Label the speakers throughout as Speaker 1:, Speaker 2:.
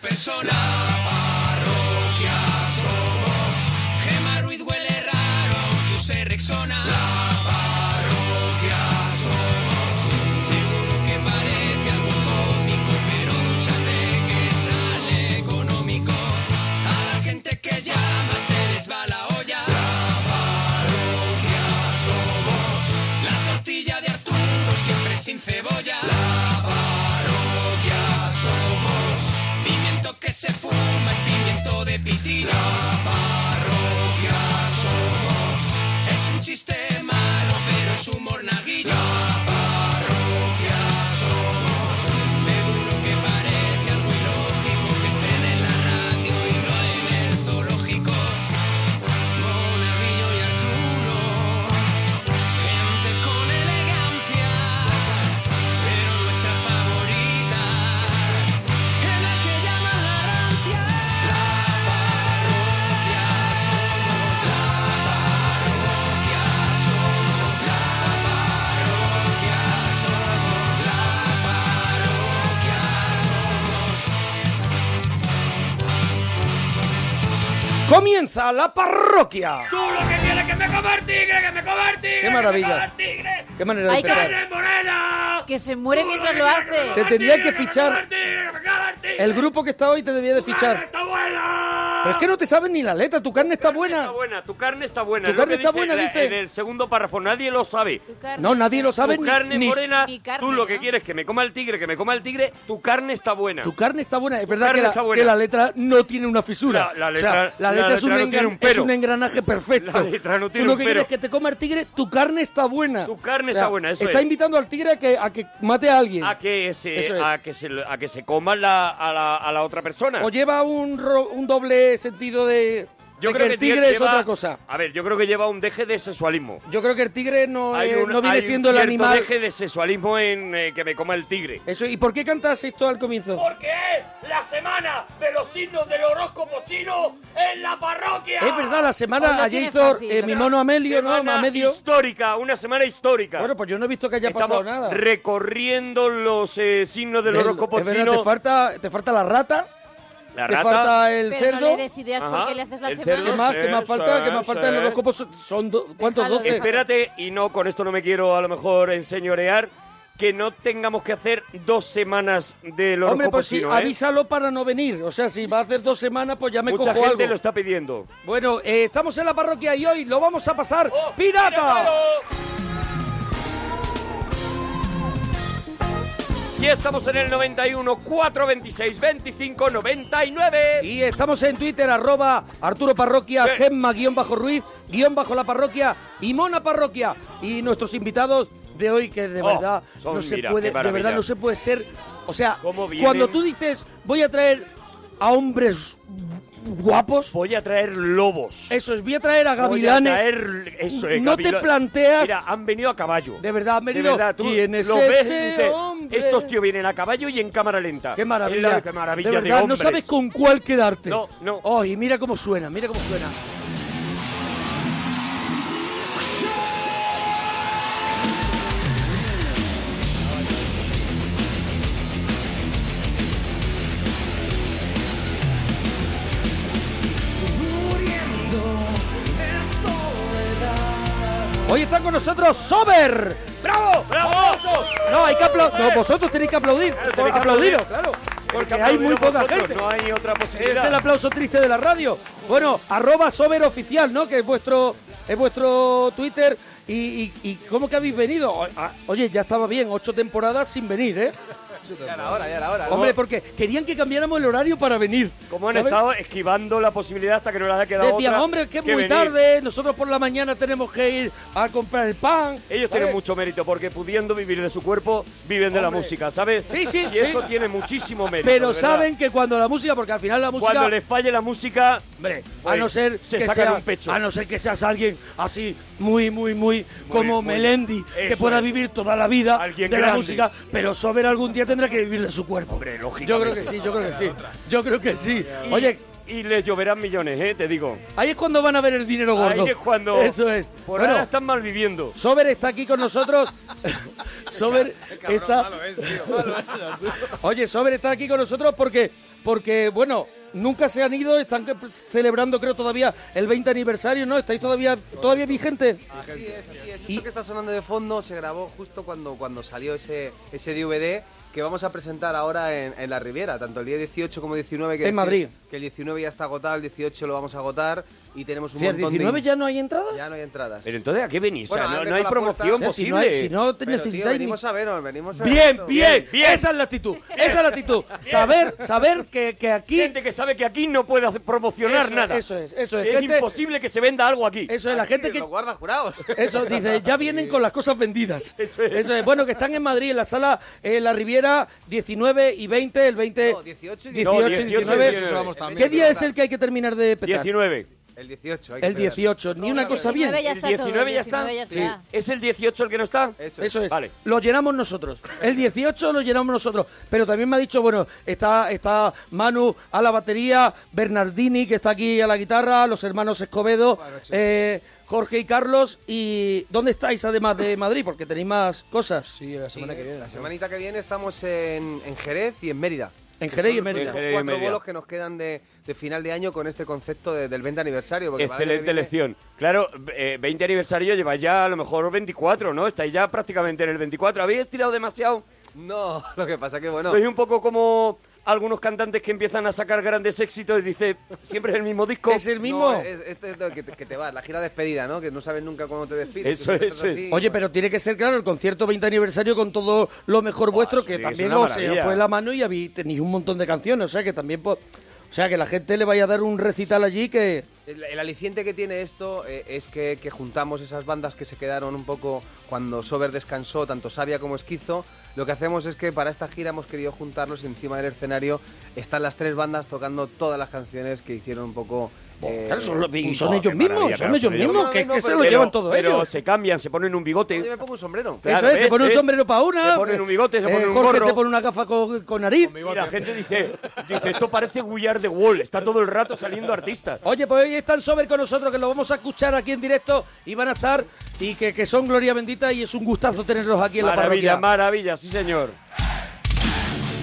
Speaker 1: persona. La parroquia somos. Gema Ruiz huele raro que use Rexona. La parroquia somos. Seguro que parece algo cómico, pero dúchate que sale económico. A la gente que llama se les va la olla. La parroquia somos. La tortilla de Arturo siempre sin cebolla. La parroquia somos. Pimiento que se fuma es pimiento de pitina. La parroquia somos. Es un chiste malo, pero es humor naguillo. La parroquia somos. Seguro que parece algo ilógico que estén en la radio y no en el zoológico. Monaguillo y Arturo, gente con elegancia, pero nuestra favorita es la que llaman la rancia. La parroquia somos, la parroquia somos, la parroquia somos, la parroquia somos.
Speaker 2: Comienza la parroquia.
Speaker 1: Tú lo que quieres que me coma el tigre, que me coma el tigre.
Speaker 2: Qué maravilla. Qué manera de
Speaker 3: Hay que
Speaker 2: pensar.
Speaker 3: ser- Que se muere mientras lo hace.
Speaker 2: Te tendría que fichar. El grupo que está hoy te debía de fichar. Pero es que no te sabes ni la letra. Tu carne está buena.
Speaker 4: buena, tu carne está buena.
Speaker 2: Tu
Speaker 4: es lo
Speaker 2: carne
Speaker 4: que
Speaker 2: está buena,
Speaker 4: la-
Speaker 2: dice.
Speaker 4: En el segundo párrafo, nadie lo sabe.
Speaker 3: carne-
Speaker 2: No, nadie lo sabe
Speaker 4: Tu
Speaker 2: ni-
Speaker 4: carne
Speaker 2: ni-
Speaker 4: morena,
Speaker 3: Ni carne,
Speaker 4: tú lo que quieres que me coma el tigre, que me coma el tigre, tu carne está buena.
Speaker 2: Tu carne está buena. Es verdad que
Speaker 4: carne
Speaker 2: la,
Speaker 4: está buena.
Speaker 2: que la letra no tiene una fisura.
Speaker 4: La- la
Speaker 2: O sea,
Speaker 4: letra-
Speaker 2: la
Speaker 4: la
Speaker 2: letra es,
Speaker 4: letra
Speaker 2: un
Speaker 4: no tiene
Speaker 2: engran-
Speaker 4: un pero.
Speaker 2: es un engranaje perfecto.
Speaker 4: La letra no tiene
Speaker 2: Tú lo
Speaker 4: un
Speaker 2: que
Speaker 4: pero.
Speaker 2: quieres es que te coma el tigre, tu carne está buena. Tu
Speaker 4: carne está buena, eso
Speaker 2: Está
Speaker 4: es. Ah.
Speaker 2: invitando al tigre a que, a que mate a alguien.
Speaker 4: a que se,
Speaker 2: Eso es.
Speaker 4: a que se, a que se coma la, a, la, a la otra persona.
Speaker 2: O lleva un, ro- un doble sentido de, de que el
Speaker 4: tie-
Speaker 2: tigre es
Speaker 4: lleva-
Speaker 2: otra cosa.
Speaker 4: A ver, yo creo que lleva un deje de sexualismo.
Speaker 2: Yo creo que el tigre no,
Speaker 4: Hay
Speaker 2: es-
Speaker 4: un-
Speaker 2: no viene
Speaker 4: hay
Speaker 2: siendo
Speaker 4: un
Speaker 2: el
Speaker 4: cierto
Speaker 2: animal.
Speaker 4: deje de sexualismo en eh, que me coma el tigre.
Speaker 2: Eso, ¿Y por qué cantas esto al comienzo?
Speaker 4: Porque es la semana de los signos del horóscopo chino en la parroquia.
Speaker 2: Es verdad, la semana ayer hizo eh, mi mono Amelio, ¿no?
Speaker 4: Semana
Speaker 2: Amelio.
Speaker 4: histórica, una semana histórica.
Speaker 2: Bueno, pues yo no he visto que haya
Speaker 4: Estamos
Speaker 2: pasado nada.
Speaker 4: recorriendo los eh, signos del
Speaker 2: Del-
Speaker 4: horóscopo
Speaker 2: es verdad,
Speaker 4: chino.
Speaker 2: te falta, te falta la rata.
Speaker 4: La
Speaker 2: te
Speaker 4: rata.
Speaker 2: falta el
Speaker 3: Pero
Speaker 2: cerdo.
Speaker 3: no le des ideas
Speaker 4: Ajá,
Speaker 3: porque le haces la
Speaker 4: el
Speaker 3: semana.
Speaker 4: cerdo,
Speaker 2: ¿Qué más?
Speaker 4: sí,
Speaker 2: ¿Qué más falta?
Speaker 4: sí,
Speaker 2: ¿Qué más falta?
Speaker 4: sí.
Speaker 2: El horóscopo son- son do- ¿cuántos?
Speaker 3: Déjalo,
Speaker 2: 12.
Speaker 4: Espérate, y no, con esto no me quiero a lo mejor enseñorear, que no tengamos que hacer dos semanas del horóscopo
Speaker 2: Hombre, pues sí,
Speaker 4: chino, ¿eh?
Speaker 2: avísalo para no venir. O sea, si va a hacer dos semanas, pues ya me
Speaker 4: Mucha
Speaker 2: cojo
Speaker 4: gente
Speaker 2: algo.
Speaker 4: lo está pidiendo.
Speaker 2: Bueno, eh, estamos en la parroquia y hoy lo vamos a pasar
Speaker 4: Oh,
Speaker 2: pirata.
Speaker 4: Y estamos en el 91 426 25 99.
Speaker 2: Y estamos en Twitter, arroba Arturo Parroquia, Gemma, guión bajo Ruiz, guión bajo la parroquia y Mona Parroquia. Y nuestros invitados de hoy, que de
Speaker 4: Oh,
Speaker 2: verdad
Speaker 4: son-
Speaker 2: no se
Speaker 4: mira,
Speaker 2: puede,
Speaker 4: qué
Speaker 2: de
Speaker 4: maravilla.
Speaker 2: verdad no se puede ser. O sea,
Speaker 4: ¿Cómo vienen?
Speaker 2: cuando tú dices voy a traer a hombres guapos,
Speaker 4: Voy a traer lobos.
Speaker 2: eso es, voy a traer a
Speaker 4: Voy a
Speaker 2: gavilanes.
Speaker 4: traer- eso es,
Speaker 2: no te
Speaker 4: gavila-
Speaker 2: planteas.
Speaker 4: Mira, han venido a caballo.
Speaker 2: de verdad, han
Speaker 4: De
Speaker 2: venido.
Speaker 4: verdad, tú
Speaker 2: ¿Quién es
Speaker 4: los ves y
Speaker 2: ese
Speaker 4: dices,
Speaker 2: hombre?
Speaker 4: estos tíos vienen a caballo y en cámara lenta.
Speaker 2: Qué
Speaker 4: Es
Speaker 2: maravilla.
Speaker 4: la- qué maravilla
Speaker 2: de
Speaker 4: de,
Speaker 2: verdad, no
Speaker 4: hombres.
Speaker 2: sabes con cuál quedarte.
Speaker 4: No, no.
Speaker 2: Oh, y mira cómo suena, mira cómo suena. Hoy está con nosotros Sober. ¡Bravo!
Speaker 4: ¡Bravo!
Speaker 2: No, hay que aplaudir. No, vosotros tenéis que aplaudir.
Speaker 4: Claro,
Speaker 2: Por-
Speaker 4: tenéis que
Speaker 2: aplaudiros,
Speaker 4: aplaudir.
Speaker 2: claro. Porque
Speaker 4: Que
Speaker 2: hay muy
Speaker 4: aplaudiros
Speaker 2: poca
Speaker 4: vosotros,
Speaker 2: gente.
Speaker 4: No hay otra
Speaker 2: Es
Speaker 4: posibilidad.
Speaker 2: el aplauso triste de la radio. Bueno, arroba Sober Oficial, ¿no? Que es vuestro, es vuestro Twitter. Y, y, y cómo que habéis venido? O- a- Oye, ya estaba bien, ocho temporadas sin venir, ¿eh?
Speaker 5: Ya era hora, ya era hora.
Speaker 2: Hombre, porque querían que cambiáramos el horario para venir.
Speaker 4: Como han
Speaker 2: ¿sabes?
Speaker 4: estado esquivando la posibilidad hasta que no les ha quedado
Speaker 2: Decían,
Speaker 4: otra
Speaker 2: hombre, es que es
Speaker 4: que
Speaker 2: muy
Speaker 4: venir.
Speaker 2: tarde, nosotros por la mañana tenemos que ir a comprar el pan.
Speaker 4: Ellos
Speaker 2: ¿sabes?
Speaker 4: tienen mucho mérito porque pudiendo vivir de su cuerpo, viven de la música, ¿sabes?
Speaker 2: Sí, sí,
Speaker 4: Y
Speaker 2: sí.
Speaker 4: eso tiene muchísimo mérito.
Speaker 2: Pero
Speaker 4: de verdad.
Speaker 2: saben que cuando la música, porque al final la música...
Speaker 4: Cuando les falle la música,
Speaker 2: Hombre, a
Speaker 4: pues,
Speaker 2: no ser
Speaker 4: se
Speaker 2: que
Speaker 4: sacan
Speaker 2: sea-
Speaker 4: un pecho.
Speaker 2: A no ser que seas alguien así muy, muy, muy, como
Speaker 4: muy-
Speaker 2: Melendi, que
Speaker 4: eso
Speaker 2: pueda
Speaker 4: es.
Speaker 2: vivir toda la vida
Speaker 4: Alguien
Speaker 2: de la
Speaker 4: grande.
Speaker 2: música, pero Sober algún día tendrá que vivir de su cuerpo.
Speaker 4: Hombre, lógicamente.
Speaker 2: yo creo que sí, yo creo que sí. Yo creo que sí. Oye,
Speaker 4: y les lloverán millones, ¿eh? Te digo.
Speaker 2: Ahí es cuando van a ver el dinero gordo.
Speaker 4: Ahí es cuando...
Speaker 2: Eso es.
Speaker 4: Por
Speaker 2: Bueno,
Speaker 4: ahora están mal viviendo.
Speaker 2: Sober está aquí con nosotros. Sober está. Oye, Sober está aquí con nosotros porque, porque bueno, nunca se han ido, están que- celebrando creo todavía el 20 aniversario, ¿no? ¿Estáis todavía todavía vigente?
Speaker 4: Ah,
Speaker 5: Así es, así es. Esto que está sonando de fondo se grabó justo cuando, cuando salió ese, ese DVD que vamos a presentar ahora en, en La Riviera, tanto el día 18 como 19. Que
Speaker 2: En Madrid.
Speaker 5: Que el 19 ya está agotado, el 18 lo vamos a agotar y tenemos un
Speaker 2: Si el
Speaker 5: montón
Speaker 2: 19
Speaker 5: de...
Speaker 2: ya no hay entradas.
Speaker 5: ya no hay entradas.
Speaker 4: Pero entonces, ¿a qué venís? O sea,
Speaker 5: Bueno, han
Speaker 4: no- no,
Speaker 5: dejado
Speaker 4: hay
Speaker 5: la
Speaker 4: promoción
Speaker 5: puerta.
Speaker 2: Si
Speaker 4: posible.
Speaker 2: no, hay- si no te
Speaker 5: Pero, tío,
Speaker 2: necesitáis ni-
Speaker 5: venimos a veros, venimos a
Speaker 2: Bien,
Speaker 5: veros.
Speaker 2: bien, Esa es la actitud. Esa es la actitud. Saber, saber que, que aquí.
Speaker 4: Gente que sabe que aquí no puede hacer- promocionar
Speaker 2: Eso-
Speaker 4: nada.
Speaker 2: eso es, eso es.
Speaker 4: Es
Speaker 2: Gente-
Speaker 4: imposible que se venda algo aquí.
Speaker 2: Eso es la gente que.
Speaker 5: Los guardas jurados.
Speaker 2: Eso, dice, ya vienen con las cosas vendidas.
Speaker 4: Eso es.
Speaker 2: Bueno, que están en Madrid, en la sala eh, La Riviera 19 y 20, el 20...
Speaker 5: No, 18 y
Speaker 4: 19.
Speaker 2: 18 19.
Speaker 4: 18 vamos
Speaker 5: también.
Speaker 2: ¿Qué día es el que hay que terminar de petar?
Speaker 4: 19.
Speaker 5: El 18. hay que
Speaker 2: El
Speaker 5: esperar.
Speaker 2: 18, ni una cosa bien.
Speaker 3: 19 ya está
Speaker 4: ¿El
Speaker 3: todo,
Speaker 4: 19 ya
Speaker 3: 19
Speaker 4: está?
Speaker 3: ya está.
Speaker 4: ¿Es el 18 el que no está?
Speaker 5: Eso es.
Speaker 2: Eso es.
Speaker 4: Vale.
Speaker 2: Lo llenamos nosotros. El 18 lo llenamos nosotros. Pero también me ha dicho, bueno, está, está Manu a la batería, Bernardini, que está aquí a la guitarra, los hermanos Escobedo, eh, Jorge y Carlos. ¿Y dónde estáis además de Madrid? Porque tenéis más cosas.
Speaker 6: Sí, la semana que viene.
Speaker 5: La semanita que viene estamos en, en Jerez y en Mérida.
Speaker 2: En
Speaker 5: Que
Speaker 2: Jerez y
Speaker 5: son los
Speaker 2: Mérida.
Speaker 5: únicos
Speaker 4: En Jerez y
Speaker 5: cuatro
Speaker 4: Mérida.
Speaker 5: bolos que nos quedan de, de final de año con este concepto de- del 20 aniversario. porque para el año
Speaker 4: Excelente
Speaker 5: que viene-
Speaker 4: elección. Claro, eh, 20 aniversario lleváis ya a lo mejor 24, ¿no? Estáis ya prácticamente en el 24. ¿Habéis estirado demasiado?
Speaker 5: No, lo que pasa que bueno.
Speaker 4: Sois un poco como algunos cantantes que empiezan a sacar grandes éxitos y dice siempre es el mismo disco.
Speaker 2: Es el mismo.
Speaker 5: no, es- es de- de- que, te, que te vas, la gira de despedida, ¿no? Que no sabes nunca cuándo te despides.
Speaker 4: Eso
Speaker 5: tú siempre
Speaker 4: es,
Speaker 5: estás
Speaker 4: eso
Speaker 5: así,
Speaker 2: Oye,
Speaker 5: bueno.
Speaker 2: pero tiene que ser claro el concierto 20 aniversario con todo lo mejor vuestro,
Speaker 4: Ah, sí,
Speaker 2: que
Speaker 4: es
Speaker 2: también
Speaker 4: una
Speaker 2: os eh,
Speaker 4: maravilla.
Speaker 2: os fue la mano y habí- tenéis un montón de canciones, o sea que también, pues, o sea que la gente le vaya a dar un recital allí que...
Speaker 5: El, el aliciente que tiene esto eh, es que, que juntamos esas bandas que se quedaron un poco cuando Sober descansó, tanto Sabia como Esquizo. Lo que hacemos es que para esta gira hemos querido juntarnos y encima del escenario están las tres bandas tocando todas las canciones que hicieron un poco. eh,
Speaker 2: claro, son los- y son
Speaker 4: Qué
Speaker 2: ellos mismos,
Speaker 4: maravilla,
Speaker 2: son
Speaker 4: pero
Speaker 2: ellos mismos,
Speaker 5: No,
Speaker 2: que es
Speaker 5: no,
Speaker 2: que se lo
Speaker 4: Pero-
Speaker 2: llevan todos
Speaker 4: pero
Speaker 2: ellos.
Speaker 4: se cambian, se ponen un bigote.
Speaker 5: Oye, me pongo un sombrero.
Speaker 4: Claro,
Speaker 2: Eso es, se
Speaker 4: ¿ves?
Speaker 2: pone un
Speaker 4: ¿ves?
Speaker 2: sombrero para una.
Speaker 4: Se ponen un bigote, se
Speaker 2: eh,
Speaker 4: ponen un
Speaker 2: Jorge
Speaker 4: gorro.
Speaker 2: se pone una gafa con, con nariz.
Speaker 4: Y la gente dice, dice, esto parece We Are the Wall, está todo el rato saliendo artistas.
Speaker 2: Oye, pues hoy están Sober con nosotros, que lo vamos a escuchar aquí en directo y van a estar, y que, que son gloria bendita y es un gustazo tenerlos aquí en
Speaker 4: Maravilla,
Speaker 2: la parroquia.
Speaker 4: maravilla, sí señor.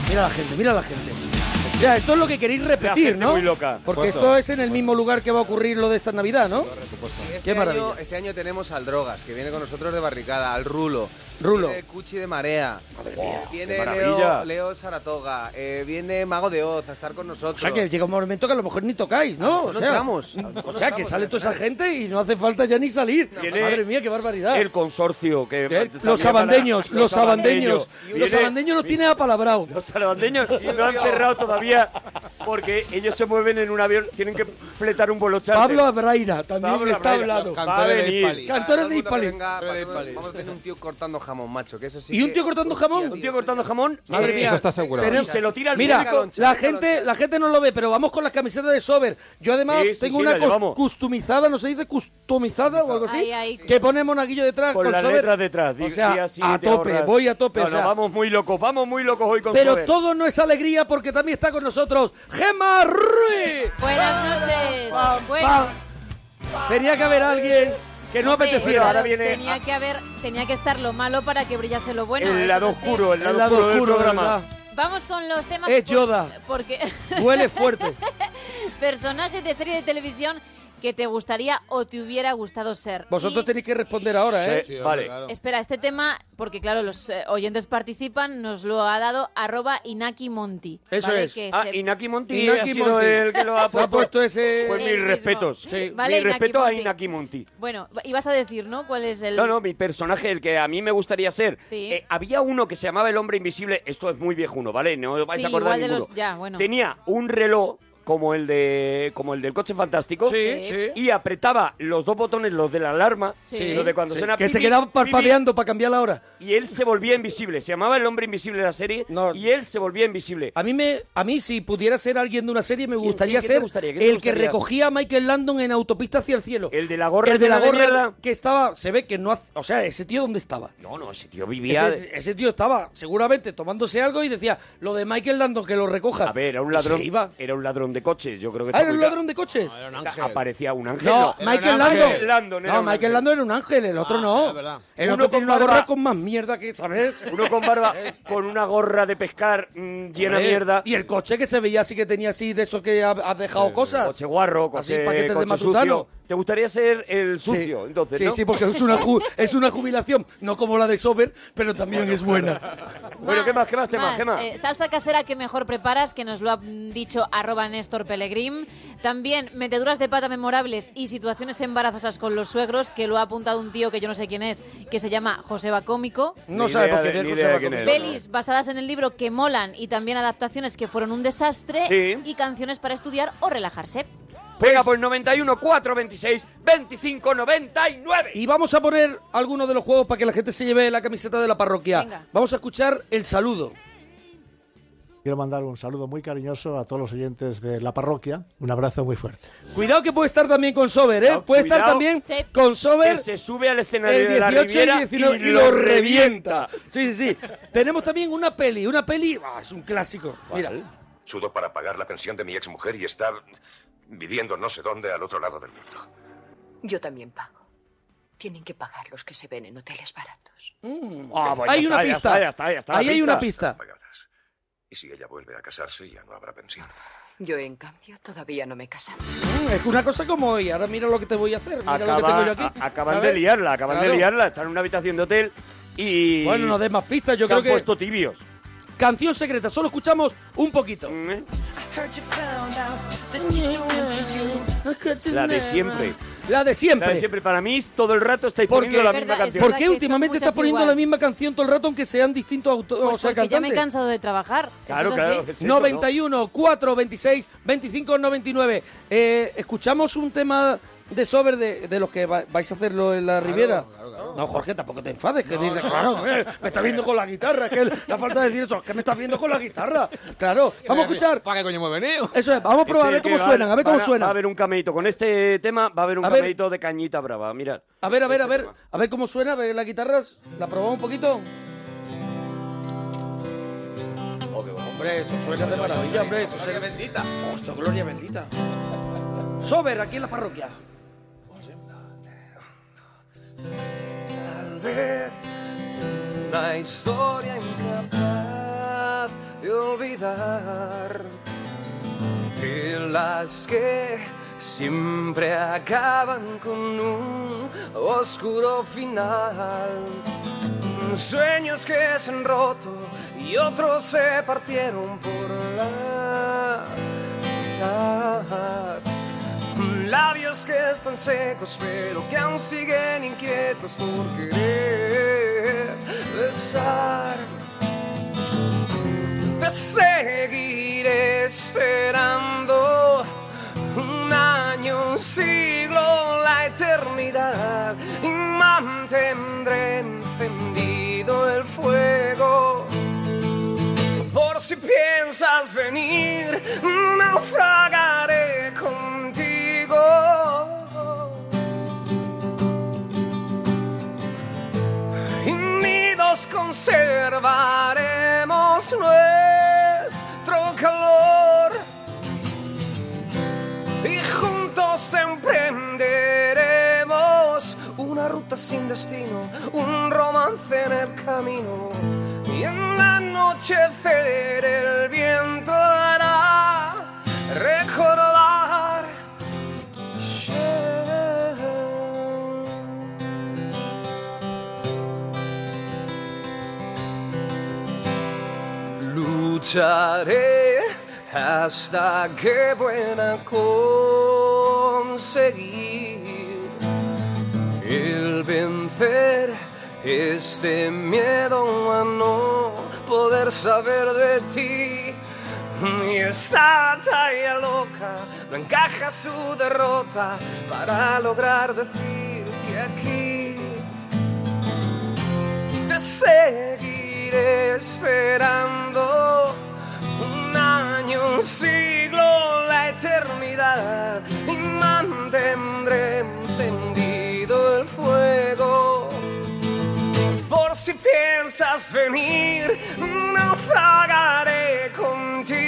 Speaker 2: Mira la gente, mira la gente. O sea, esto es lo que queréis repetir,
Speaker 4: gente
Speaker 2: ¿no?
Speaker 4: muy loca.
Speaker 2: Porque esto es en el mismo lugar que va a ocurrir lo de esta Navidad, ¿no?
Speaker 5: Este,
Speaker 2: Qué maravilla.
Speaker 5: año, este año tenemos al Drogas, que viene con nosotros de barricada, al Rulo.
Speaker 2: Rulo.
Speaker 5: Viene Cuchi de Marea. Eh,
Speaker 4: qué
Speaker 5: viene
Speaker 4: maravilla.
Speaker 5: Leo, Leo Saratoga. eh, viene Mago de Oz a estar con nosotros.
Speaker 2: O sea, que llega un momento que a lo mejor ni tocáis, ¿no? O
Speaker 5: No
Speaker 2: sea,
Speaker 5: entramos.
Speaker 2: O sea, que sale toda esa gente y no hace falta ya ni salir.
Speaker 4: Viene
Speaker 2: Madre mía, qué barbaridad.
Speaker 4: El consorcio que eh,
Speaker 2: ¿Qué?
Speaker 4: también
Speaker 2: Los sabandeños,
Speaker 4: para-
Speaker 2: los sabandeños.
Speaker 4: sabandeños.
Speaker 2: Los
Speaker 4: Viene-
Speaker 2: sabandeños los tiene apalabrados.
Speaker 4: Los sabandeños no han cerrado todavía porque ellos se mueven en un avión, tienen que fletar un vuelo charter.
Speaker 2: Pablo Abraira también
Speaker 4: Pablo
Speaker 2: está
Speaker 4: Abraira,
Speaker 2: hablado.
Speaker 4: los cantores
Speaker 6: Va a
Speaker 4: de
Speaker 6: venir.
Speaker 4: Hispali.
Speaker 5: Para
Speaker 2: Cantores
Speaker 5: todo el mundo
Speaker 2: de
Speaker 5: que
Speaker 2: Hispali.
Speaker 5: venga, para
Speaker 6: Cantores de
Speaker 5: todo el-
Speaker 6: Hispali.
Speaker 5: Vamos a tener un tío cortando jamón, macho. Que eso sí
Speaker 2: ¿Y un
Speaker 5: que-
Speaker 2: tío cortando jamón?
Speaker 5: Hostia,
Speaker 4: Un tío cortando jamón.
Speaker 2: Madre mía.
Speaker 6: Eso está asegurado.
Speaker 4: Y se lo tira al
Speaker 2: Mira,
Speaker 4: público.
Speaker 5: Caloncha,
Speaker 2: la
Speaker 5: mira,
Speaker 2: gente,
Speaker 5: Caloncha.
Speaker 2: la gente no lo ve, pero vamos con las camisetas de Sober. Yo además
Speaker 4: Sí, sí,
Speaker 2: tengo
Speaker 4: sí,
Speaker 2: una
Speaker 4: la llevamos.
Speaker 2: customizada, ¿no se dice customizada o algo así?
Speaker 3: Ahí, ahí.
Speaker 2: Que pone monaguillo detrás
Speaker 4: Con,
Speaker 2: con,
Speaker 4: las
Speaker 2: Sober.
Speaker 4: letras detrás. di-
Speaker 2: O sea,
Speaker 4: di así
Speaker 2: a
Speaker 4: te
Speaker 2: tope,
Speaker 4: ahorras.
Speaker 2: voy a tope.
Speaker 4: No,
Speaker 2: o
Speaker 4: no,
Speaker 2: sea,
Speaker 4: vamos muy locos, vamos muy locos hoy con
Speaker 2: pero
Speaker 4: Sober.
Speaker 2: todo no es alegría porque también está con nosotros Gemma Ruiz.
Speaker 3: Buenas noches. Bueno,
Speaker 2: Pam. Tenía que haber alguien que no
Speaker 3: hombre,
Speaker 2: apeteciera.
Speaker 3: claro,
Speaker 4: ahora viene-
Speaker 3: tenía que haber, tenía que estar lo malo para que brillase lo bueno. eso
Speaker 4: El
Speaker 3: es
Speaker 4: lado
Speaker 3: así.
Speaker 4: oscuro, el lado, oscuro del programa.
Speaker 2: ¿verdad?
Speaker 3: Vamos con los temas.
Speaker 2: Es
Speaker 3: por-
Speaker 2: Eh, Yoda.
Speaker 3: Porque
Speaker 2: Huele fuerte.
Speaker 3: personajes de serie de televisión que te gustaría o te hubiera gustado ser.
Speaker 2: Vosotros
Speaker 3: Y-
Speaker 2: tenéis que responder ahora, ¿eh?
Speaker 4: Sí, vale.
Speaker 3: Espera, este tema, porque claro, los eh, oyentes participan, nos lo ha dado arroba Inaki Monti.
Speaker 2: Eso
Speaker 3: ¿vale?
Speaker 2: es.
Speaker 3: Que
Speaker 4: Ah,
Speaker 3: se-
Speaker 4: Inaki Monti
Speaker 2: Inaki
Speaker 4: ha sido
Speaker 2: Monti.
Speaker 4: el que lo ha
Speaker 2: Se ha
Speaker 4: puesto.
Speaker 2: puesto ese...
Speaker 4: Pues
Speaker 3: El
Speaker 4: mis
Speaker 3: mismo.
Speaker 4: respetos.
Speaker 3: Sí.
Speaker 4: Mi
Speaker 3: Vale, Inaki
Speaker 4: respeto a
Speaker 3: Monti.
Speaker 4: Inaki Monti.
Speaker 3: Bueno, ibas a decir, ¿no? ¿Cuál es el...?
Speaker 4: No, no, mi personaje, el que a mí me gustaría ser.
Speaker 3: Sí.
Speaker 4: Eh, había uno que se llamaba el hombre invisible. Esto es muy viejuno, ¿vale? No vais
Speaker 3: Sí,
Speaker 4: a acordar
Speaker 3: igual de
Speaker 4: ninguno.
Speaker 3: los- ya, bueno.
Speaker 4: Tenía un reloj como el de como el del coche fantástico
Speaker 2: Sí,
Speaker 3: Sí.
Speaker 2: sí.
Speaker 4: y apretaba los dos botones, los de la alarma,
Speaker 3: Sí.
Speaker 4: los de cuando
Speaker 2: Sí,
Speaker 4: suena
Speaker 2: que se
Speaker 4: pipi,
Speaker 2: quedaba
Speaker 4: pipi,
Speaker 2: parpadeando para cambiar la hora.
Speaker 4: y él se volvía invisible. Se llamaba el hombre invisible de la serie
Speaker 2: No.
Speaker 4: y él se volvía invisible.
Speaker 2: A mí, me, a mí, si pudiera ser alguien de una serie, me gustaría
Speaker 4: quién te
Speaker 2: ser
Speaker 4: gustaría? ¿Quién te
Speaker 2: el que
Speaker 4: gustaría?
Speaker 2: recogía a Michael Landon en autopista hacia el cielo.
Speaker 4: El de la gorra
Speaker 2: El de la
Speaker 4: llena de
Speaker 2: gorra
Speaker 4: mierda.
Speaker 2: que estaba. Se ve que no. hace- O sea, ese tío, ¿dónde estaba?
Speaker 4: No, no, ese tío vivía. de-
Speaker 2: Ese, ese tío estaba seguramente tomándose algo y decía lo de Michael Landon que lo recoja.
Speaker 4: A ver, era un
Speaker 2: Y
Speaker 4: ladrón.
Speaker 2: se iba.
Speaker 4: Era un ladrón de coches. Yo creo que
Speaker 2: Ah,
Speaker 4: está
Speaker 2: era un
Speaker 4: muy ca-
Speaker 2: ladrón de coches.
Speaker 7: No, era un ángel.
Speaker 4: Aparecía un ángel.
Speaker 2: No, Michael Landon.
Speaker 4: Landon era
Speaker 2: no,
Speaker 4: un
Speaker 2: Michael
Speaker 4: ángel.
Speaker 2: Landon era un ángel, el otro no.
Speaker 7: Ah, es verdad.
Speaker 2: El
Speaker 4: Uno
Speaker 2: otro tiene
Speaker 4: con
Speaker 2: una gorra
Speaker 4: barba.
Speaker 2: con más mierda que, ¿sabes?
Speaker 4: Uno con barba, con una gorra de pescar mm, llena de mierda.
Speaker 2: Y el coche que se veía así que tenía así de esos que ha- has dejado cosas.
Speaker 4: Coche guarro,
Speaker 2: Así,
Speaker 4: coche,
Speaker 2: paquetes de
Speaker 4: coche
Speaker 2: matutano.
Speaker 4: sucio. ¿Te gustaría ser el
Speaker 2: Sí.
Speaker 4: sucio, entonces,
Speaker 2: Sí,
Speaker 4: no?
Speaker 2: sí, porque es una, ju- es una jubilación, no como la de Sober, pero también es buena.
Speaker 4: Bueno, ¿qué más, qué más, tema, Gema?
Speaker 3: eh, salsa casera que mejor preparas, que nos lo ha mm, dicho arroba Néstor Pelegrim. También meteduras de pata memorables y situaciones embarazosas con los suegros, que lo ha apuntado un tío que yo no sé quién es, que se llama Joseba Cómico.
Speaker 2: No
Speaker 4: Ni
Speaker 2: sabe
Speaker 4: idea
Speaker 2: por qué
Speaker 4: de-
Speaker 2: ver
Speaker 4: ni
Speaker 2: cómo se
Speaker 4: idea de
Speaker 2: va
Speaker 4: quién
Speaker 2: con-
Speaker 4: es.
Speaker 3: Pelis basadas en el libro que molan y también adaptaciones que fueron un desastre
Speaker 4: Sí.
Speaker 3: y canciones para estudiar o relajarse.
Speaker 4: Venga, pues 91, 4, 26, 25, 99.
Speaker 2: Y vamos a poner algunos de los juegos para que la gente se lleve la camiseta de la parroquia.
Speaker 3: Venga.
Speaker 2: Vamos a escuchar el saludo.
Speaker 8: Quiero mandar un saludo muy cariñoso a todos los oyentes de la parroquia. Un abrazo muy fuerte.
Speaker 2: Cuidado que puede estar también con Sober, ¿eh?
Speaker 4: Cuidado,
Speaker 2: puede estar
Speaker 4: cuidado.
Speaker 2: también
Speaker 3: Sí.
Speaker 2: con
Speaker 4: que
Speaker 2: Sober
Speaker 4: se sube al escenario
Speaker 2: el
Speaker 4: de la
Speaker 2: 18 y
Speaker 4: Riviera
Speaker 2: el 19 y lo revienta. Sí, sí, sí. Tenemos también una peli, una peli, ah, es un clásico. Mira,
Speaker 9: Sudo para pagar la pensión de mi exmujer y estar viviendo no sé dónde al otro lado del mundo.
Speaker 10: Yo también pago. Tienen que pagar los que se ven en hoteles baratos.
Speaker 9: Mm,
Speaker 4: Ah, pues ya
Speaker 2: hay
Speaker 4: está,
Speaker 2: una
Speaker 4: ya
Speaker 2: pista.
Speaker 4: está, ya está, ya está,
Speaker 2: Ahí hay
Speaker 4: pista.
Speaker 2: una pista.
Speaker 9: Pagadas. Y si ella vuelve a casarse, ya no habrá pensión.
Speaker 10: Yo, en cambio, todavía no me he casado.
Speaker 2: Mm, es una cosa como hoy. Ahora mira lo que te voy a hacer. Mira lo que
Speaker 4: Acaba-
Speaker 2: tengo yo aquí.
Speaker 4: a- acaban
Speaker 2: ¿sabes?
Speaker 4: de liarla, acaban
Speaker 2: Claro.
Speaker 4: de liarla. Están en una habitación de hotel y.
Speaker 2: Bueno, no des más pistas.
Speaker 4: se
Speaker 2: Yo creo
Speaker 4: han
Speaker 2: que
Speaker 4: puesto tibios.
Speaker 2: canción secreta. Solo escuchamos un poquito.
Speaker 4: Mm, ¿eh?
Speaker 2: La
Speaker 4: La de siempre.
Speaker 2: La de siempre.
Speaker 4: La de siempre para mí, todo el rato estáis
Speaker 2: Porque-
Speaker 4: poniendo la
Speaker 3: Es
Speaker 4: misma
Speaker 3: verdad, es
Speaker 4: canción.
Speaker 2: ¿Por
Speaker 3: verdad
Speaker 2: qué
Speaker 3: que son
Speaker 2: últimamente
Speaker 3: muchas
Speaker 2: estás poniendo
Speaker 3: igual.
Speaker 2: la misma canción todo el rato, aunque sean distintos autores
Speaker 3: Pues
Speaker 2: o sea,
Speaker 3: porque ya me he
Speaker 2: cantantes?
Speaker 3: cansado de trabajar. Eso
Speaker 4: Claro,
Speaker 3: es
Speaker 4: claro.
Speaker 3: así.
Speaker 4: es eso, ¿no?
Speaker 2: 91, 4, 26, 25, 99. Eh, ¿Escuchamos un tema de Sober de, de los que va- vais a hacerlo en la Riviera? No, Jorge, tampoco te enfades, que dices, claro, eh, me estás viendo con la guitarra, es que el- la falta de decir eso, es que me estás viendo con la guitarra. Claro, vamos a escuchar.
Speaker 7: ¿Para qué coño hemos venido?
Speaker 2: Eso es, vamos a probar a ver
Speaker 4: Dice
Speaker 2: cómo
Speaker 4: Este, que
Speaker 2: suenan, a ver
Speaker 4: van
Speaker 2: cómo
Speaker 4: Va a
Speaker 2: suenan.
Speaker 4: haber un cameito. Con este tema va a haber un
Speaker 2: A ver.
Speaker 4: cameito de cañita brava. Mira.
Speaker 2: A ver, a ver, a ver, a ver cómo suena, a ver la guitarra, la probamos un poquito. Oh, Hombre, esto suena de maravilla, hombre. esto suena-
Speaker 6: bendita.
Speaker 2: Hostia, gloria bendita. Sober, aquí en la parroquia.
Speaker 6: Tal vez una historia incapaz de olvidar que las que siempre acaban con un oscuro final. Sueños que se han roto y otros se partieron por la mitad. Labios que están secos, pero que aún siguen inquietos por querer besar. Te seguiré esperando un año, un siglo, la eternidad. Y mantendré encendido el fuego. Por si piensas venir, naufragaré contigo. Y unidos conservaremos nuestro calor. Y juntos emprenderemos una ruta sin destino, un romance en el camino. Y en la noche el viento hará recordar. Lucharé hasta que pueda conseguir el vencer este miedo a no poder saber de ti. Y esta talla loca no encaja su derrota para lograr decir que aquí te seguiré esperando un año, un siglo, la eternidad y mantendré encendido el fuego. Por si piensas venir, naufragaré contigo.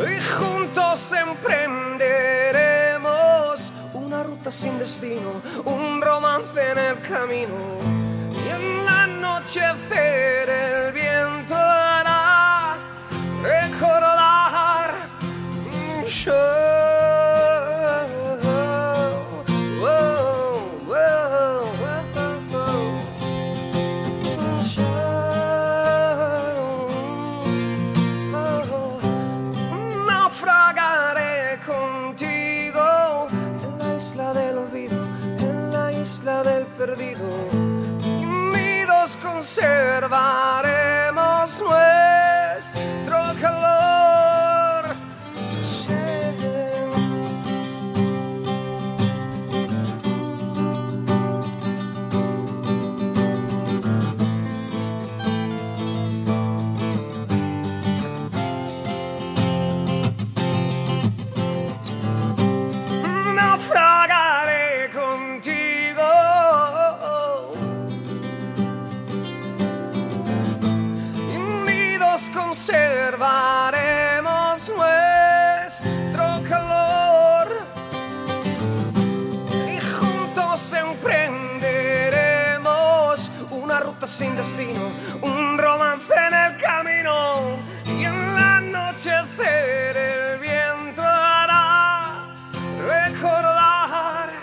Speaker 6: y juntos emprenderemos una ruta sin destino, un romance en el camino. Y en la anochecer el viento hará recordar yo. Naufragaré contigo en la isla del olvido, en la isla del perdido. Unidos conservaremos nuestro calor. naufragaré contigo. Unidos conservaremos nuestro calor y juntos emprenderemos una ruta sin destino, un romance en el camino y en la anochecer el viento hará recordar.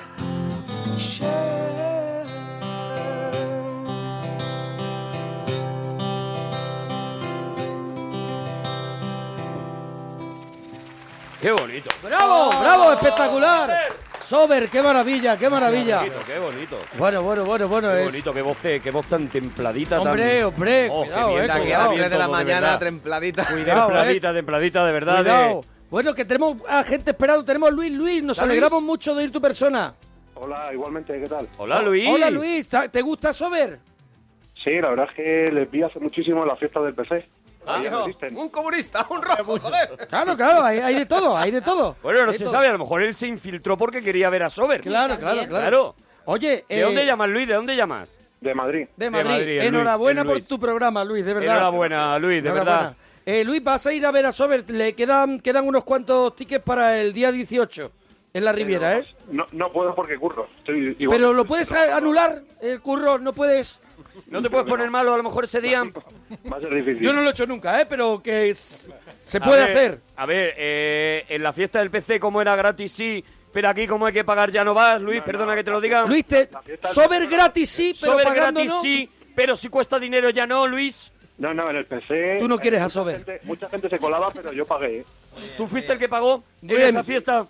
Speaker 4: ¡Qué bonito! Ah.
Speaker 2: ¡Bravo! Oh, ¡Bravo! ¡Espectacular! Sober, qué maravilla, qué maravilla.
Speaker 4: ¡Qué bonito! ¡Qué bonito!
Speaker 2: Bueno, bueno, bueno, bueno.
Speaker 4: Qué
Speaker 2: es-
Speaker 4: bonito, qué voz, eh, qué voz tan templadita. tan-
Speaker 2: Hombre, hombre,
Speaker 4: Oh, qué
Speaker 2: cuidado,
Speaker 4: bien,
Speaker 2: eh,
Speaker 4: la que
Speaker 2: cuidado.
Speaker 4: da bien
Speaker 5: de la
Speaker 4: todo,
Speaker 5: mañana,
Speaker 4: verdad.
Speaker 5: trempladita.
Speaker 2: Cuidado, eh.
Speaker 4: Templadita, templadita, de verdad. de-
Speaker 2: Cuidado. Bueno, que tenemos a gente esperando. Tenemos a Luis, Luis. Nos
Speaker 4: Hola,
Speaker 2: alegramos mucho de ir tu persona.
Speaker 11: Hola, igualmente, ¿qué tal?
Speaker 4: Hola, Luis.
Speaker 2: Hola, Luis. ¿ta- ¿Te gusta Sober?
Speaker 11: Sí, la verdad es que les vi hace muchísimo en la fiesta del PC. Ahí
Speaker 5: Hijo,
Speaker 11: asisten.
Speaker 5: un comunista, un rojo, joder.
Speaker 2: Claro, claro. Hay, hay de todo, hay de todo.
Speaker 4: Bueno, no
Speaker 2: Hay
Speaker 4: se
Speaker 2: todo.
Speaker 4: sabe, a lo mejor él se infiltró porque quería ver a Sober.
Speaker 2: Claro, claro, claro.
Speaker 4: Claro.
Speaker 2: Oye,
Speaker 4: ¿De
Speaker 2: eh,
Speaker 4: dónde llamas, Luis? ¿De dónde llamas?
Speaker 11: De Madrid.
Speaker 2: De Madrid.
Speaker 4: Madrid, el
Speaker 2: Enhorabuena
Speaker 4: Luis, el
Speaker 2: por
Speaker 4: Luis.
Speaker 2: tu programa, Luis, de verdad.
Speaker 4: Enhorabuena, Luis, de verdad.
Speaker 2: Enhorabuena. Eh, Luis, vas a ir a ver a Sober. Le quedan, quedan unos cuantos tickets para el día 18 en la Riviera, ¿eh?
Speaker 11: No, no puedo porque curro. Estoy igual.
Speaker 2: Pero lo puedes a- anular, el curro, no puedes.
Speaker 4: ¿No te puedes poner malo a lo mejor ese día?
Speaker 11: Va a ser difícil.
Speaker 2: Yo no lo he hecho nunca, ¿eh? Pero que es- se puede
Speaker 4: A ver,
Speaker 2: hacer.
Speaker 4: A ver, eh, en la fiesta del PC, como era gratis, sí, pero aquí, como hay que pagar, ya no vas, Luis, perdona que te lo diga.
Speaker 2: Luis, te,
Speaker 11: fiesta-
Speaker 2: Sober gratis sí, pero
Speaker 4: Sober
Speaker 2: pagando
Speaker 4: gratis,
Speaker 2: no.
Speaker 4: sí, pero si cuesta dinero, ya no, Luis.
Speaker 11: No, no, en el PC.
Speaker 2: Tú no quieres a
Speaker 11: mucha
Speaker 2: Sober.
Speaker 11: gente- mucha gente se colaba, pero yo pagué. ¿eh?
Speaker 4: ¿Tú fuiste el que pagó en
Speaker 2: Bien.
Speaker 4: esa fiesta?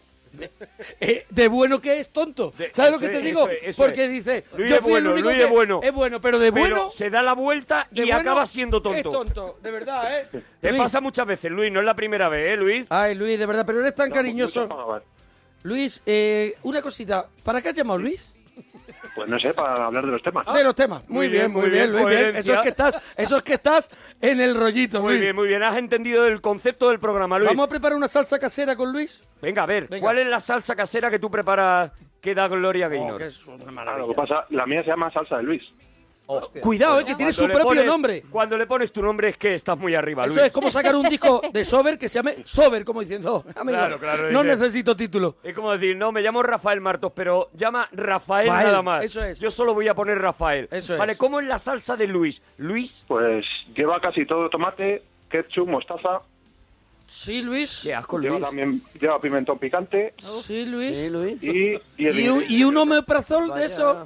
Speaker 2: Eh, de bueno que es tonto.
Speaker 4: De-
Speaker 2: ¿Sabes lo que
Speaker 4: eso
Speaker 2: te
Speaker 4: es,
Speaker 2: digo?
Speaker 4: eso es, eso
Speaker 2: Porque
Speaker 4: es.
Speaker 2: dice,
Speaker 4: Luis
Speaker 2: yo
Speaker 4: es
Speaker 2: fui
Speaker 4: bueno,
Speaker 2: el único
Speaker 4: Luis
Speaker 2: que
Speaker 4: es bueno.
Speaker 2: es bueno, pero de
Speaker 4: Pero
Speaker 2: bueno,
Speaker 4: se da la vuelta y
Speaker 2: de bueno
Speaker 4: acaba siendo tonto.
Speaker 2: Es tonto, de verdad, ¿eh?
Speaker 4: Te
Speaker 2: Luis.
Speaker 4: pasa muchas veces, Luis, no es la primera vez, ¿eh, Luis?
Speaker 2: Ay, Luis, de verdad, pero eres tan cariñoso.
Speaker 11: Muchos pagaban.
Speaker 2: Luis, eh, una cosita. ¿Para qué has llamado Luis?
Speaker 11: Pues no sé, para hablar de los temas.
Speaker 2: Ah, De los temas.
Speaker 4: Ah. muy bien, muy bien,
Speaker 2: Luis. bien.
Speaker 4: coherencia.
Speaker 2: Eso es que estás, eso es que estás en el rollito,
Speaker 4: Muy
Speaker 2: Luis.
Speaker 4: bien, muy bien, has entendido el concepto del programa, Luis.
Speaker 2: Vamos a preparar una salsa casera con Luis.
Speaker 4: Venga, a ver,
Speaker 2: Venga. Oh,
Speaker 4: ¿cuál es la salsa casera que tú preparas Oh, que da gloria a Gaynor?
Speaker 2: que es una
Speaker 11: Ah, lo
Speaker 2: maravilla.
Speaker 11: que pasa, la mía se llama Salsa de Luis.
Speaker 2: Cuidado, eh, que tiene
Speaker 4: Cuando
Speaker 2: su
Speaker 4: le
Speaker 2: propio
Speaker 4: pones-
Speaker 2: nombre.
Speaker 4: Cuando le pones tu nombre es que estás muy arriba, Luis.
Speaker 2: Eso es como sacar un disco de Sober que se llame Sober, como diciendo, amigo,
Speaker 4: Claro, claro,
Speaker 2: no
Speaker 4: dice-
Speaker 2: necesito título.
Speaker 4: Es como decir, no, me llamo Rafael Martos, pero llama Rafael,
Speaker 2: Rafael,
Speaker 4: nada más.
Speaker 2: eso es.
Speaker 4: Yo solo voy a poner Rafael.
Speaker 2: Eso es.
Speaker 4: Vale, ¿cómo es la salsa de Luis? Luis,
Speaker 11: Pues lleva casi todo tomate, ketchup, mostaza.
Speaker 2: Sí, Luis.
Speaker 4: qué asco,
Speaker 11: Lleva
Speaker 4: Luis.
Speaker 11: también lleva pimentón picante
Speaker 2: Sí, Luis.
Speaker 11: y... y el
Speaker 2: Y, un, y un omeprazol de eso.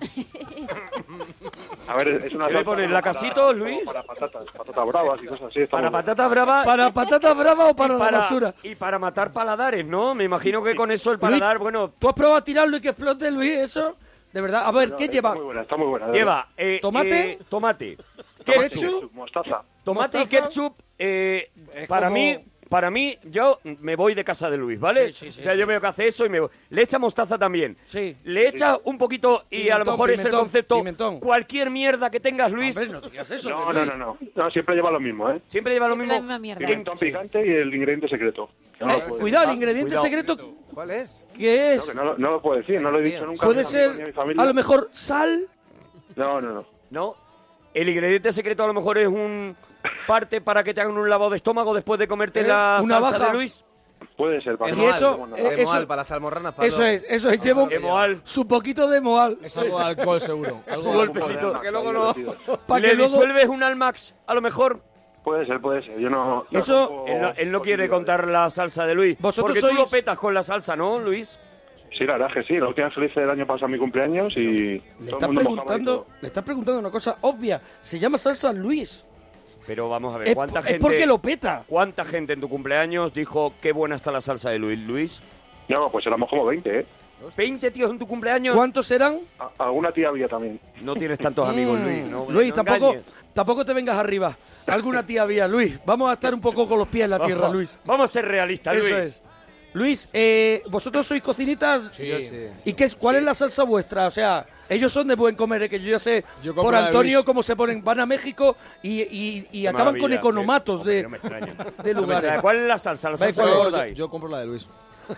Speaker 11: A ver, es una
Speaker 4: ¿Qué le
Speaker 11: salsa
Speaker 4: pones,
Speaker 11: como
Speaker 4: lacasitos,
Speaker 11: para-
Speaker 4: Luis?
Speaker 11: Para patatas, patatas bravas Pues, y cosas así. está
Speaker 4: Para
Speaker 11: muy bueno.
Speaker 4: patatas bravas
Speaker 2: ¿Para patata brava o para,
Speaker 4: y
Speaker 2: la
Speaker 4: para-
Speaker 2: basura?
Speaker 4: y para matar paladares, ¿no? Me imagino que con eso el paladar, bueno,
Speaker 2: ¿Tú has probado a tirarlo y que explote, Luis, eso? De verdad. A ver,
Speaker 11: No,
Speaker 2: ¿qué
Speaker 11: está
Speaker 2: lleva?
Speaker 11: Muy buena, está muy buena. de
Speaker 4: lleva... eh,
Speaker 2: ¿Tomate?
Speaker 4: eh, tomate.
Speaker 11: verdad.
Speaker 4: Ketchup.
Speaker 11: mostaza.
Speaker 4: Tomate y ketchup, eh, para mí, para mí, yo me voy de casa de Luis, ¿vale?
Speaker 2: Sí, sí, sí,
Speaker 4: o sea, yo veo que hace eso y me voy. Le echa mostaza también.
Speaker 2: Sí.
Speaker 4: Le echa un poquito y a lo
Speaker 2: Pimentón,
Speaker 4: mejor es el
Speaker 2: pimentón,
Speaker 4: concepto.
Speaker 2: pimentón.
Speaker 4: Cualquier mierda que tengas, Luis,
Speaker 2: Hombre, no digas eso.
Speaker 11: No, no,
Speaker 2: que Luis-
Speaker 11: no, no. No, siempre lleva lo mismo, ¿eh?
Speaker 4: siempre lleva lo
Speaker 3: Siempre la
Speaker 4: mismo.
Speaker 3: misma mierda.
Speaker 11: Pimentón picante y el ingrediente secreto. Que No,
Speaker 2: Eh,
Speaker 11: lo puedo-
Speaker 2: cuidado, el ingrediente
Speaker 4: cuidado.
Speaker 2: secreto
Speaker 5: ¿Cuál es?
Speaker 2: que es.
Speaker 11: no, que no lo- no lo puedo decir, no lo he dicho nunca. a
Speaker 2: Puede
Speaker 11: mis amigos ni a
Speaker 2: ser,
Speaker 11: mi familia.
Speaker 2: a lo mejor, sal.
Speaker 11: No, no, no.
Speaker 4: No. El ingrediente secreto a lo mejor es un parte para que te hagan un lavado de estómago después de comerte
Speaker 2: Eh,
Speaker 4: la
Speaker 2: una
Speaker 4: salsa
Speaker 2: baja.
Speaker 4: de Luis.
Speaker 11: Puede ser. para
Speaker 2: Y
Speaker 11: mí.
Speaker 2: eso,
Speaker 11: Bueno,
Speaker 2: eh, eso-
Speaker 5: para las almorranas, Pablo.
Speaker 2: Eso es, eso es. Llevo su poquito de moal.
Speaker 4: Es algo de alcohol, seguro.
Speaker 2: Es
Speaker 4: Algo
Speaker 2: un
Speaker 4: de alcohol.
Speaker 2: golpecito.
Speaker 4: Para que luego no-
Speaker 2: Para
Speaker 4: ¿Le
Speaker 2: que luego-
Speaker 4: disuelves un Almax, a lo mejor?
Speaker 11: Puede ser, puede ser. Yo no. no
Speaker 4: Eso,
Speaker 11: tampoco-
Speaker 4: él no, él no quiere contar la salsa de Luis.
Speaker 11: Vosotros
Speaker 4: Porque
Speaker 11: sois-
Speaker 4: tú lo petas con la salsa, ¿no, Luis?
Speaker 11: Sí, la verdad es que sí. La última vez que lo hice el año pasado, mi cumpleaños, y.
Speaker 2: Le estás preguntando, le estás preguntando una cosa obvia. Se llama salsa Luis.
Speaker 4: Pero vamos a ver,
Speaker 2: Es,
Speaker 4: ¿cuánta
Speaker 2: es
Speaker 4: gente...
Speaker 2: porque lo peta.
Speaker 4: ¿Cuánta gente en tu cumpleaños dijo qué buena está la salsa de Luis? Luis.
Speaker 11: No, pues éramos como 20, ¿eh?
Speaker 4: 20 tíos en tu cumpleaños.
Speaker 2: ¿Cuántos eran?
Speaker 11: alguna tía había también.
Speaker 4: No tienes tantos amigos, Luis. No,
Speaker 2: Mm, Luis,
Speaker 4: no
Speaker 2: tampoco,
Speaker 4: engañes.
Speaker 2: tampoco te vengas arriba. Alguna tía había, Luis. Vamos a estar un poco con los pies en la tierra,
Speaker 4: Vamos-
Speaker 2: Luis.
Speaker 4: Vamos a ser realistas,
Speaker 2: Eso
Speaker 4: Luis.
Speaker 2: es. Luis, eh, ¿vosotros sois cocinitas?
Speaker 4: Sí. Yo sí.
Speaker 2: ¿Y qué es, cuál es la salsa vuestra? O sea, ellos son de buen comer, eh, que yo ya sé
Speaker 12: Yo compro
Speaker 2: por
Speaker 12: la de
Speaker 2: Antonio
Speaker 12: Luis.
Speaker 2: cómo se ponen. Van a México y, y- y
Speaker 12: Qué
Speaker 2: acaban con
Speaker 12: maravilla,
Speaker 2: economatos de, de
Speaker 12: No me
Speaker 2: lugares.
Speaker 12: extraña.
Speaker 4: ¿Cuál es la salsa? ¿La
Speaker 2: ¿Vais
Speaker 12: salsa
Speaker 2: cuál
Speaker 12: yo-
Speaker 2: acordáis?
Speaker 12: yo, yo compro la de Luis.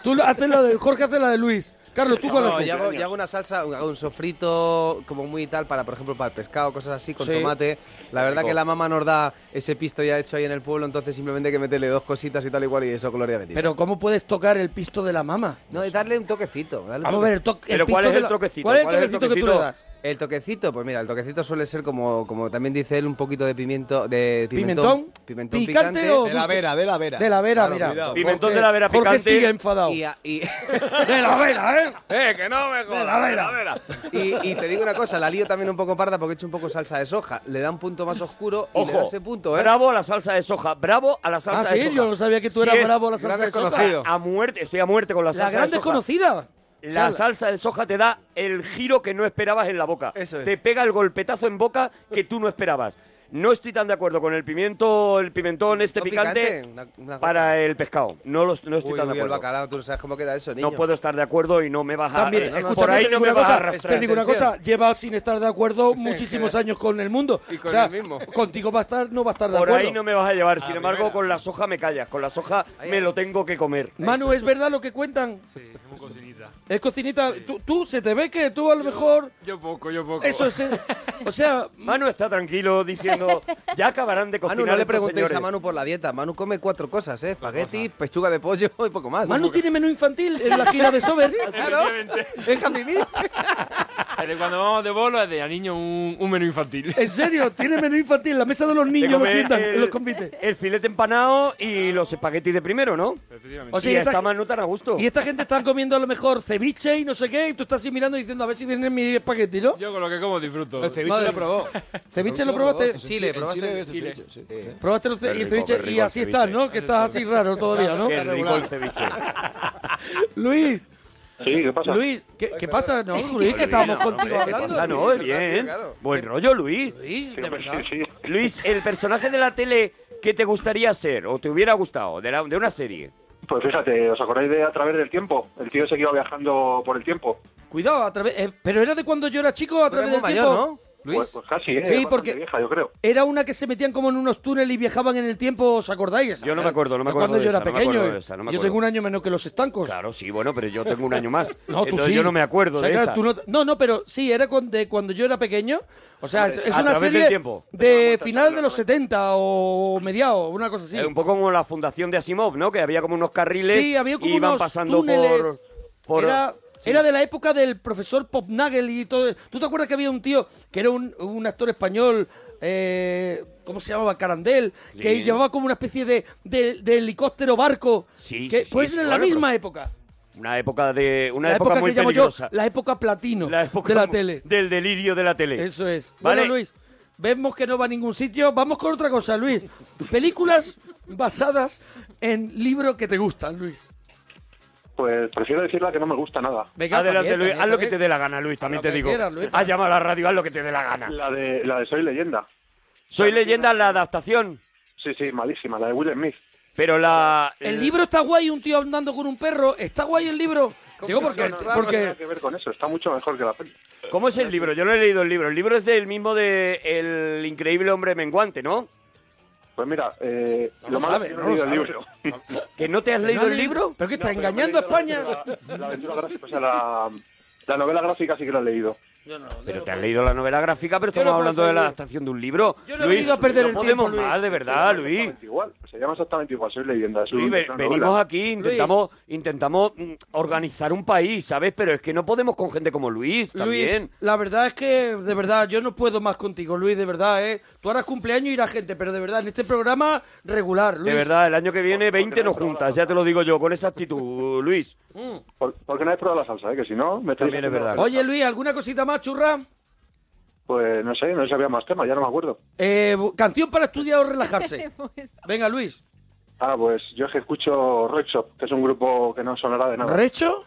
Speaker 2: Tú la- haces la de Jorge, hace la de Luis. Carlos, ¿tú
Speaker 5: No,
Speaker 2: cuál la
Speaker 5: no, yo,
Speaker 2: haces?
Speaker 5: hago, yo hago una salsa, hago un sofrito como muy tal para, por ejemplo, para el pescado, cosas así, con
Speaker 2: Sí.
Speaker 5: tomate. La verdad
Speaker 2: Rico.
Speaker 5: que la mamá nos da ese pisto ya hecho ahí en el pueblo, entonces simplemente hay que meterle dos cositas y tal igual y eso gloria bendita.
Speaker 2: Pero ¿cómo puedes tocar el pisto de la mama?
Speaker 5: no, es darle un toquecito. darle un
Speaker 2: Vamos a ver, el toque- el ¿Pero cuál pisto es de el la- toquecito? ¿cuál es el ¿Cuál es el toquecito que tú le toquecito?
Speaker 5: El toquecito, pues mira, el toquecito suele ser como, como también dice él, un poquito de pimiento, de
Speaker 2: ¿Pimentón?
Speaker 5: pimentón, pimentón
Speaker 2: ¿Picante
Speaker 5: picante,
Speaker 2: o De la dulce? vera, de la vera. De la vera, mira. Pimentón Jorge- de la vera Jorge picante. sigue enfadado.
Speaker 5: Y a- y-
Speaker 2: De la vera, ¿eh?
Speaker 5: Eh, que no me jodas.
Speaker 2: De la vera.
Speaker 5: Y, y te digo una cosa, la lío también un poco parda porque he hecho un poco salsa de soja. Le da un punto más oscuro y le da
Speaker 4: Ojo,
Speaker 5: ese punto, ¿eh?
Speaker 4: bravo a la salsa de soja, bravo a la
Speaker 5: Ah,
Speaker 4: salsa
Speaker 5: ¿sí?
Speaker 4: de soja.
Speaker 5: Yo no sabía que tú eras
Speaker 4: es
Speaker 5: bravo a la salsa
Speaker 4: gran
Speaker 5: de soja.
Speaker 4: desconocido. A muerte, estoy a muerte con la salsa
Speaker 2: gran
Speaker 4: de soja.
Speaker 2: desconocida.
Speaker 4: La
Speaker 2: O sea,
Speaker 4: salsa de soja te da el giro que no esperabas en la boca.
Speaker 5: Eso es.
Speaker 4: Te pega el golpetazo en boca que tú no esperabas. No estoy tan de acuerdo con el pimiento, el pimentón este
Speaker 5: No,
Speaker 4: picante,
Speaker 5: una- una-
Speaker 4: para el pescado. No, los- no estoy
Speaker 5: Uy,
Speaker 4: tan
Speaker 5: uy,
Speaker 4: de
Speaker 5: el
Speaker 4: acuerdo.
Speaker 5: bacalao, tú no sabes cómo queda eso, niño.
Speaker 4: No puedo estar de acuerdo y no me vas a...
Speaker 2: También,
Speaker 4: eh,
Speaker 2: escúchame,
Speaker 4: por ahí
Speaker 2: te
Speaker 4: no
Speaker 2: digo
Speaker 4: me
Speaker 2: una
Speaker 4: vas a
Speaker 2: cosa,
Speaker 4: arrastrar.
Speaker 2: Te digo una cosa, lleva sin estar de acuerdo muchísimos años con el mundo.
Speaker 4: Y con
Speaker 2: o sea,
Speaker 4: el mismo.
Speaker 2: Contigo va a estar, no va a estar de
Speaker 4: Por
Speaker 2: acuerdo.
Speaker 4: ahí no me vas a
Speaker 2: Ah,
Speaker 4: llevar. Sin embargo, con la soja me callas. Con la soja me lo tengo que comer.
Speaker 2: Manu, ¿es verdad lo que cuentan?
Speaker 13: Sí, es muy cocinita.
Speaker 2: Es cocinita, tú, tú se te ve que tú a lo mejor...
Speaker 13: Yo poco, yo poco.
Speaker 2: Eso es... O sea...
Speaker 4: Manu está tranquilo diciendo, ya acabarán de cocinar
Speaker 5: Manu, no le
Speaker 4: estos
Speaker 5: preguntéis
Speaker 4: señores".
Speaker 5: a Manu por la dieta. Manu come cuatro cosas, ¿eh? Espagueti, pechuga de pollo y poco más.
Speaker 2: Manu tiene menú infantil en la gira de Sober.
Speaker 5: claro. Déjame vivir.
Speaker 13: Pero cuando vamos de bolo es de a niño un, un menú infantil.
Speaker 2: En serio, tiene menú infantil, la mesa de los
Speaker 4: De
Speaker 2: niños lo
Speaker 4: comer
Speaker 2: sientan
Speaker 4: el-
Speaker 2: en los convites.
Speaker 4: El filete empanado y los espaguetis de primero, ¿no?
Speaker 13: Efectivamente.
Speaker 2: O sea,
Speaker 4: y
Speaker 2: y esta
Speaker 4: está
Speaker 2: ge-
Speaker 4: Manu tan a gusto.
Speaker 2: Y esta gente está comiendo a lo mejor ceviche y no sé qué, y tú estás así mirando y diciendo a ver si viene mi espagueti, ¿no?
Speaker 13: Yo con lo que como disfruto.
Speaker 2: El ceviche Madre. lo probó. este ¿Ceviche lo probaste? En Chile,
Speaker 13: En
Speaker 2: probaste
Speaker 13: Chile,
Speaker 2: el
Speaker 13: Chile.
Speaker 2: ceviche,
Speaker 13: sí.
Speaker 2: Probaste el ce-
Speaker 13: Qué
Speaker 2: y
Speaker 13: rico,
Speaker 2: el ceviche
Speaker 13: qué rico
Speaker 2: y
Speaker 13: el
Speaker 2: así
Speaker 13: ceviche.
Speaker 2: estás, ¿no? Que estás así raro todavía, ¿no?
Speaker 4: Qué rico el ceviche.
Speaker 2: Luis.
Speaker 11: Sí, ¿qué pasa?
Speaker 2: Luis, ¿qué, qué pasa? No, Luis, que estábamos
Speaker 4: No,
Speaker 2: contigo
Speaker 4: hombre, ¿qué
Speaker 2: hablando.
Speaker 4: pasa? No, bien. Buen rollo, Luis.
Speaker 2: Luis, de verdad.
Speaker 4: Luis, el personaje de la tele que te gustaría ser o te hubiera gustado de, la- de una serie.
Speaker 11: Pues fíjate, ¿os acordáis de A través del tiempo? El tío ese que iba viajando por el tiempo.
Speaker 2: Cuidado, a través, eh, pero era de cuando yo era chico, a través del tiempo.
Speaker 11: Pues, pues casi, ¿eh?
Speaker 2: Sí,
Speaker 11: Bastante
Speaker 2: porque
Speaker 11: vieja, yo creo.
Speaker 2: era una que se metían como en unos túneles y viajaban en el tiempo, ¿os acordáis?
Speaker 4: Yo no me acuerdo, no me
Speaker 2: De
Speaker 4: acuerdo
Speaker 2: Cuando
Speaker 4: de
Speaker 2: ¿Eh? yo
Speaker 4: esa,
Speaker 2: era
Speaker 4: no me
Speaker 2: pequeño.
Speaker 4: acuerdo
Speaker 2: eh.
Speaker 4: de esa, no me
Speaker 2: yo
Speaker 4: acuerdo.
Speaker 2: tengo un año menos que los estancos.
Speaker 4: Claro, sí, bueno, pero yo tengo un año más.
Speaker 2: No, tú
Speaker 4: Entonces
Speaker 2: sí.
Speaker 4: yo no me acuerdo
Speaker 2: O sea,
Speaker 4: de
Speaker 2: claro,
Speaker 4: esa.
Speaker 2: tú no, no, no, pero sí, era cuando, de cuando yo era pequeño. O sea, es, es
Speaker 4: A
Speaker 2: una
Speaker 4: través del
Speaker 2: serie
Speaker 4: tiempo.
Speaker 2: de final de los 70 o mediados, una cosa así.
Speaker 4: Eh, un poco como la fundación de Asimov, ¿no? Que había como unos carriles
Speaker 2: Sí, había como
Speaker 4: y iban
Speaker 2: unos
Speaker 4: pasando
Speaker 2: túneles.
Speaker 4: por... por-
Speaker 2: Era, era de la época del profesor Popnagel y todo. ¿Tú te acuerdas que había un tío que era un, un actor español? eh, ¿Cómo se llamaba? Carandel, que
Speaker 4: Sí.
Speaker 2: llevaba como una especie de, de- de helicóptero barco.
Speaker 4: Sí,
Speaker 2: que,
Speaker 4: sí, sí,
Speaker 2: pues
Speaker 4: sí,
Speaker 2: en la
Speaker 4: bueno,
Speaker 2: misma
Speaker 4: pero-
Speaker 2: época.
Speaker 4: Una época de una
Speaker 2: la
Speaker 4: época,
Speaker 2: época,
Speaker 4: muy
Speaker 2: que llamo
Speaker 4: peligrosa.
Speaker 2: yo la época platino de la tele.
Speaker 4: Del delirio de la tele.
Speaker 2: Eso es.
Speaker 4: ¿Vale?
Speaker 2: Bueno, Luis, vemos que no va a ningún sitio. Vamos con otra cosa, Luis. Películas basadas en libros que te gustan, Luis.
Speaker 11: Pues prefiero decirla que no me gusta nada.
Speaker 4: Adelante, Luis. haz lo que te dé la gana, Luis. También te
Speaker 11: que
Speaker 4: digo.
Speaker 11: quieras, Luis.
Speaker 4: Haz llama a la radio, haz lo que te dé la gana.
Speaker 11: La de, la de Soy Leyenda.
Speaker 4: Soy leyenda la adaptación.
Speaker 11: Sí, sí, malísima, la de Will Smith.
Speaker 4: Pero la.
Speaker 2: El libro está guay, un tío andando con un perro. Está guay el libro. Digo porque,
Speaker 11: No, no, no, no tiene nada
Speaker 2: porque
Speaker 11: que ver con eso, está mucho mejor que la peli.
Speaker 4: ¿Cómo es el libro? Yo no he leído el libro. El libro es del mismo de El increíble hombre menguante, ¿no?
Speaker 11: Pues mira, eh,
Speaker 4: No
Speaker 11: lo
Speaker 4: lo
Speaker 11: malo
Speaker 4: sabe,
Speaker 11: es que no he
Speaker 4: no lo
Speaker 11: leído el libro.
Speaker 4: ¿Que no te has
Speaker 2: ¿Que
Speaker 4: leído
Speaker 2: no
Speaker 4: el
Speaker 2: le-
Speaker 4: libro?
Speaker 2: ¿Pero qué,
Speaker 11: No, pero
Speaker 2: está
Speaker 11: me he
Speaker 2: engañando a
Speaker 11: leído
Speaker 2: España?
Speaker 11: La, la aventura gráfica, o sea, la, la novela gráfica sí que la he leído.
Speaker 2: Yo no.
Speaker 4: Pero te has leído la novela gráfica, pero
Speaker 2: Yo no
Speaker 4: estamos
Speaker 2: puedo
Speaker 4: hablando de la
Speaker 2: seguir.
Speaker 4: adaptación de un libro.
Speaker 2: Yo no he
Speaker 4: Luis,
Speaker 2: venido a perder
Speaker 4: no
Speaker 2: el
Speaker 4: podemos
Speaker 2: tiempo, Luis.
Speaker 4: más, de verdad, Luis.
Speaker 11: Igual, se llama exactamente igual, soy leyenda. es
Speaker 4: Luis,
Speaker 11: un-
Speaker 4: ve-
Speaker 11: es una
Speaker 4: venimos
Speaker 11: novela.
Speaker 4: aquí, intentamos, intentamos mm, organizar un país, ¿sabes? Pero es que no podemos con gente como Luis también.
Speaker 2: Luis, la verdad es que, de verdad, yo no puedo más contigo, Luis, de verdad, ¿eh? Tú harás cumpleaños y irá gente, pero de verdad, en este programa regular, Luis.
Speaker 4: De verdad, el año que viene 20 nos juntas, ya te lo digo yo, con esa actitud, Luis.
Speaker 11: Por- porque no he probado la salsa, ¿eh? que si no... Me este
Speaker 4: También es verdad.
Speaker 2: Mm. Oye, Luis, ¿alguna cosita más, churra?
Speaker 11: Pues no sé, no sabía más temas, ya no me acuerdo.
Speaker 2: Eh, bu- canción para estudiar o relajarse. Venga, Luis.
Speaker 11: Ah, pues yo es que escucho Rock Shop, que es un grupo que no sonará de nada.
Speaker 2: ¿Recho?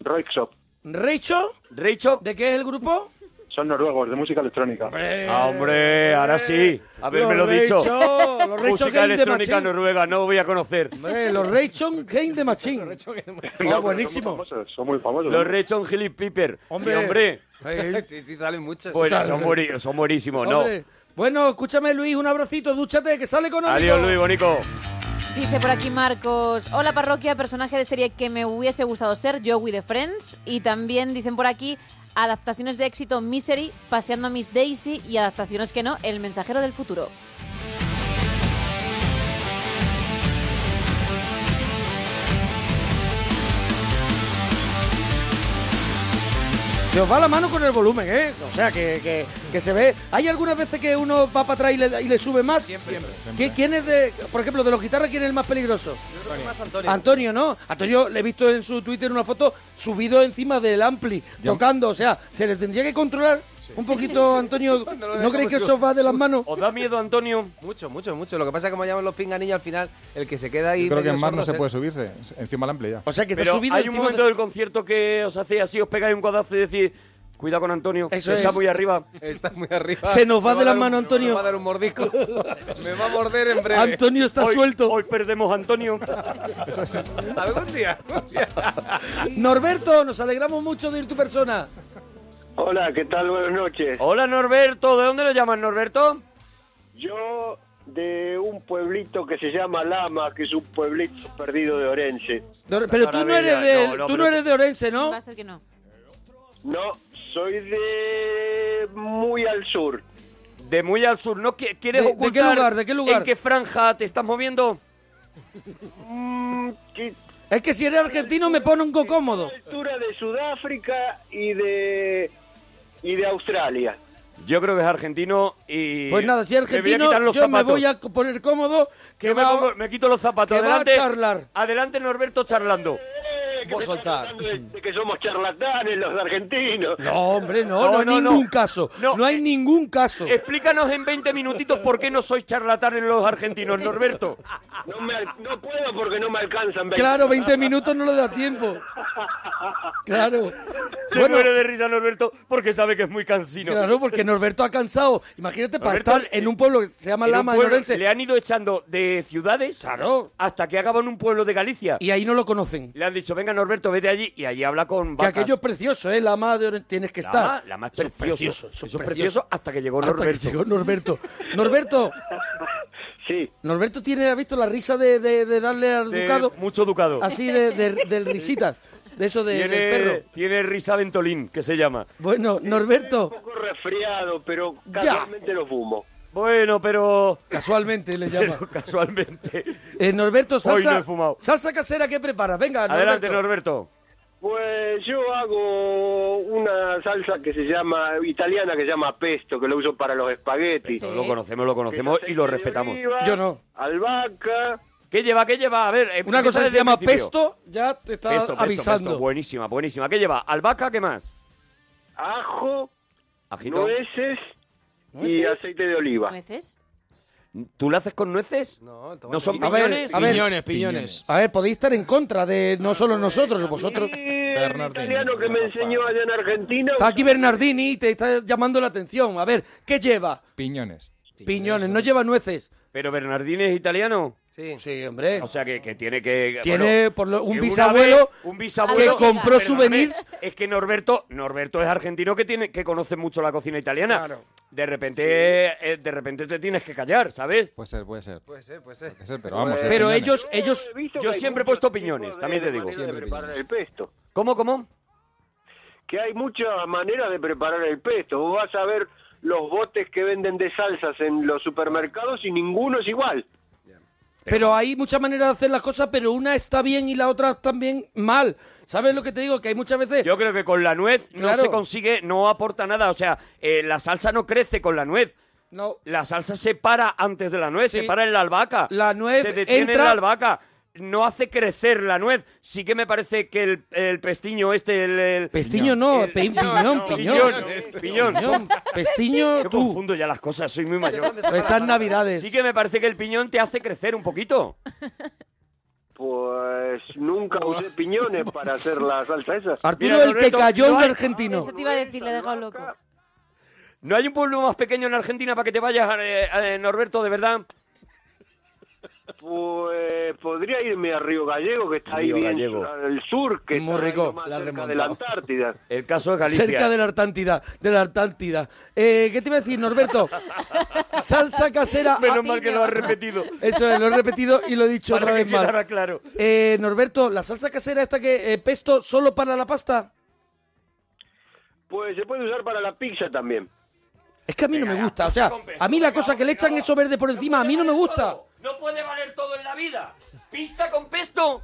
Speaker 11: Rock Shop.
Speaker 2: ¿Reicho?
Speaker 4: ¿Reicho?
Speaker 2: ¿De qué es el grupo?
Speaker 11: Son noruegos, de música electrónica.
Speaker 2: Eh,
Speaker 4: Ah, hombre, ahora sí, habérmelo
Speaker 2: Los
Speaker 4: dicho.
Speaker 2: Reicho, los Reicho
Speaker 4: Música
Speaker 2: Game de
Speaker 4: electrónica
Speaker 2: Machín.
Speaker 4: noruega, no voy a conocer.
Speaker 2: Hombre, los Raychon Game de Machine.
Speaker 4: Venga,
Speaker 2: Oh, buenísimo.
Speaker 11: Son muy famosos. ¿eh?
Speaker 4: Los Rechon Hilly Piper. Hombre,
Speaker 2: Hombre.
Speaker 4: hombre.
Speaker 5: sí, sí, salen muchos.
Speaker 4: Pues son, bueni- son buenísimos, ¿no?
Speaker 2: Hombre. Bueno, escúchame, Luis, un abracito, dúchate, que sale económico.
Speaker 4: Adiós, Luis Bonico.
Speaker 3: Dice por aquí Marcos, hola parroquia, personaje de serie que me hubiese gustado ser, Joey de Friends. Y también dicen por aquí, adaptaciones de éxito, Misery, Paseando a Miss Daisy y adaptaciones que no, El Mensajero del Futuro.
Speaker 2: Se os va la mano con el volumen, ¿eh? O sea, que, que- que se ve. ¿Hay algunas veces que uno va para atrás y le, y le sube más?
Speaker 5: Siempre.
Speaker 2: ¿Qui- ¿Quién es de, por ejemplo, de los guitarras, quién es el más peligroso?
Speaker 5: Más
Speaker 2: Antonio. ¿no? Antonio, le he visto en su Twitter una foto subido encima del ampli, tocando. O sea, se le tendría que controlar un poquito, Antonio. ¿No, creéis que eso va de las manos?
Speaker 4: ¿Os da miedo, Antonio?
Speaker 5: Mucho, mucho, mucho. Lo que pasa es que como llaman los pinganillos, al final, el que se queda ahí...
Speaker 12: Yo creo que
Speaker 5: medio
Speaker 12: en mar no
Speaker 5: sordo
Speaker 12: se puede subirse. Encima del ampli ya.
Speaker 2: e- O sea, que te
Speaker 4: Pero
Speaker 2: has subido
Speaker 4: hay un
Speaker 2: encima
Speaker 4: momento
Speaker 2: de-
Speaker 4: del concierto que os hace así, os pegáis un codazo y decís, cuidado con Antonio,
Speaker 2: Eso
Speaker 4: que está
Speaker 2: es.
Speaker 4: muy arriba.
Speaker 5: Está muy arriba.
Speaker 2: Se nos va
Speaker 5: Me
Speaker 2: de las
Speaker 5: dar un-
Speaker 2: manos, Antonio.
Speaker 5: Me va a dar un mordisco. me va a morder en breve.
Speaker 2: Antonio está
Speaker 4: Hoy-
Speaker 2: suelto.
Speaker 4: Hoy perdemos a Antonio.
Speaker 5: Algún día.
Speaker 2: Norberto, nos alegramos mucho de ir tu persona.
Speaker 8: Hola, ¿qué tal? Buenas noches.
Speaker 4: Hola, Norberto. ¿De dónde lo llamas, Norberto?
Speaker 8: Yo de un pueblito que se llama Lama, que es un pueblito perdido de Orense.
Speaker 2: Nor- Pero tú no eres de, tú no eres de Orense, ¿no?
Speaker 3: Va a ser que no.
Speaker 8: No, soy de muy al sur.
Speaker 4: De muy al sur. ¿No qui- quieres
Speaker 8: ¿De- de qué
Speaker 4: ocultar
Speaker 8: lugar? ¿De qué lugar?
Speaker 4: ¿En qué franja te estás moviendo?
Speaker 8: mm,
Speaker 2: Es que si eres argentino me pone un cocómodo.
Speaker 8: Altura de Sudáfrica y de y de Australia.
Speaker 4: Yo creo que es argentino y...
Speaker 2: Pues nada, si es
Speaker 4: Me voy a
Speaker 2: argentino,
Speaker 4: quitar los
Speaker 2: yo me
Speaker 4: zapatos.
Speaker 2: voy a poner cómodo. Que
Speaker 4: Yo me,
Speaker 2: va-
Speaker 4: pongo- me quito los zapatos.
Speaker 2: que va a
Speaker 4: Adelante,
Speaker 2: charlar.
Speaker 4: adelante, Norberto, charlando.
Speaker 8: Vos soltar. De Este que somos charlatanes los argentinos.
Speaker 2: No, hombre, no, no, hay ningún caso. No, hay ningún caso.
Speaker 4: eh, Explícanos en 20 minutitos por qué no sois charlatanes los argentinos, Norberto.
Speaker 8: No, me al- no puedo porque no me alcanzan.
Speaker 2: Claro, 20 minutos no le da tiempo. Claro.
Speaker 4: Se muere de risa Norberto porque sabe que es muy cansino.
Speaker 2: Claro, porque Norberto ha cansado. Imagínate para
Speaker 4: Norberto,
Speaker 2: estar en un pueblo que se llama
Speaker 4: En un
Speaker 2: Lama de
Speaker 4: pueblo-
Speaker 2: Orense.
Speaker 4: Le han ido echando de ciudades hasta que acaba en un pueblo de Galicia.
Speaker 2: Y ahí no lo conocen.
Speaker 4: Le han dicho, venga Norberto, vete allí y allí habla con
Speaker 2: Que
Speaker 4: vacas.
Speaker 2: aquello es precioso, ¿eh? Lama de Orense. Tienes que
Speaker 4: La
Speaker 2: estar.
Speaker 4: más- la más
Speaker 2: Eso es
Speaker 4: precioso,
Speaker 2: eso es
Speaker 4: eso es precioso hasta que llegó
Speaker 2: Hasta
Speaker 4: Norberto.
Speaker 2: llegó Norberto. Norberto.
Speaker 8: Sí.
Speaker 2: Norberto tiene, ¿ha visto la risa de, de- de darle al
Speaker 4: De
Speaker 2: ducado?
Speaker 4: mucho ducado.
Speaker 2: Así de, de- del risitas. De eso de,
Speaker 4: tiene,
Speaker 2: del perro.
Speaker 4: tiene risa Ventolín, que se llama.
Speaker 2: Bueno, Norberto.
Speaker 8: poco resfriado, pero casualmente lo fumo.
Speaker 4: Bueno, pero...
Speaker 2: Casualmente le llama.
Speaker 4: Pero casualmente.
Speaker 2: Eh, Norberto, salsa,
Speaker 4: Hoy no he fumado.
Speaker 2: salsa casera que preparas. Venga,
Speaker 4: Adelante, Norberto.
Speaker 8: Pues yo hago una salsa que se llama, italiana que se llama pesto, que lo uso para los espaguetis.
Speaker 4: Lo conocemos, lo conocemos y lo respetamos.
Speaker 2: Yo no.
Speaker 8: Albahaca.
Speaker 4: ¿Qué lleva? ¿Qué lleva? A ver, eh,
Speaker 2: Una
Speaker 4: empieza
Speaker 2: cosa que se
Speaker 4: desde el
Speaker 2: llama
Speaker 4: principio.
Speaker 2: pesto, ya te está
Speaker 4: Pesto, pesto,
Speaker 2: avisando.
Speaker 4: pesto. Buenísima, buenísima. ¿Qué lleva? ¿Albahaca? ¿Qué más?
Speaker 8: Ajo,
Speaker 4: Ajito.
Speaker 8: nueces y aceite de oliva.
Speaker 3: ¿Nueces?
Speaker 4: ¿Tú lo haces con nueces?
Speaker 5: No,
Speaker 4: ¿No son
Speaker 2: A ver,
Speaker 4: piñones?
Speaker 2: a ver. A ver, podéis estar en contra de no solo nosotros, vosotros.
Speaker 8: Italiano que me enseñó allá en Argentina.
Speaker 2: Está aquí Bernardini y te está llamando la atención. A ver, ¿qué lleva?
Speaker 12: Piñones.
Speaker 2: Piñones, no lleva nueces.
Speaker 4: ¿Pero Bernardini es italiano?
Speaker 5: Sí.
Speaker 2: hombre.
Speaker 4: O sea, que, que tiene que...
Speaker 2: Tiene
Speaker 4: bueno,
Speaker 2: por lo- un
Speaker 4: que una
Speaker 2: bisabuelo
Speaker 4: vez- un bisabuelo
Speaker 2: que compró
Speaker 4: Perdóname,
Speaker 2: souvenirs.
Speaker 4: Es que Norberto, Norberto es argentino que tiene que conoce mucho la cocina italiana. De repente, eh, de repente te tienes que callar, ¿sabes?
Speaker 12: Puede ser, puede ser. Puede
Speaker 5: ser, puede ser.
Speaker 12: pero vamos.
Speaker 4: Pero,
Speaker 12: eh, piñones.
Speaker 4: ellos, ellos,
Speaker 8: visto que
Speaker 4: yo
Speaker 8: hay
Speaker 4: siempre he puesto piñones, también te digo.
Speaker 8: manera de preparar el pesto.
Speaker 4: ¿Cómo, cómo?
Speaker 8: que hay muchas maneras de preparar el pesto. Vos vas a ver los botes que venden de salsas en los supermercados y ninguno es igual.
Speaker 2: Pero hay muchas maneras de hacer las cosas, pero una está bien y la otra también mal. ¿Sabes lo que te digo? Que hay muchas veces...
Speaker 4: Yo creo que con la nuez
Speaker 2: Claro.
Speaker 4: no se consigue, no aporta nada. O sea, eh, la salsa no crece con la nuez.
Speaker 2: No.
Speaker 4: La salsa se para antes de la nuez, se para en la albahaca.
Speaker 2: La nuez
Speaker 4: se detiene en
Speaker 2: entra-
Speaker 4: la albahaca. No hace crecer la nuez. Sí que me parece que el, el pestiño este, el... el-
Speaker 2: Pestiño no,
Speaker 4: el-
Speaker 2: pe- piñón, piñón.
Speaker 4: piñón,
Speaker 2: Piñón, Pestiño,
Speaker 4: Yo
Speaker 2: tú.
Speaker 4: confundo ya las cosas, soy muy mayor.
Speaker 2: Estas navidades.
Speaker 4: Sí que me parece que el piñón te hace crecer un poquito.
Speaker 8: Pues nunca usé piñones para hacer la salsa esa.
Speaker 2: Arturo, el que cayó un
Speaker 4: no hay-
Speaker 2: argentino.
Speaker 3: Eso te iba a decir, le he dejado loco.
Speaker 4: ¿No hay un pueblo más pequeño en Argentina para que te vayas, eh, eh, Norberto, de verdad?
Speaker 8: Pues podría irme a Río Gallego, que está ahí
Speaker 4: Río
Speaker 8: bien
Speaker 4: Gallego.
Speaker 8: al sur, que
Speaker 2: Muy
Speaker 8: está ahí
Speaker 2: rico,
Speaker 8: nomás
Speaker 2: la has
Speaker 8: cerca de la
Speaker 2: remontado.
Speaker 8: Antártida.
Speaker 4: El caso de
Speaker 2: Cerca de la Antártida, de la Antártida. Eh, ¿Qué te iba a decir, Norberto? Salsa casera.
Speaker 4: Menos mal que lo has repetido.
Speaker 2: Eso es, lo he repetido y lo he dicho
Speaker 4: Para
Speaker 2: otra
Speaker 4: que
Speaker 2: vez más.
Speaker 4: quedara claro.
Speaker 2: Eh, Norberto, ¿la salsa casera esta que eh, pesto solo para la pasta?
Speaker 8: Pues se puede usar para la pizza también.
Speaker 2: Es que a mí no me gusta. O sea, a mí la cosa que le echan eso verde por encima, a mí no me gusta.
Speaker 4: No puede valer todo en la vida. Pizza con pesto.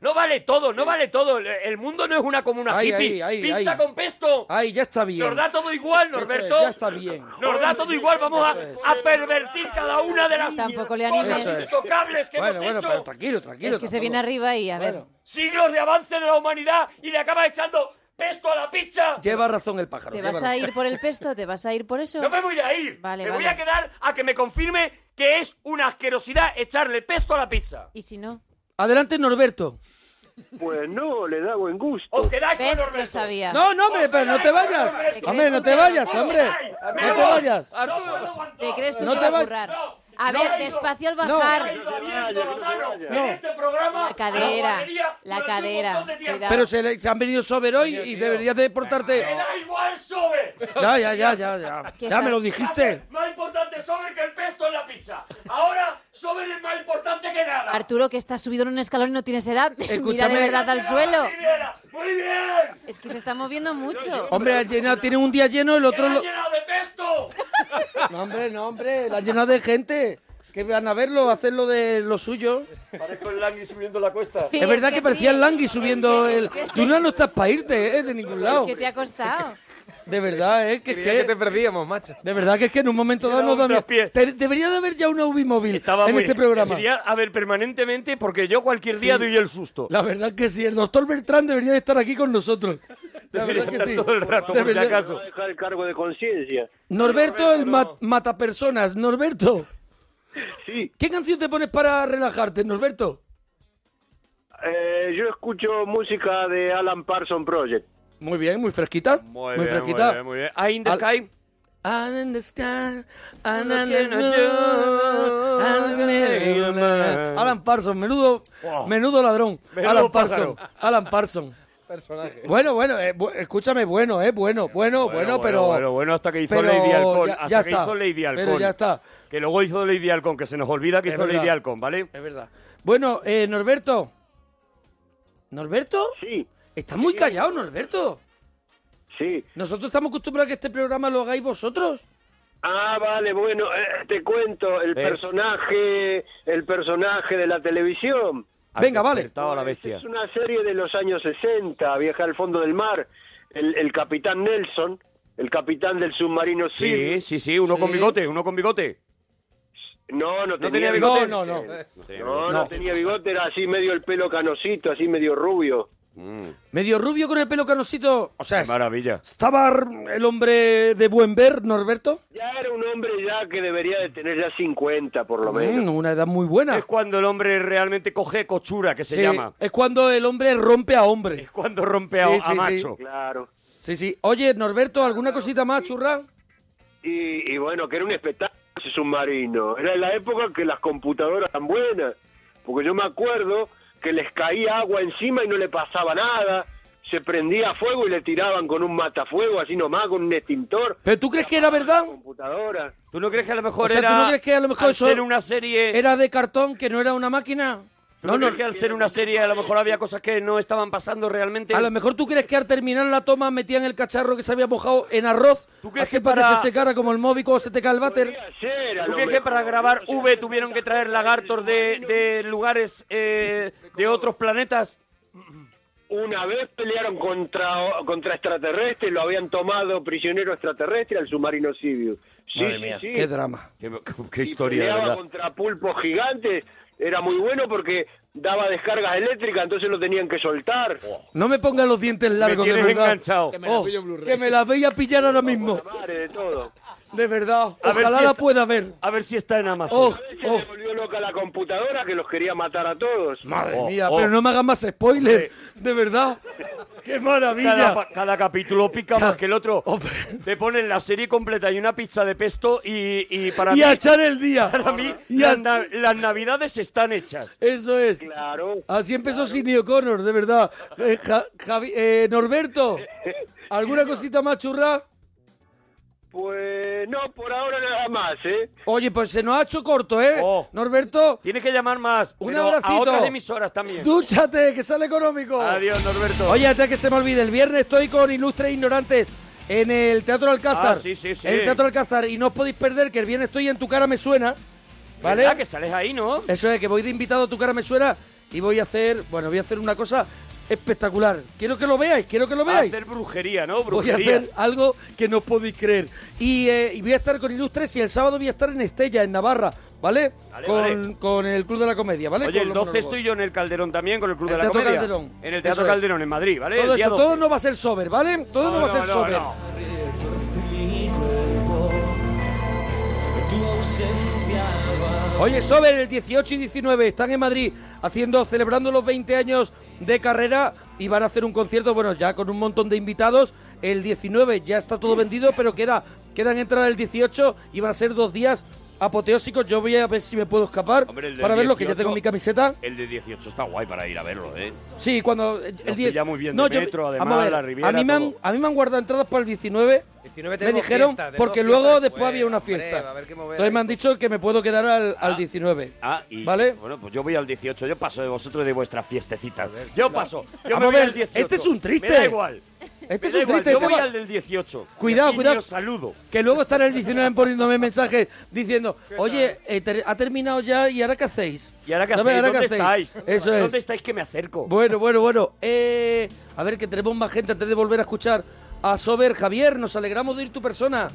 Speaker 4: No vale todo, no vale todo. El- El mundo no es una comuna
Speaker 2: Ay,
Speaker 4: hippie.
Speaker 2: ay, ay,
Speaker 4: Pizza
Speaker 2: ay.
Speaker 4: con pesto.
Speaker 2: Ay, ya está bien.
Speaker 4: Nos da todo igual,
Speaker 2: Eso es,
Speaker 4: Norberto.
Speaker 2: ya está bien.
Speaker 4: Nos da todo igual. Vamos a, a pervertir cada una de las
Speaker 3: Tampoco le
Speaker 4: cosas
Speaker 3: animes.
Speaker 4: intocables que
Speaker 2: bueno,
Speaker 4: hemos
Speaker 2: bueno,
Speaker 4: hecho.
Speaker 2: pero tranquilo, tranquilo.
Speaker 3: Es que se
Speaker 2: tampoco.
Speaker 3: viene arriba y a ver.
Speaker 4: Siglos de avance de la humanidad y le acaba echando pesto a la pizza.
Speaker 2: Lleva razón el pájaro.
Speaker 3: ¿Te
Speaker 2: lleva
Speaker 3: vas a
Speaker 2: razón.
Speaker 3: ir por el pesto? ¿Te vas a ir por eso?
Speaker 4: No me voy a ir.
Speaker 3: Vale,
Speaker 4: me
Speaker 3: vale.
Speaker 4: voy a quedar a que me confirme que es una asquerosidad echarle pesto a la pizza.
Speaker 3: ¿Y si no?
Speaker 2: Adelante, Norberto.
Speaker 8: Pues no, le da buen gusto.
Speaker 4: Os quedáis con
Speaker 3: ¿Ves?
Speaker 4: Norberto.
Speaker 3: Lo sabía.
Speaker 2: No, no, hombre, pero no te vayas. Hombre, no te vayas, hombre. No te vayas.
Speaker 3: ¿Te crees tú
Speaker 2: No
Speaker 3: que
Speaker 2: te
Speaker 3: va a
Speaker 2: va-
Speaker 3: currar? A
Speaker 4: no,
Speaker 3: ver,
Speaker 4: no.
Speaker 3: despacio al
Speaker 2: No.
Speaker 3: bajar.
Speaker 4: En este programa,
Speaker 3: La cadera, la
Speaker 4: durante un
Speaker 3: cadera,
Speaker 4: montón de tiempo.
Speaker 3: cuidado.
Speaker 2: Pero se, le- se han venido sober hoy y deberías de portarte.
Speaker 4: Me da igual Sober.
Speaker 2: Ya, ya, ya, ya, ya.
Speaker 4: ¿Qué
Speaker 2: Ya me
Speaker 4: tal?
Speaker 2: lo dijiste.
Speaker 4: Más importante Sober que el pesto en la pizza. Ahora Sober es más importante que nada.
Speaker 3: Arturo, que estás subido en un escalón y no tienes edad. Mira de
Speaker 2: Escúchame.
Speaker 3: verdad al suelo.
Speaker 4: Muy bien.
Speaker 3: Es que se está moviendo mucho.
Speaker 2: Hombre, han llenado- tienen un día lleno, el otro lo...
Speaker 4: ¡Llenado de pesto!
Speaker 2: No, hombre, no, hombre. La han llenado de gente. Que van a verlo, a hacerlo de lo suyo.
Speaker 4: Parezco el Langui subiendo la cuesta.
Speaker 2: es verdad que, parecía el Langui subiendo
Speaker 3: es
Speaker 2: el...
Speaker 3: que-
Speaker 2: Tú no, no estás para irte, ¿eh? De ningún
Speaker 3: Es
Speaker 2: lado.
Speaker 3: que te ha costado.
Speaker 2: De verdad, ¿eh? Que es
Speaker 5: Creía
Speaker 2: que...
Speaker 5: que te perdíamos, macho.
Speaker 2: De verdad que es que en un momento dado nos da miedo. Te- Debería de haber ya un Ubimóvil
Speaker 4: Estaba
Speaker 2: en
Speaker 4: muy-
Speaker 2: este programa.
Speaker 4: Debería haber permanentemente porque yo cualquier día
Speaker 2: Sí.
Speaker 4: doy el susto.
Speaker 2: La verdad que sí, el doctor Bertrán debería de estar aquí con nosotros. La
Speaker 4: Debería
Speaker 2: verdad que
Speaker 4: estar
Speaker 2: sí.
Speaker 4: todo el rato, por si
Speaker 2: Debería-
Speaker 4: acaso.
Speaker 8: Va a dejar el cargo de conciencia.
Speaker 2: Norberto, el ma- matapersonas. Norberto.
Speaker 8: Sí.
Speaker 2: ¿Qué canción te pones para relajarte, Norberto?
Speaker 8: Eh, yo escucho música de Alan Parson Project.
Speaker 2: Muy bien, muy fresquita. Muy,
Speaker 4: bien,
Speaker 2: fresquita.
Speaker 4: muy bien, muy bien. Eye in the
Speaker 2: Al-
Speaker 4: sky.
Speaker 2: I'm in the sky, I'm
Speaker 4: Look
Speaker 2: in the
Speaker 4: in the
Speaker 2: moon, I'm in the moon. Alan Parsons, menudo,
Speaker 4: Wow.
Speaker 2: menudo ladrón.
Speaker 4: Menudo
Speaker 2: Alan Parsons,
Speaker 4: pájaro.
Speaker 2: Alan Parsons.
Speaker 5: Personaje.
Speaker 2: Bueno, bueno, eh, bu- escúchame, bueno, eh, bueno, bueno, bueno, pero.
Speaker 4: bueno, bueno, hasta que hizo
Speaker 2: pero
Speaker 4: Lady Halcón.
Speaker 2: ya-
Speaker 4: hasta
Speaker 2: ya
Speaker 4: que
Speaker 2: está.
Speaker 4: hizo Lady Halcón.
Speaker 2: Pero ya está.
Speaker 4: Que luego hizo Lady Halcón, que se nos olvida que
Speaker 2: Es
Speaker 4: hizo Lady
Speaker 2: verdad.
Speaker 4: Halcón, ¿vale?
Speaker 2: Es verdad. Bueno, eh, Norberto. ¿Norberto?
Speaker 8: Sí.
Speaker 2: Está muy callado, Norberto.
Speaker 8: Sí.
Speaker 2: Nosotros estamos acostumbrados a que este programa lo hagáis vosotros.
Speaker 8: Ah, vale, bueno, eh, te cuento el
Speaker 2: ¿Ves?
Speaker 8: personaje, el personaje de la televisión.
Speaker 2: Venga, vale.
Speaker 4: Estaba la bestia.
Speaker 8: Es una serie de los años 60, viaja al fondo del mar, el, el capitán Nelson, el capitán del submarino
Speaker 4: Sí,
Speaker 8: Silver.
Speaker 4: sí, sí, uno con bigote, uno con bigote.
Speaker 8: No, no
Speaker 4: No
Speaker 8: tenía,
Speaker 4: tenía bigote.
Speaker 2: No, no, no.
Speaker 8: No, no tenía bigote, era así medio el pelo canosito, así medio rubio.
Speaker 4: Mm.
Speaker 2: Medio rubio con el pelo canosito. O sea,
Speaker 4: Qué maravilla.
Speaker 2: ¿estaba el hombre de buen ver, Norberto?
Speaker 8: Ya era un hombre ya que debería de tener ya 50 por lo menos.
Speaker 2: Mm, una edad muy buena.
Speaker 4: Es cuando el hombre realmente coge cochura, que se
Speaker 2: Sí,
Speaker 4: llama.
Speaker 2: Es cuando el hombre rompe a hombre.
Speaker 4: Cuando rompe a,
Speaker 2: Sí,
Speaker 4: a
Speaker 2: sí, sí.
Speaker 4: macho.
Speaker 8: Claro.
Speaker 2: Sí, sí. Oye, Norberto, ¿alguna cosita más, churra?
Speaker 8: Y, y bueno, que era un espectáculo ese submarino. Era la época que las computadoras eran buenas. Porque yo me acuerdo que les caía agua encima y no le pasaba nada. Se prendía fuego y le tiraban con un matafuego, así nomás, con un extintor.
Speaker 2: ¿Pero tú crees que era verdad?
Speaker 8: Computadora.
Speaker 4: ¿Tú no crees que a lo mejor
Speaker 2: O sea, ¿tú
Speaker 4: era
Speaker 2: no crees que a lo mejor
Speaker 4: al
Speaker 2: eso
Speaker 4: ser una serie
Speaker 2: ¿Era de cartón que no era una máquina?
Speaker 4: ¿Tú no, crees que al ser una serie a lo mejor había cosas que no estaban pasando realmente?
Speaker 2: A lo mejor tú crees que al terminar la toma metían el cacharro que se había mojado en arroz. ¿Tú
Speaker 4: crees que
Speaker 2: para que
Speaker 4: para-
Speaker 2: se secara como el móvil cuando se te cae el váter?
Speaker 4: ¿Tú crees que para grabar V tuvieron que traer lagartos de, de lugares eh, de otros planetas?
Speaker 8: Una vez pelearon contra, contra extraterrestres, lo habían tomado prisionero extraterrestre al submarino Sibiu. Sí,
Speaker 4: Madre
Speaker 8: sí,
Speaker 4: mía,
Speaker 8: sí.
Speaker 2: qué drama.
Speaker 4: Qué, qué historia, de
Speaker 8: Peleaba
Speaker 4: verdad.
Speaker 8: contra pulpos gigantes. Era muy bueno porque daba descargas eléctricas, entonces lo tenían que soltar.
Speaker 2: No me pongan los dientes largos, de
Speaker 4: tienes
Speaker 2: verdad.
Speaker 4: enganchado. Que me la
Speaker 2: Oh,
Speaker 4: pillo en Blu-ray.
Speaker 2: que me la voy a pillar ahora mismo.
Speaker 8: Madre de todo.
Speaker 2: De verdad.
Speaker 8: A ver
Speaker 2: Ojalá
Speaker 8: si
Speaker 2: la
Speaker 8: está-
Speaker 2: pueda ver.
Speaker 4: A ver si está en Amazon.
Speaker 2: Oh,
Speaker 8: Se le volvió loca la computadora que los quería matar a todos.
Speaker 2: madre
Speaker 4: Oh,
Speaker 2: mía, pero no me hagan más spoiler. De verdad. ¡Qué maravilla!
Speaker 4: Cada, pa- cada capítulo pica más que el otro. Te ponen la serie completa y una pizza de pesto y, y para
Speaker 2: Y
Speaker 4: mí...
Speaker 2: a echar el día.
Speaker 4: Para mí,
Speaker 2: Y a-
Speaker 4: las, na- las navidades están hechas.
Speaker 2: Eso es. Así empezó Sidney O'Connor, de verdad. Eh, Ja- Javi- eh, Norberto, ¿alguna cosita más churra?
Speaker 8: Pues no, por ahora nada más, ¿eh?
Speaker 2: Oye, pues se nos ha hecho corto, ¿eh? Norberto.
Speaker 4: Tienes Oh. que llamar más.
Speaker 2: Un
Speaker 4: pero
Speaker 2: abracito.
Speaker 4: A otras emisoras también.
Speaker 2: Dúchate, que sale económico.
Speaker 4: Adiós, Norberto.
Speaker 2: Oye, antes que se me olvide, el viernes estoy con Ilustres Ignorantes en el Teatro Alcázar.
Speaker 4: Ah, sí, sí, sí.
Speaker 2: En el Teatro Alcázar. Y no os podéis perder que el viernes estoy en Tu Cara Me Suena. ¿Vale?
Speaker 4: ¿Verdad que sales ahí, no?
Speaker 2: Eso es, que voy de invitado a tu cara me suena y voy a hacer, bueno, voy a hacer una cosa espectacular. Quiero que lo veáis, quiero que lo veáis.
Speaker 4: Hacer brujería, ¿no?
Speaker 2: Voy
Speaker 4: Brujería.
Speaker 2: a hacer algo que no os podéis creer. Y, eh, y voy a estar con Ilustres y el sábado voy a estar en Estella, en Navarra, ¿vale?
Speaker 4: Vale,
Speaker 2: con,
Speaker 4: vale.
Speaker 2: con el Club de la Comedia, ¿vale?
Speaker 4: Oye,
Speaker 2: Con
Speaker 4: el
Speaker 2: los
Speaker 4: 12
Speaker 2: monólogos.
Speaker 4: estoy yo en el Calderón también, con el Club
Speaker 2: El
Speaker 4: de la
Speaker 2: Teatro
Speaker 4: Comedia.
Speaker 2: Calderón.
Speaker 4: En el Teatro
Speaker 2: Eso es.
Speaker 4: Calderón, en Madrid, ¿vale?
Speaker 2: Todo
Speaker 4: El día
Speaker 2: eso,
Speaker 4: 12.
Speaker 2: todo no va a ser sober, ¿vale? Todo no,
Speaker 4: No,
Speaker 2: va a
Speaker 4: no,
Speaker 2: ser
Speaker 4: no,
Speaker 2: sober.
Speaker 4: no.
Speaker 1: Tu ausencia va.
Speaker 2: Oye, Sober, el 18 y 19 están en Madrid haciendo, celebrando los 20 años de carrera y van a hacer un concierto, bueno, ya con un montón de invitados. El 19 ya está todo vendido, pero queda, quedan entradas el 18 y van a ser dos días apoteósicos. Yo voy a ver si me puedo escapar
Speaker 4: Hombre, el del
Speaker 2: para verlo, que ya
Speaker 4: 18.
Speaker 2: tengo mi camiseta.
Speaker 4: El de 18 está guay para ir a verlo, ¿eh?
Speaker 2: Sí, cuando eh, el
Speaker 4: Nos
Speaker 2: 10
Speaker 4: pilla muy bien de metro, además,
Speaker 2: vamos a ver,
Speaker 4: la Riviera,
Speaker 2: A mí, me han,
Speaker 4: todo.
Speaker 2: a mí me han guardado entradas para el 19.
Speaker 5: 19
Speaker 2: me
Speaker 5: tenemos
Speaker 2: dijeron
Speaker 5: fiesta, tenemos
Speaker 2: porque
Speaker 5: fiesta
Speaker 2: luego después,
Speaker 5: después,
Speaker 2: había una
Speaker 5: hombre,
Speaker 2: fiesta.
Speaker 5: va a haber que mover
Speaker 2: Entonces me
Speaker 5: ahí
Speaker 2: han dicho que me puedo quedar al, al 19.
Speaker 4: Ah, y
Speaker 2: ¿Vale?
Speaker 4: bueno, pues yo voy al 18. Yo paso de vosotros y de vuestras fiestecitas. Yo
Speaker 2: no.
Speaker 4: paso. Yo
Speaker 2: Vamos
Speaker 4: me
Speaker 2: a
Speaker 4: voy
Speaker 2: ver,
Speaker 4: al 18.
Speaker 2: este es un triste.
Speaker 4: Me da igual.
Speaker 2: Este
Speaker 4: Me
Speaker 2: es
Speaker 4: da
Speaker 2: un
Speaker 4: igual,
Speaker 2: triste,
Speaker 4: Yo
Speaker 2: este
Speaker 4: voy
Speaker 2: va-
Speaker 4: al del 18.
Speaker 2: Cuidado,
Speaker 4: Y
Speaker 2: cuidado.
Speaker 4: os saludo.
Speaker 2: Que luego estará el 19 poniéndome mensajes diciendo, oye, eh, ter- ha terminado ya y ahora qué hacéis.
Speaker 4: ¿Y ahora qué
Speaker 2: ¿Sabes?
Speaker 4: hacéis?
Speaker 2: ¿Ahora
Speaker 4: ¿Dónde
Speaker 2: qué
Speaker 4: estáis?
Speaker 2: Eso
Speaker 4: ¿Dónde
Speaker 2: es.
Speaker 4: estáis que me acerco?
Speaker 2: Bueno, bueno, bueno. Eh, a ver, que tenemos más gente antes de volver a escuchar a Sober. Javier, nos alegramos de ir tu persona.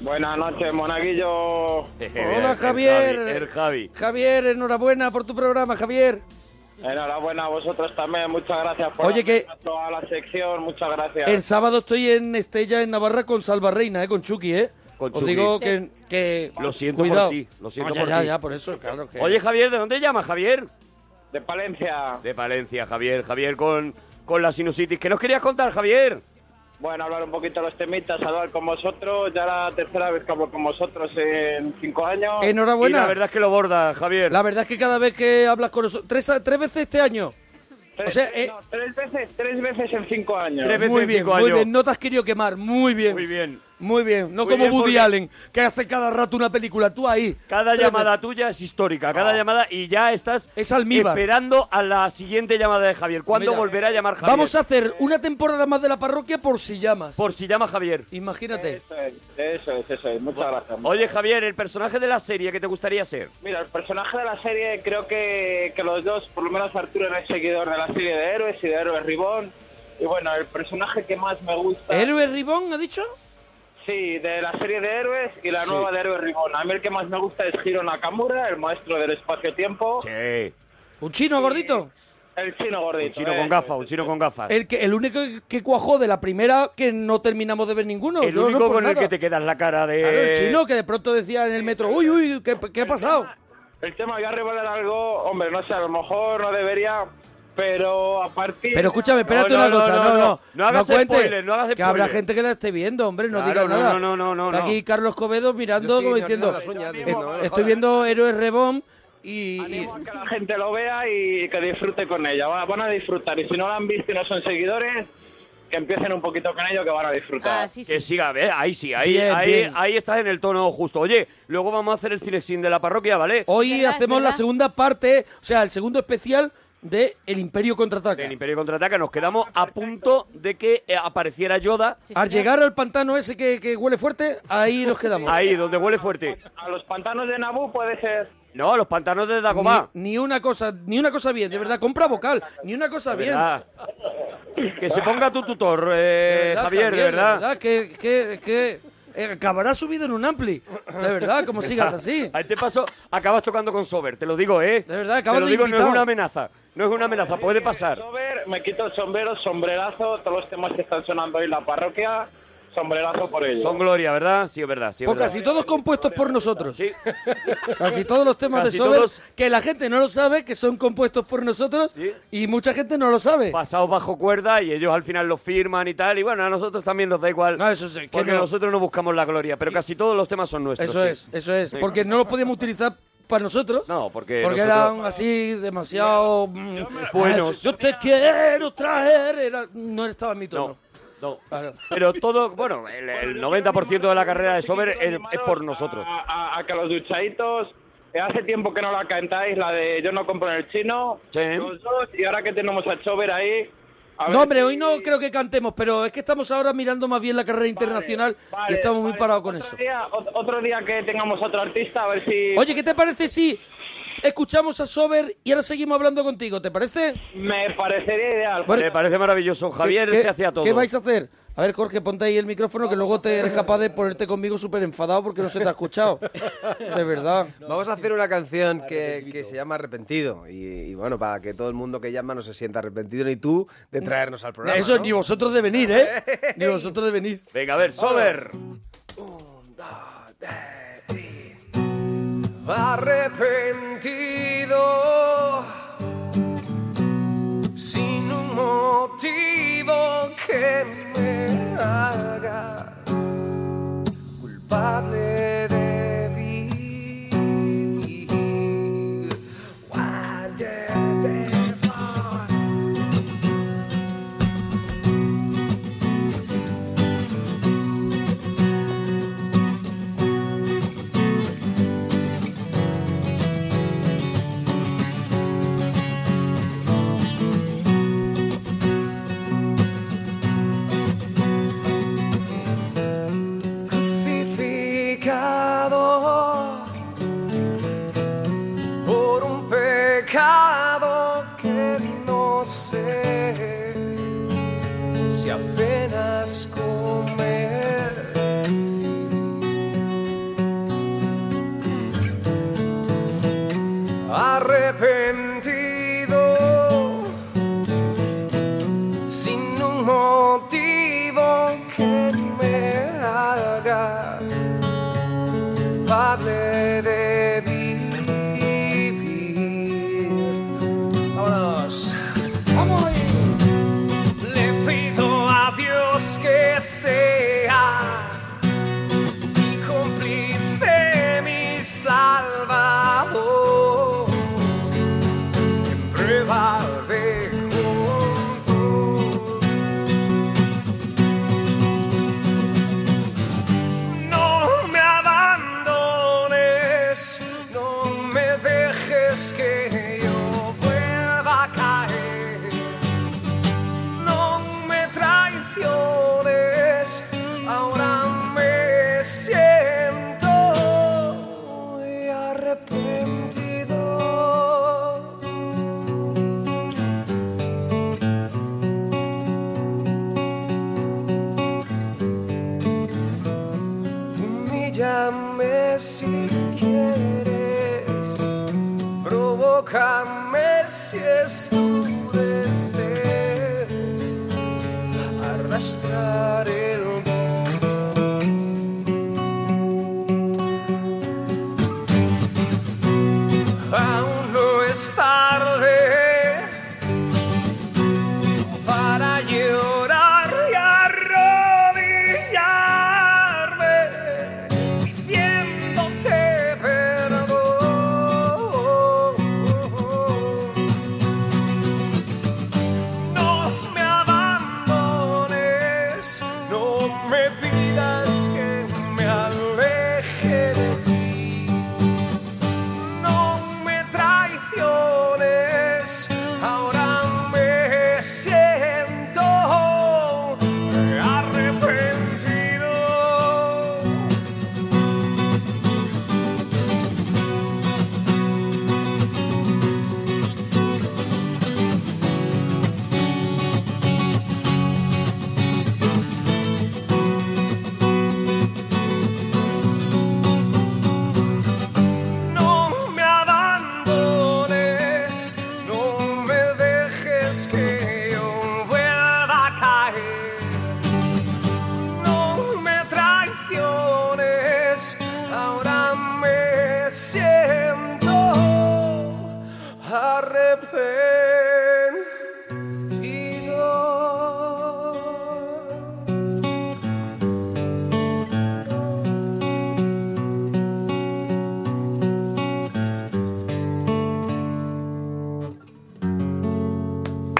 Speaker 14: Buenas noches, monaguillo.
Speaker 2: Hola, Javier. Javier, enhorabuena por tu programa, Javier.
Speaker 14: Enhorabuena a vosotros también. Muchas gracias por
Speaker 2: Oye, que
Speaker 14: a toda la sección. Muchas gracias.
Speaker 2: el sábado estoy en Estella, en Navarra, con Salva Reina, eh, con Chucky, ¿eh?
Speaker 4: Con
Speaker 2: Os
Speaker 4: Chucky.
Speaker 2: digo que... que
Speaker 4: Lo siento
Speaker 2: cuidado.
Speaker 4: por ti. Lo siento
Speaker 2: No, ya,
Speaker 4: por
Speaker 2: ya,
Speaker 4: ti.
Speaker 2: ya, por eso, claro que...
Speaker 4: Oye, Javier, ¿de dónde llamas, Javier?
Speaker 14: De Palencia.
Speaker 4: De Palencia, Javier. Javier, con, con la sinusitis. ¿Qué nos querías contar, Javier?
Speaker 14: Bueno, hablar un poquito de los temitas, hablar con vosotros. Ya la tercera vez que hablo con vosotros en cinco años.
Speaker 2: Enhorabuena.
Speaker 4: Y la verdad es que lo borda, Javier.
Speaker 2: La verdad es que cada vez que hablas con nosotros... ¿Tres, tres veces este año?
Speaker 14: Tres,
Speaker 2: o sea,
Speaker 14: tres-
Speaker 2: eh,
Speaker 14: no, tres veces, tres veces en cinco años.
Speaker 2: muy bien, muy bien. No te has querido quemar. Muy bien. Muy
Speaker 4: bien.
Speaker 2: Muy bien. No
Speaker 4: Muy
Speaker 2: como
Speaker 4: bien,
Speaker 2: Woody
Speaker 4: porque-
Speaker 2: Allen, que hace cada rato una película. Tú ahí.
Speaker 4: Cada
Speaker 2: Tres
Speaker 4: llamada
Speaker 2: veces.
Speaker 4: tuya es histórica, cada llamada y ya estás
Speaker 2: Ah. Es almíbar.
Speaker 4: esperando a la siguiente llamada de Javier. ¿Cuándo
Speaker 2: Mira,
Speaker 4: volverá a llamar Javier?
Speaker 2: Vamos a hacer una temporada más de la parroquia por si llamas.
Speaker 4: Por si llama Javier.
Speaker 2: Imagínate.
Speaker 14: Eso es, eso es, eso es. Muchas gracias.
Speaker 4: Oye, Javier, el personaje de la serie que te gustaría ser.
Speaker 14: Mira, el personaje de la serie, creo que, que los dos, por lo menos Arturo era seguidor de la serie de héroes y de héroes Ribón. Y bueno, el personaje que más me gusta.
Speaker 2: ¿Héroe Ribón, ha dicho?
Speaker 14: Sí, de la serie de héroes y la
Speaker 2: Sí.
Speaker 14: nueva de héroes Ribón. A mí el que más me gusta es Hiro Nakamura, el maestro del espacio-tiempo.
Speaker 2: ¿Un chino gordito?
Speaker 14: El chino gordito.
Speaker 4: Un chino
Speaker 14: eh.
Speaker 4: con gafas, un chino con gafas.
Speaker 2: El, que, el único que cuajó de la primera que no terminamos de ver ninguno.
Speaker 4: El
Speaker 2: Yo no
Speaker 4: único
Speaker 2: por
Speaker 4: con el
Speaker 2: nada.
Speaker 4: que te quedas la cara de...
Speaker 2: Claro, el chino que de pronto decía en el metro, uy, uy, ¿qué, qué ha pasado?
Speaker 14: El tema, voy a revelar algo, hombre, no sé, a lo mejor no debería, pero a partir...
Speaker 2: Pero escúchame, espérate
Speaker 4: No, no,
Speaker 2: una cosa,
Speaker 4: no,
Speaker 2: no,
Speaker 4: no,
Speaker 2: no.
Speaker 4: no. No hagas
Speaker 2: cuentes,
Speaker 4: spoiler, no hagas
Speaker 2: Que habrá
Speaker 4: spoiler.
Speaker 2: gente que la esté viendo, hombre, no
Speaker 4: Claro,
Speaker 2: diga
Speaker 4: no,
Speaker 2: nada.
Speaker 4: no, no, no, no,
Speaker 2: Está
Speaker 4: no.
Speaker 2: aquí Carlos Cobedo mirando como diciendo, "Eh, estoy viendo Héroes Rebón y... y-
Speaker 14: Que la gente lo vea y que disfrute con ella, va- van a disfrutar. Y si no la han visto y no son seguidores, que empiecen un poquito con ello que van a disfrutar.
Speaker 4: Que siga, ve, ahí sí, ahí,
Speaker 14: Bien,
Speaker 4: ahí,
Speaker 14: bien.
Speaker 4: ahí estás en el tono justo. Oye, luego vamos a hacer el Cinexin de la parroquia, ¿vale?
Speaker 2: Hoy hacemos la segunda parte, o sea, el segundo especial de El Imperio Contraataca.
Speaker 4: El Imperio Contraataca, nos quedamos a punto de que eh, apareciera Yoda.
Speaker 2: Al llegar al pantano ese que, que huele fuerte, ahí nos quedamos.
Speaker 4: Ahí, donde huele fuerte.
Speaker 14: A los pantanos de Nabú puede ser.
Speaker 4: No, a los pantanos de Dagobah.
Speaker 2: Ni, ni una cosa, ni una cosa bien, de verdad, compra vocal, ni una cosa
Speaker 4: De
Speaker 2: bien.
Speaker 4: verdad. Que se ponga tu tutor, eh,
Speaker 2: De verdad,
Speaker 4: Javier, de verdad.
Speaker 2: que, que, que eh, acabará subido en un ampli. De verdad, como sigas así.
Speaker 4: A este paso acabas tocando con Sober, te lo digo, ¿eh? De
Speaker 2: verdad,
Speaker 4: Te
Speaker 2: acabas
Speaker 4: lo
Speaker 2: de
Speaker 4: digo, no es
Speaker 2: invitado.
Speaker 4: una amenaza. No es una amenaza, puede pasar.
Speaker 14: Sober, me quito el sombrero, sombrerazo, todos los temas que están sonando hoy en la parroquia, sombrerazo por ello.
Speaker 4: Son gloria, ¿verdad? Sí, es verdad. Sí, es
Speaker 2: Por
Speaker 4: verdad.
Speaker 2: casi todos compuestos por nosotros. Casi todos los temas
Speaker 4: Casi
Speaker 2: de Sober,
Speaker 4: todos.
Speaker 2: que la gente no lo sabe, que son compuestos por nosotros y mucha gente no lo sabe.
Speaker 4: Pasados bajo cuerda y ellos al final lo firman y tal. Y bueno, a nosotros también nos da igual.
Speaker 2: Ah, que
Speaker 4: porque
Speaker 2: no.
Speaker 4: nosotros no buscamos la gloria, pero casi todos los temas son nuestros.
Speaker 2: Eso
Speaker 4: sí.
Speaker 2: es, eso es.
Speaker 4: Sí.
Speaker 2: Porque no lo podíamos utilizar para nosotros.
Speaker 4: No, porque.
Speaker 2: Porque
Speaker 4: nosotros-
Speaker 2: eran así demasiado mm,
Speaker 4: Buenos.
Speaker 2: Yo te quiero traer. era- no estaba en mi tono.
Speaker 4: No. Pero todo, bueno, el, el 90% de la carrera de Sober es, es por nosotros.
Speaker 14: A, a- a que los duchaditos, eh, hace tiempo que no la cantáis, la de Yo no compro en el chino, los dos, y ahora que tenemos a Chover ahí, eh. a
Speaker 2: No,
Speaker 14: ver
Speaker 2: hombre,
Speaker 14: si-
Speaker 2: hoy no creo que cantemos, pero es que estamos ahora mirando más bien la carrera internacional y estamos muy parados con eso.
Speaker 14: otro día, ot- otro día que tengamos otro artista, a ver si...
Speaker 2: Oye, ¿qué te parece si escuchamos a Sober y ahora seguimos hablando contigo? ¿Te parece?
Speaker 14: Me parecería ideal.
Speaker 4: Me parece maravilloso. Javier
Speaker 2: ¿Qué-
Speaker 4: se hacía todo.
Speaker 2: ¿Qué vais a hacer? A ver, Jorge, ponte ahí el micrófono que luego te eres capaz de ponerte conmigo súper enfadado porque no se te ha escuchado. De verdad.
Speaker 5: Vamos a hacer una canción que, que se llama Arrepentido. Y, y bueno, para que todo el mundo que llama no se sienta arrepentido, ni tú, de traernos al programa.
Speaker 2: Eso
Speaker 5: ¿no?
Speaker 2: ni vosotros de venir, ¿eh? Ni vosotros de venir.
Speaker 4: Venga, a ver, Sober.
Speaker 6: arrepentido sin un motivo que me haga culpable de vivir. Why did they fall? crucificado por un pecado que no sé si apenas comer. Arrepentido sin un motivo que me haga culpable de vivir. Vámonos. Vamos ahí. Le pido a Dios que sea mi cómplice, mi salvador. En prueba de No me abandones, no me dejes que yo pueda caer. No me traiciones, ahora me siento muy arrepentido. Humíllame si quieres, provócame si es tu deseo, arrastrar el Aún no es tarde para llorar y arrodillarme pidiéndote perdón.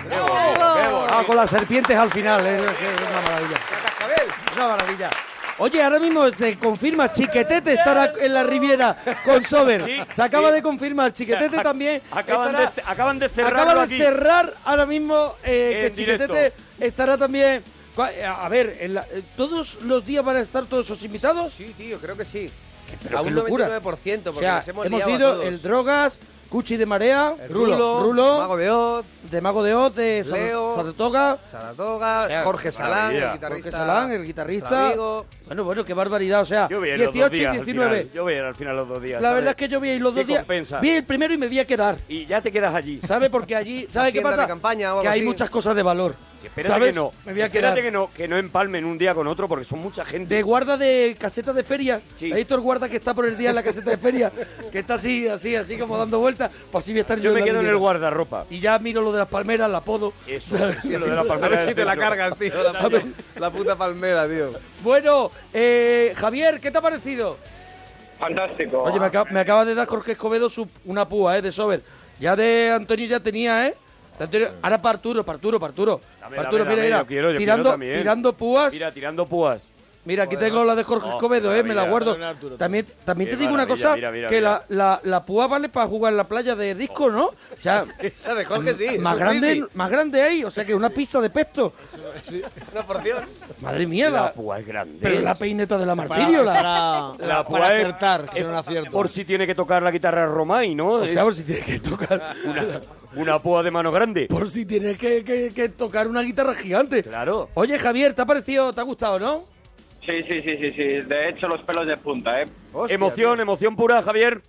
Speaker 2: Cuidado Ah, con las serpientes al final, ¿eh? es que es una maravilla. Una maravilla. Oye, ahora mismo se confirma, Chiquetete estará en la Riviera con Sober.
Speaker 4: Sí,
Speaker 2: se acaba
Speaker 4: sí.
Speaker 2: de confirmar, Chiquetete
Speaker 4: O sea, ac-
Speaker 2: también.
Speaker 4: acaban de ce- acaban de cerrarlo
Speaker 2: Acaba de
Speaker 4: aquí.
Speaker 2: cerrar ahora mismo eh,
Speaker 4: En
Speaker 2: que Chiquetete
Speaker 4: directo.
Speaker 2: estará también. cua- eh, A ver, en la- eh, ¿todos los días van a estar todos esos invitados?
Speaker 5: Sí, tío, creo que sí.
Speaker 2: Pero
Speaker 5: a
Speaker 2: qué
Speaker 5: un
Speaker 2: locura.
Speaker 5: 99%, porque
Speaker 2: O sea,
Speaker 5: les hemos,
Speaker 2: hemos
Speaker 5: liado a
Speaker 2: ido
Speaker 5: todos.
Speaker 2: el Drogas, Cuchi de Marea,
Speaker 5: El Rulo, Mago de Oz,
Speaker 2: de Mago de Oz, de Sa-
Speaker 5: Leo,
Speaker 2: Saratoga,
Speaker 5: Saratoga,
Speaker 2: O sea,
Speaker 5: Jorge
Speaker 2: qué
Speaker 5: Salán, el
Speaker 2: maravilla.
Speaker 5: guitarrista.
Speaker 2: Jorge Salán, el
Speaker 5: nuestro
Speaker 2: guitarrista.
Speaker 5: amigo.
Speaker 2: Bueno, bueno, qué barbaridad, o sea,
Speaker 4: Yo voy a ir los
Speaker 2: 18
Speaker 4: dos
Speaker 2: y
Speaker 4: días al
Speaker 2: 19.
Speaker 4: final, Yo voy a ir al final los dos días.
Speaker 2: La
Speaker 4: ¿sabes?
Speaker 2: verdad es que yo voy a ir los
Speaker 4: ¿Qué
Speaker 2: dos días.
Speaker 4: compensa?
Speaker 2: Vi el primero y me voy a quedar.
Speaker 4: Y ya te quedas allí.
Speaker 2: ¿Sabe? Porque allí, ¿sabe qué
Speaker 4: Hacienda de
Speaker 2: pasa?
Speaker 4: campaña o algo
Speaker 2: que hay
Speaker 4: así.
Speaker 2: muchas cosas de valor.
Speaker 4: Espérate
Speaker 2: ¿Sabes?
Speaker 4: que no.
Speaker 2: Me voy a
Speaker 4: Espérate
Speaker 2: quedar.
Speaker 4: que no, que no empalmen un día con otro porque son mucha gente.
Speaker 2: De guarda de caseta de feria. Hay Héctor Guarda que está por el día en la caseta de feria, que está así, así, así como dando vueltas. Pues así voy a estar yo.
Speaker 4: Yo me
Speaker 2: la
Speaker 4: quedo en
Speaker 2: Riviera.
Speaker 4: el guardarropa.
Speaker 2: Y ya miro lo de las palmeras, la podo.
Speaker 4: Eso, eso, lo de las palmeras
Speaker 5: A ver si
Speaker 4: del
Speaker 5: te la
Speaker 4: centro.
Speaker 5: cargas, tío. La,
Speaker 2: A ver.
Speaker 5: la puta palmera, tío.
Speaker 2: Bueno, eh, Javier, ¿qué te ha parecido?
Speaker 14: Fantástico.
Speaker 2: Oye, me, acaba, me acaba de dar Jorge Escobedo su- una púa, ¿eh? De Sober. Ya de Antonio ya tenía, ¿eh? De Antonio- ahora para Arturo, para Arturo, para Arturo.
Speaker 4: Dame,
Speaker 2: Para Arturo,
Speaker 4: dame,
Speaker 2: mira,
Speaker 4: dame,
Speaker 2: mira.
Speaker 4: yo quiero, yo quiero
Speaker 2: tirando,
Speaker 4: también.
Speaker 2: tirando púas.
Speaker 4: Mira, tirando púas.
Speaker 2: Mira, aquí tengo la de Jorge
Speaker 4: Oh,
Speaker 2: Escobedo, ¿eh? Me la
Speaker 4: maravilla.
Speaker 2: guardo.
Speaker 4: Dame, Arturo,
Speaker 2: También, también te
Speaker 4: Qué
Speaker 2: digo una
Speaker 4: maravilla,
Speaker 2: cosa,
Speaker 4: mira, mira,
Speaker 2: que
Speaker 4: mira.
Speaker 2: La, la, la púa vale para jugar en la playa de disco, ¿no? O sea,
Speaker 5: Esa de Jorge sí, es
Speaker 2: Más
Speaker 5: un
Speaker 2: grande,
Speaker 5: frisbee.
Speaker 2: más grande ahí, o sea que una pizza de pesto.
Speaker 5: Una porción.
Speaker 2: Madre mía,
Speaker 4: La
Speaker 2: la,
Speaker 4: púa es grande.
Speaker 2: pero la peineta de la martirio. la,
Speaker 4: La púa es- es Por si tiene que tocar la guitarra Romay, ¿no?
Speaker 2: O sea,
Speaker 4: Es
Speaker 2: por si tiene que tocar
Speaker 4: una, una púa de mano grande.
Speaker 2: Por si tienes que, que- que tocar una guitarra gigante. Claro. Oye, Javier, ¿te ha parecido, te ha gustado, no?
Speaker 14: Sí, sí, sí, sí, sí. De hecho, los pelos de punta, ¿eh?
Speaker 4: emoción, emoción pura, Javier.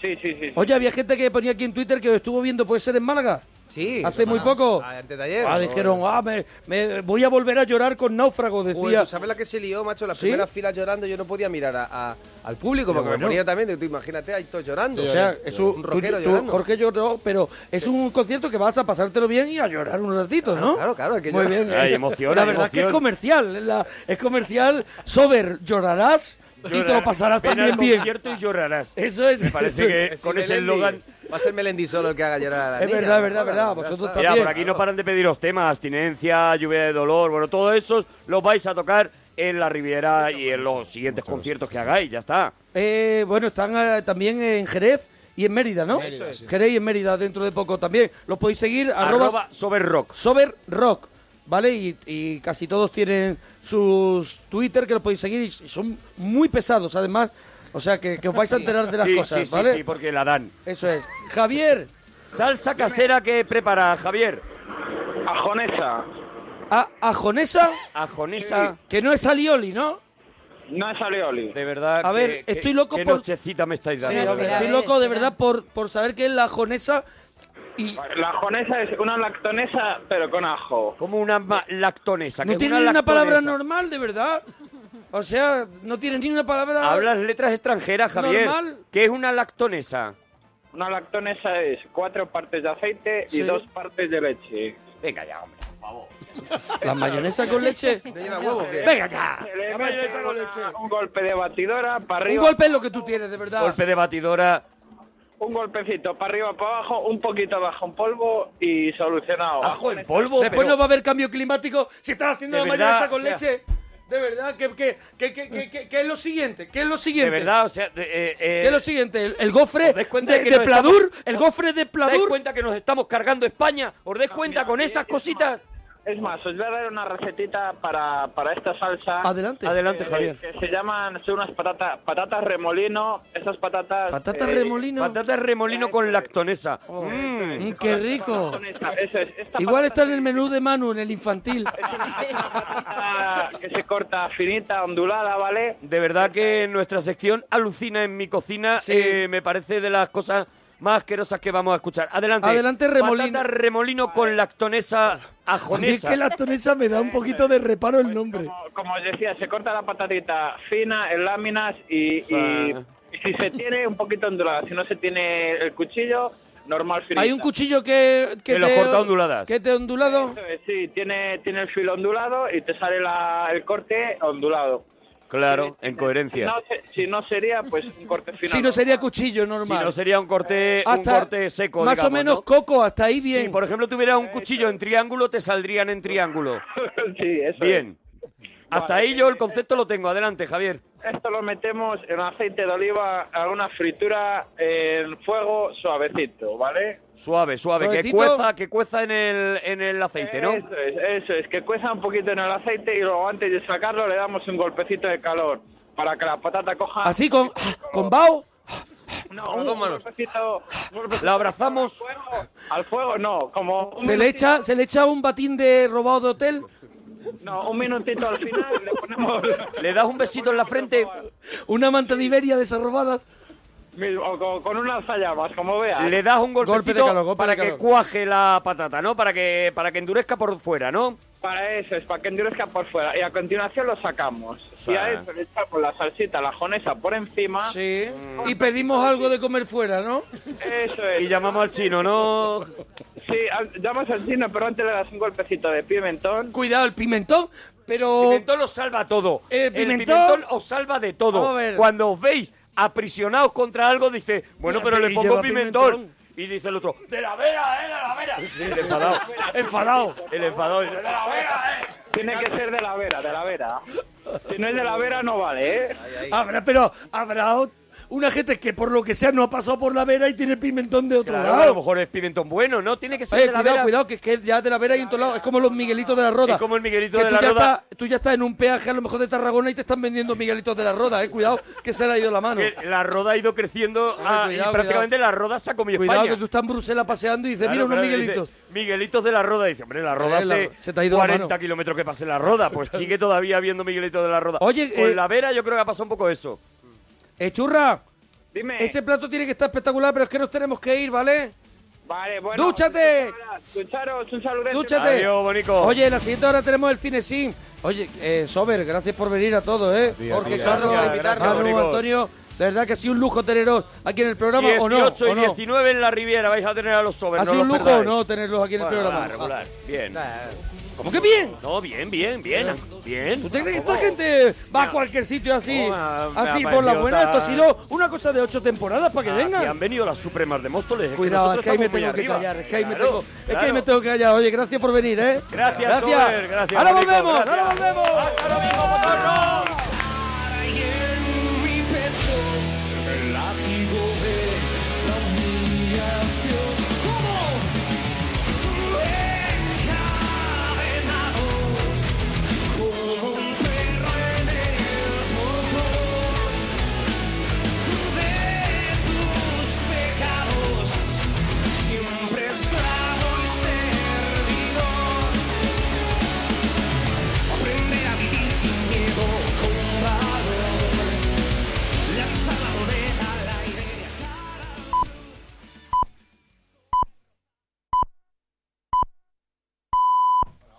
Speaker 14: Sí, sí, sí.
Speaker 2: Oye, había gente que ponía aquí en Twitter que os estuvo viendo, ¿puede ser en Málaga?
Speaker 5: Sí.
Speaker 2: Hace muy poco.
Speaker 5: Antes de ayer.
Speaker 2: Ah, dijeron, ah, me, me- voy a volver a llorar con náufrago, decía.
Speaker 5: Joder, ¿tú ¿sabes la que se lió, macho? Las
Speaker 2: ¿Sí?
Speaker 5: primeras filas llorando, yo no podía mirar a- a- al público,
Speaker 2: Pero
Speaker 5: porque me
Speaker 2: bueno.
Speaker 5: ponía también, digo, tú imagínate, ahí todos llorando.
Speaker 2: O sea, es un, tú-
Speaker 5: rockero
Speaker 2: tú-
Speaker 5: llorando.
Speaker 2: Jorge lloró, pero es un concierto que vas a pasártelo bien y a llorar un ratito, ¿no? Claro,
Speaker 5: claro, hay que
Speaker 2: Muy
Speaker 5: llorar.
Speaker 2: bien.
Speaker 5: Ay, emoción,
Speaker 2: La
Speaker 5: hay
Speaker 2: verdad es que es
Speaker 5: emoción.
Speaker 2: comercial, la- es comercial. Sober, llorarás y te lo
Speaker 4: Llorar-
Speaker 2: pasarás
Speaker 4: ven
Speaker 2: también
Speaker 4: al
Speaker 2: bien.
Speaker 4: concierto y llorarás.
Speaker 2: Eso es.
Speaker 4: Me parece que
Speaker 5: Sí,
Speaker 4: con ese
Speaker 5: Melendi.
Speaker 4: eslogan...
Speaker 5: Va a ser Melendi solo el que haga llorar a la
Speaker 2: Es
Speaker 5: niña.
Speaker 2: verdad, verdad,
Speaker 5: Joder,
Speaker 2: verdad,
Speaker 5: ya
Speaker 2: vosotros
Speaker 5: está.
Speaker 4: Mira, por aquí no paran de pediros temas, abstinencia, lluvia de dolor, bueno, todos esos los vais a tocar en la Riviera y en los siguientes conciertos que hagáis, ya está.
Speaker 2: Eh, bueno, están eh, también en Jerez y en Mérida, ¿no?
Speaker 4: Eso es.
Speaker 2: Jerez y en Mérida dentro de poco también. Los podéis seguir arroba,
Speaker 4: Arroba Sober Rock.
Speaker 2: Sober Rock, ¿vale? Y, y casi todos tienen sus Twitter que los podéis seguir y son muy pesados además. O sea, que, que os vais a enterar de las
Speaker 4: Sí,
Speaker 2: cosas,
Speaker 4: sí, sí,
Speaker 2: ¿vale? Eh,
Speaker 4: sí, porque la dan.
Speaker 2: Eso es. Javier,
Speaker 4: salsa casera que prepara Javier.
Speaker 14: Ajonesa.
Speaker 2: A ajonesa,
Speaker 4: Ajonesa.
Speaker 2: que no es alioli, ¿no?
Speaker 14: No es Alioli.
Speaker 4: De verdad.
Speaker 2: A
Speaker 4: que-
Speaker 2: ver,
Speaker 4: que-
Speaker 2: estoy loco
Speaker 4: qué
Speaker 2: por-
Speaker 4: nochecita me estáis
Speaker 2: Sí,
Speaker 4: dando.
Speaker 2: hombre, estoy loco de verdad por, por saber que es la ajonesa.
Speaker 14: La ajonesa es una lactonesa, pero con ajo.
Speaker 4: Como una ma- lactonesa.
Speaker 2: No
Speaker 4: que
Speaker 2: tiene
Speaker 4: una
Speaker 2: ni una
Speaker 4: lactonesa.
Speaker 2: palabra normal, de verdad. O sea, no tiene ni una palabra.
Speaker 4: Hablas letras extranjeras, Javier.
Speaker 2: Normal.
Speaker 4: ¿Qué es una lactonesa?
Speaker 14: Una lactonesa es cuatro partes de aceite
Speaker 4: Sí.
Speaker 14: y dos partes de leche.
Speaker 4: Venga ya, hombre, por favor.
Speaker 2: ¿La mayonesa con leche?
Speaker 5: No lleva huevo, ¿qué?
Speaker 2: Venga ya.
Speaker 14: Se le mete una- Un golpe de batidora para
Speaker 2: Un
Speaker 14: arriba.
Speaker 2: golpe es lo que tú tienes, de verdad.
Speaker 4: Golpe de batidora.
Speaker 14: Un golpecito para arriba, para abajo, un poquito de ajo en polvo y solucionado. este.
Speaker 4: Ajo en polvo.
Speaker 2: Después
Speaker 4: pero-
Speaker 2: no va a haber cambio climático si estás haciendo
Speaker 4: De
Speaker 2: la
Speaker 4: verdad,
Speaker 2: mayonesa con
Speaker 4: o sea-
Speaker 2: leche. De verdad, ¿qué, qué, qué- qué- qué- qué- qué es lo siguiente? ¿Qué es lo
Speaker 4: De
Speaker 2: siguiente?
Speaker 4: verdad, o sea. de- eh, eh,
Speaker 2: ¿Qué es lo siguiente? ¿El, el gofre
Speaker 4: ¿Os dais
Speaker 2: de,
Speaker 4: cuenta que
Speaker 2: de
Speaker 4: nos
Speaker 2: Pladur?
Speaker 4: estamos-
Speaker 2: ¿El gofre de
Speaker 4: ¿Os dais
Speaker 2: Pladur?
Speaker 4: cuenta que nos estamos cargando España? ¿Os dais cuenta con esas cositas?
Speaker 14: Es más, os voy a dar una recetita para, para esta salsa.
Speaker 2: Adelante.
Speaker 4: Adelante,
Speaker 14: Eh,
Speaker 4: Javier.
Speaker 14: Que se llaman, son unas patatas, patatas remolino. Esas patatas.
Speaker 4: Patata
Speaker 14: eh,
Speaker 4: remolino. Patata remolino con lactonesa. Mm.
Speaker 2: Mm, qué rico.
Speaker 14: esa- Eso es, esta
Speaker 2: Igual está en el menú de Manu, en el infantil.
Speaker 14: patata que se corta finita, ondulada, ¿vale?
Speaker 4: De verdad que nuestra sección alucina en mi cocina. eh, me parece de las cosas más asquerosas que vamos a escuchar. Adelante.
Speaker 2: Adelante, remolino.
Speaker 4: Patata remolino con lactonesa
Speaker 2: A mí es
Speaker 4: ajonesa.
Speaker 2: que la tonesa me da un poquito de reparo
Speaker 4: Pues
Speaker 2: el nombre.
Speaker 14: Como os decía, se corta la patatita fina en láminas y, y-
Speaker 2: Ah.
Speaker 14: y si se tiene un poquito ondulada, si no se tiene el cuchillo, normal finita.
Speaker 2: Hay un cuchillo que, que
Speaker 14: Que lo corta onduladas.
Speaker 2: Que te ondulado.
Speaker 14: Eso es, Sí, tiene, tiene el filo ondulado y te sale la- el corte ondulado.
Speaker 4: Claro, en coherencia.
Speaker 14: No, se- si no sería, pues un corte final.
Speaker 2: Si no sería cuchillo normal.
Speaker 4: Si no sería un corte, un
Speaker 2: Hasta-
Speaker 4: corte seco.
Speaker 2: Más o
Speaker 4: digamos,
Speaker 2: menos
Speaker 4: ¿no?
Speaker 2: coco, hasta ahí bien.
Speaker 4: Si, por ejemplo, tuviera un cuchillo en triángulo, te saldrían en triángulo.
Speaker 14: sí, eso
Speaker 4: Bien. Hasta ahí yo el concepto lo tengo. Adelante, Javier.
Speaker 14: Esto lo metemos en aceite de oliva, alguna fritura en fuego suavecito, ¿vale?
Speaker 4: Suave, suave. Que
Speaker 14: Suavecito.
Speaker 4: cueza, que cueza en el, en el aceite, ¿no?
Speaker 14: Eso es, eso es, que cueza un poquito en el aceite y luego antes de sacarlo le damos un golpecito de calor para que la patata
Speaker 4: Ah,
Speaker 14: coja...
Speaker 2: Así con, ah, con bao.
Speaker 14: No, un golpecito...
Speaker 4: La abrazamos.
Speaker 14: Al fuego, no, como... un
Speaker 2: Se le echa, se le echa un batín de robado de hotel.
Speaker 14: No, un minutito al final le ponemos...
Speaker 4: Le das un besito en la frente.
Speaker 2: Una manta de Iberia de esas robadas.
Speaker 14: O con, con unas llamas, como veas.
Speaker 4: Le das un golpecito
Speaker 2: Golpe de calor, golpe
Speaker 4: para
Speaker 2: de
Speaker 4: que
Speaker 2: calor.
Speaker 4: cuaje la patata, ¿no? Para que, para que endurezca por fuera, ¿no?
Speaker 14: Para eso, es para que endurezca por fuera. Y a continuación lo sacamos.
Speaker 4: sea-
Speaker 14: Y a eso le echamos la salsita, la jonesa por encima.
Speaker 2: Sí. Y pedimos algo de comer fuera, ¿no?
Speaker 14: Eso es.
Speaker 4: Mm. Y llamamos al chino, ¿no?
Speaker 14: Sí, al- llamas al chino, pero antes le das un golpecito de pimentón.
Speaker 2: Cuidado, el pimentón, pero...
Speaker 4: pimentón lo salva todo.
Speaker 2: El pimentón-
Speaker 4: os salva de
Speaker 2: Vamos
Speaker 4: todo.
Speaker 2: a ver.
Speaker 4: Cuando os veis aprisionados contra algo, dice, bueno,
Speaker 2: Mira,
Speaker 4: pero
Speaker 2: pero
Speaker 4: le
Speaker 2: y
Speaker 4: pongo
Speaker 2: lleva
Speaker 4: pimentón.
Speaker 2: pimentón.
Speaker 4: Y dice el otro, de la vera, eh, de la vera. el enfadado.
Speaker 2: enfadado.
Speaker 4: El enfadado. dice, "De la eh. vera".
Speaker 14: Tiene que ser de la vera, de la vera. Si no es de la vera, no vale, ¿eh?
Speaker 2: Habrá, pero habrá ot- una gente que por lo que sea no ha pasado por la vera y tiene pimentón de otro
Speaker 4: Claro, a lo
Speaker 2: lado.
Speaker 4: mejor es pimentón bueno, ¿no? Tiene que ser
Speaker 2: Oye,
Speaker 4: de la
Speaker 2: cuidado,
Speaker 4: vera.
Speaker 2: cuidado, que es que ya de la vera y en todos lados. Es como los Miguelitos de la Roda.
Speaker 4: Es como el Miguelito
Speaker 2: Que
Speaker 4: de
Speaker 2: tú
Speaker 4: la
Speaker 2: ya
Speaker 4: Roda.
Speaker 2: estás- tú ya estás en un peaje a lo mejor de Tarragona y te están vendiendo Miguelitos de la Roda, eh. Cuidado, que se le ha ido la mano.
Speaker 4: que la roda ha ido creciendo ah,
Speaker 2: cuidado,
Speaker 4: y prácticamente la roda se ha comido
Speaker 2: Cuidado,
Speaker 4: España.
Speaker 2: que tú estás en Bruselas paseando y dices,
Speaker 4: Claro,
Speaker 2: mira unos
Speaker 4: claro, dice,
Speaker 2: Miguelitos.
Speaker 4: Miguelitos de la Roda. Dice, hombre, la Roda
Speaker 2: Eh, la-
Speaker 4: hace
Speaker 2: se te ha ido la
Speaker 4: 40
Speaker 2: mano.
Speaker 4: kilómetros que pase la Roda. Pues sigue todavía viendo Miguelitos de la Roda.
Speaker 2: Oye,
Speaker 4: Con
Speaker 2: eh,
Speaker 4: la Vera yo creo que ha pasado un poco eso.
Speaker 2: Eh, churra,
Speaker 14: Dime.
Speaker 2: ese plato tiene que estar espectacular, pero es que nos tenemos que ir, ¿vale?
Speaker 14: Vale, bueno.
Speaker 2: ¡Dúchate!
Speaker 14: Escucharos, un saludo.
Speaker 2: ¡Dúchate!
Speaker 4: Adiós, bonico.
Speaker 2: Oye, la siguiente hora tenemos el cine sin. Oye, eh, Sober, gracias por venir a todos, ¿eh?
Speaker 4: ti,
Speaker 2: Jorge,
Speaker 4: a ti,
Speaker 2: Carlos,
Speaker 4: gracias, gracias,
Speaker 2: Manu,
Speaker 4: bonicos.
Speaker 2: Antonio, de verdad que ha sido un lujo teneros aquí en el programa, ¿o no?
Speaker 4: 18
Speaker 2: ¿O
Speaker 4: y
Speaker 2: no?
Speaker 4: 19 en la Riviera vais a tener a los sobres.
Speaker 2: ¿Ha
Speaker 4: no
Speaker 2: sido
Speaker 4: lo
Speaker 2: un lujo
Speaker 4: perdáis.
Speaker 2: o no tenerlos aquí en el
Speaker 4: Bueno,
Speaker 2: programa? Ah,
Speaker 4: regular, regular. Bien.
Speaker 2: ¿Cómo que bien?
Speaker 4: No, bien, bien, bien. Bien.
Speaker 2: ¿Tú te crees que esta gente va a cualquier sitio así?
Speaker 4: ¿Cómo ha- me
Speaker 2: Así,
Speaker 4: ha
Speaker 2: ah, por la
Speaker 4: parecido
Speaker 2: buena. Esto ha
Speaker 4: tan-
Speaker 2: sido una cosa de ocho temporadas para que
Speaker 4: Ah,
Speaker 2: vengan.
Speaker 4: que han venido las Supremas de Móstoles. es que
Speaker 2: Cuidado,
Speaker 4: nosotros
Speaker 2: es que ahí me
Speaker 4: estamos muy
Speaker 2: tengo que
Speaker 4: arriba.
Speaker 2: callar, es que ahí me
Speaker 4: Claro,
Speaker 2: tengo, es que ahí
Speaker 4: claro.
Speaker 2: me tengo que callar. Oye, gracias por venir, ¿eh?
Speaker 4: Gracias, Soler, gracias,
Speaker 2: Ahora
Speaker 4: Bonico,
Speaker 2: volvemos,
Speaker 4: gracias.
Speaker 2: ahora volvemos.
Speaker 1: En mi pecho, el látigo de la humillación. ¿Cómo? Encadenado como un perro en el motor de tus pecados, siempre esclavo y servidor. Aprende a vivir sin miedo con valor. Lanza la moneda al aire.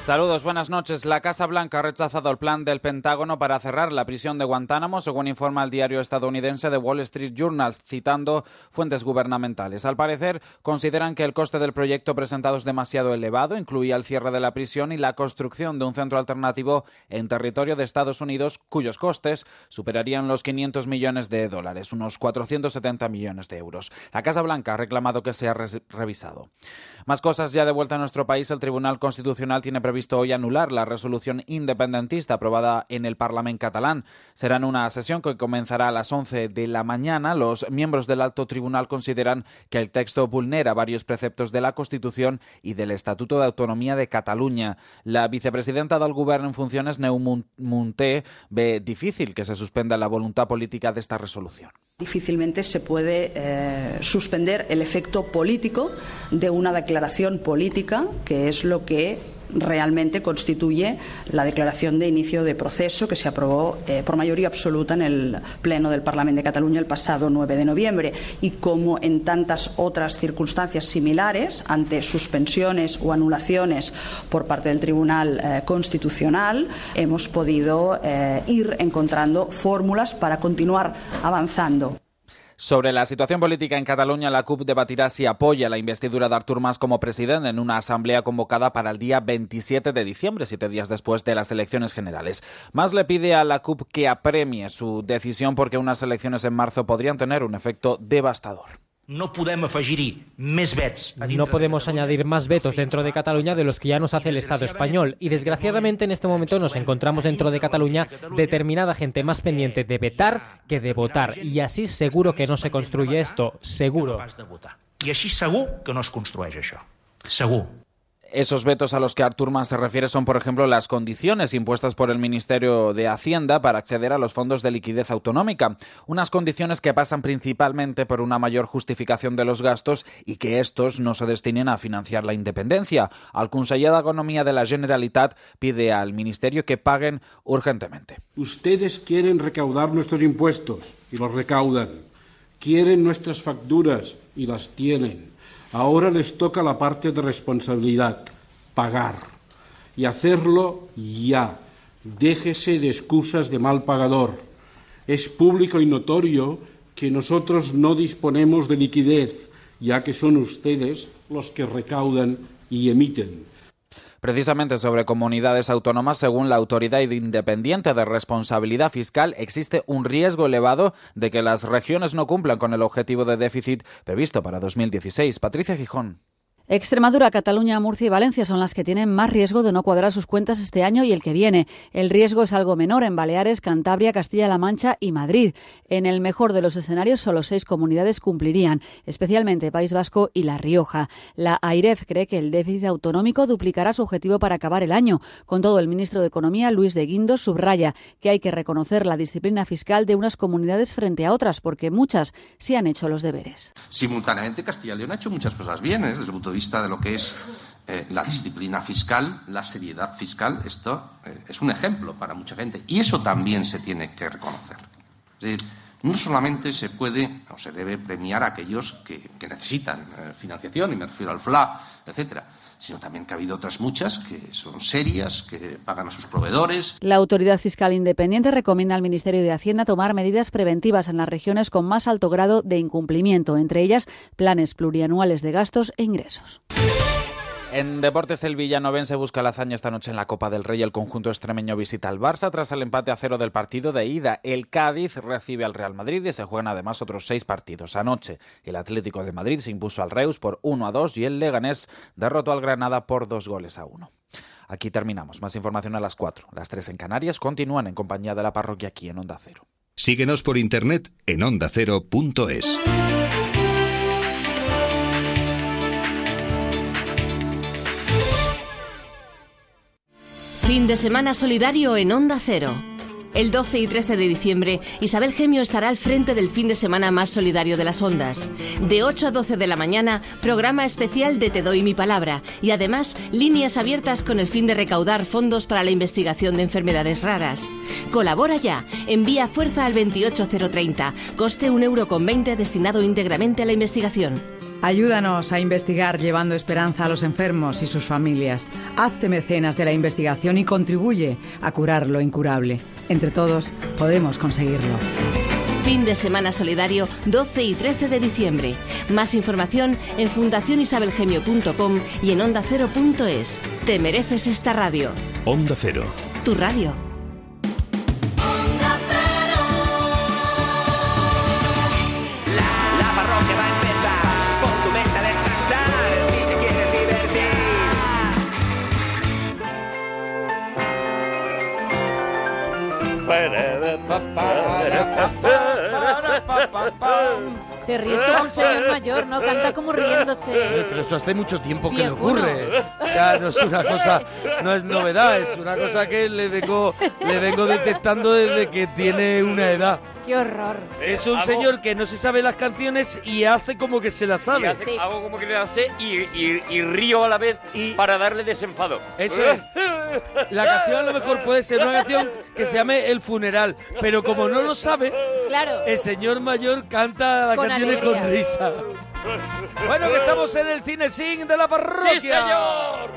Speaker 15: Saludos, buenas noches. La Casa Blanca ha rechazado el plan del Pentágono para cerrar la prisión de Guantánamo, según informa el diario estadounidense The Wall Street Journal, citando fuentes gubernamentales. Al parecer, consideran que el coste del proyecto presentado es demasiado elevado, incluía el cierre de la prisión y la construcción de un centro alternativo en territorio de Estados Unidos, cuyos costes superarían los 500 millones de dólares, unos 470 millones de euros. La Casa Blanca ha reclamado que sea res- revisado. Más cosas ya de vuelta a nuestro país. El Tribunal Constitucional tiene previsto hoy anular la resolución independentista aprobada en el Parlamento catalán. Será en una sesión que comenzará a las 11 de la mañana. Los miembros del alto tribunal consideran que el texto vulnera varios preceptos de la Constitución y del Estatuto de Autonomía de Cataluña. La vicepresidenta del Gobierno en funciones, Neu Mun- Munté, ve difícil que se suspenda la voluntad política de esta resolución.
Speaker 16: Difícilmente se puede eh, suspender el efecto político de una declaración política, que es lo que realmente constituye la declaración de inicio de proceso que se aprobó eh, por mayoría absoluta en el Pleno del Parlamento de Cataluña el pasado 9 de noviembre. Y como en tantas otras circunstancias similares, ante suspensiones o anulaciones por parte del Tribunal eh, Constitucional, hemos podido eh, ir encontrando fórmulas para continuar avanzando.
Speaker 15: Sobre la situación política en Cataluña, la CUP debatirá si apoya la investidura de Artur Mas como presidente en una asamblea convocada para el día 27 de diciembre, siete días después de las elecciones generales. Mas le pide a la CUP que apremie su decisión porque unas elecciones en marzo podrían tener un efecto devastador.
Speaker 17: No podemos afegir més vets a
Speaker 18: No
Speaker 17: dintre
Speaker 18: podemos añadir más vetos dentro de Cataluña de los que ya nos hace el Estado español. Y desgraciadamente en este momento nos encontramos dentro de Cataluña determinada gente más pendiente de vetar que de votar. Y así seguro que no se construye esto, seguro.
Speaker 17: I així segur que no es construeix això. Segur.
Speaker 15: Esos vetos a los que Artur Mas se refiere son, por ejemplo, las condiciones impuestas por el Ministerio de Hacienda para acceder a los fondos de liquidez autonómica, unas condiciones que pasan principalmente por una mayor justificación de los gastos y que estos no se destinen a financiar la independencia. Al Conseller d'Economia de la Generalitat pide al Ministerio que paguen urgentemente.
Speaker 19: Ustedes quieren recaudar nuestros impuestos y los recaudan. Quieren nuestras facturas y las tienen. Ahora les toca la parte de responsabilidad, pagar. Y hacerlo ya. Déjese de excusas de mal pagador. Es público y notorio que nosotros no disponemos de liquidez, ya que son ustedes los que recaudan y emiten.
Speaker 15: Precisamente sobre comunidades autónomas, según la Autoridad Independiente de Responsabilidad Fiscal, existe un riesgo elevado de que las regiones no cumplan con el objetivo de déficit previsto para 2016. Patricia Gijón.
Speaker 20: Extremadura, Cataluña, Murcia y Valencia son las que tienen más riesgo de no cuadrar sus cuentas este año y el que viene. El riesgo es algo menor en Baleares, Cantabria, Castilla-La Mancha y Madrid. En el mejor de los escenarios, solo seis comunidades cumplirían, especialmente País Vasco y La Rioja. La AIREF cree que el déficit autonómico duplicará su objetivo para acabar el año. Con todo, el ministro de Economía, Luis de Guindos, subraya que hay que reconocer la disciplina fiscal de unas comunidades frente a otras, porque muchas sí han hecho los deberes.
Speaker 9: Simultáneamente, Castilla y León ha hecho muchas cosas bien, ¿eh? desde el punto de vista de lo que es eh, la disciplina fiscal, la seriedad fiscal. Esto eh, es un ejemplo para mucha gente. Y eso también se tiene que reconocer. Es decir, no solamente se puede o se debe premiar a aquellos que, que necesitan eh, financiación, y me refiero al FLA, etcétera, sino también que ha habido otras muchas que son serias, que pagan a sus proveedores,
Speaker 20: La Autoridad Fiscal Independiente recomienda al Ministerio de Hacienda tomar medidas preventivas en las regiones con más alto grado de incumplimiento, entre ellas planes plurianuales de gastos e ingresos.
Speaker 15: En deportes, el villanovense busca la hazaña esta noche en la Copa del Rey. El conjunto extremeño visita al Barça tras el empate a cero del partido de ida. El Cádiz recibe al Real Madrid y se juegan además otros seis partidos. Anoche, el Atlético de Madrid se impuso al Reus por 1 a 2 y el Leganés derrotó al Granada por dos goles a uno. Aquí terminamos. Más información a las 4. Las 3 en Canarias continúan en compañía de la parroquia aquí en Onda Cero.
Speaker 21: Síguenos por internet en ondacero.es.
Speaker 22: Fin de semana solidario en Onda Cero. El 12 y 13 de diciembre, Isabel Gemio estará al frente del fin de semana más solidario de las ondas. De 8 a 12 de la mañana, programa especial de Te doy mi palabra y además líneas abiertas con el fin de recaudar fondos para la investigación de enfermedades raras. Colabora ya, envía fuerza al 28030, coste un euro con 20 destinado íntegramente a la investigación.
Speaker 23: Ayúdanos a investigar llevando esperanza a los enfermos y sus familias. Hazte mecenas de la investigación y contribuye a curar lo incurable. Entre todos podemos conseguirlo.
Speaker 22: Fin de semana solidario 12 y 13 de diciembre. Más información en fundacionisabelgemio.com y en ondacero.es. Te mereces esta radio.
Speaker 21: Onda Cero.
Speaker 22: Tu radio.
Speaker 1: La parroquia va a empezar, pon tu mente a descansar, si te quieres divertir.
Speaker 3: Te ríes como un señor mayor, ¿no? Canta como riéndose.
Speaker 2: Pero eso hace mucho tiempo que le
Speaker 3: Viejuno.
Speaker 2: ocurre. O sea, no es una cosa, no es novedad, es una cosa que le vengo, le vengo detectando desde que tiene una edad.
Speaker 3: ¡Qué horror!
Speaker 2: Es
Speaker 4: Eh,
Speaker 2: un señor que no se sabe las canciones y hace como que se las
Speaker 4: Y
Speaker 2: sabe.
Speaker 4: hace- Hago como que le hace y, y- y río a la vez para darle desenfado.
Speaker 2: Eso es. La canción a lo mejor puede ser una canción que se llame El funeral, pero como no lo sabe,
Speaker 3: Claro.
Speaker 2: el señor mayor canta las
Speaker 3: Con
Speaker 2: canciones con
Speaker 3: alegría.
Speaker 2: risa. Bueno, que estamos en el cine sin de la parroquia.
Speaker 1: señor!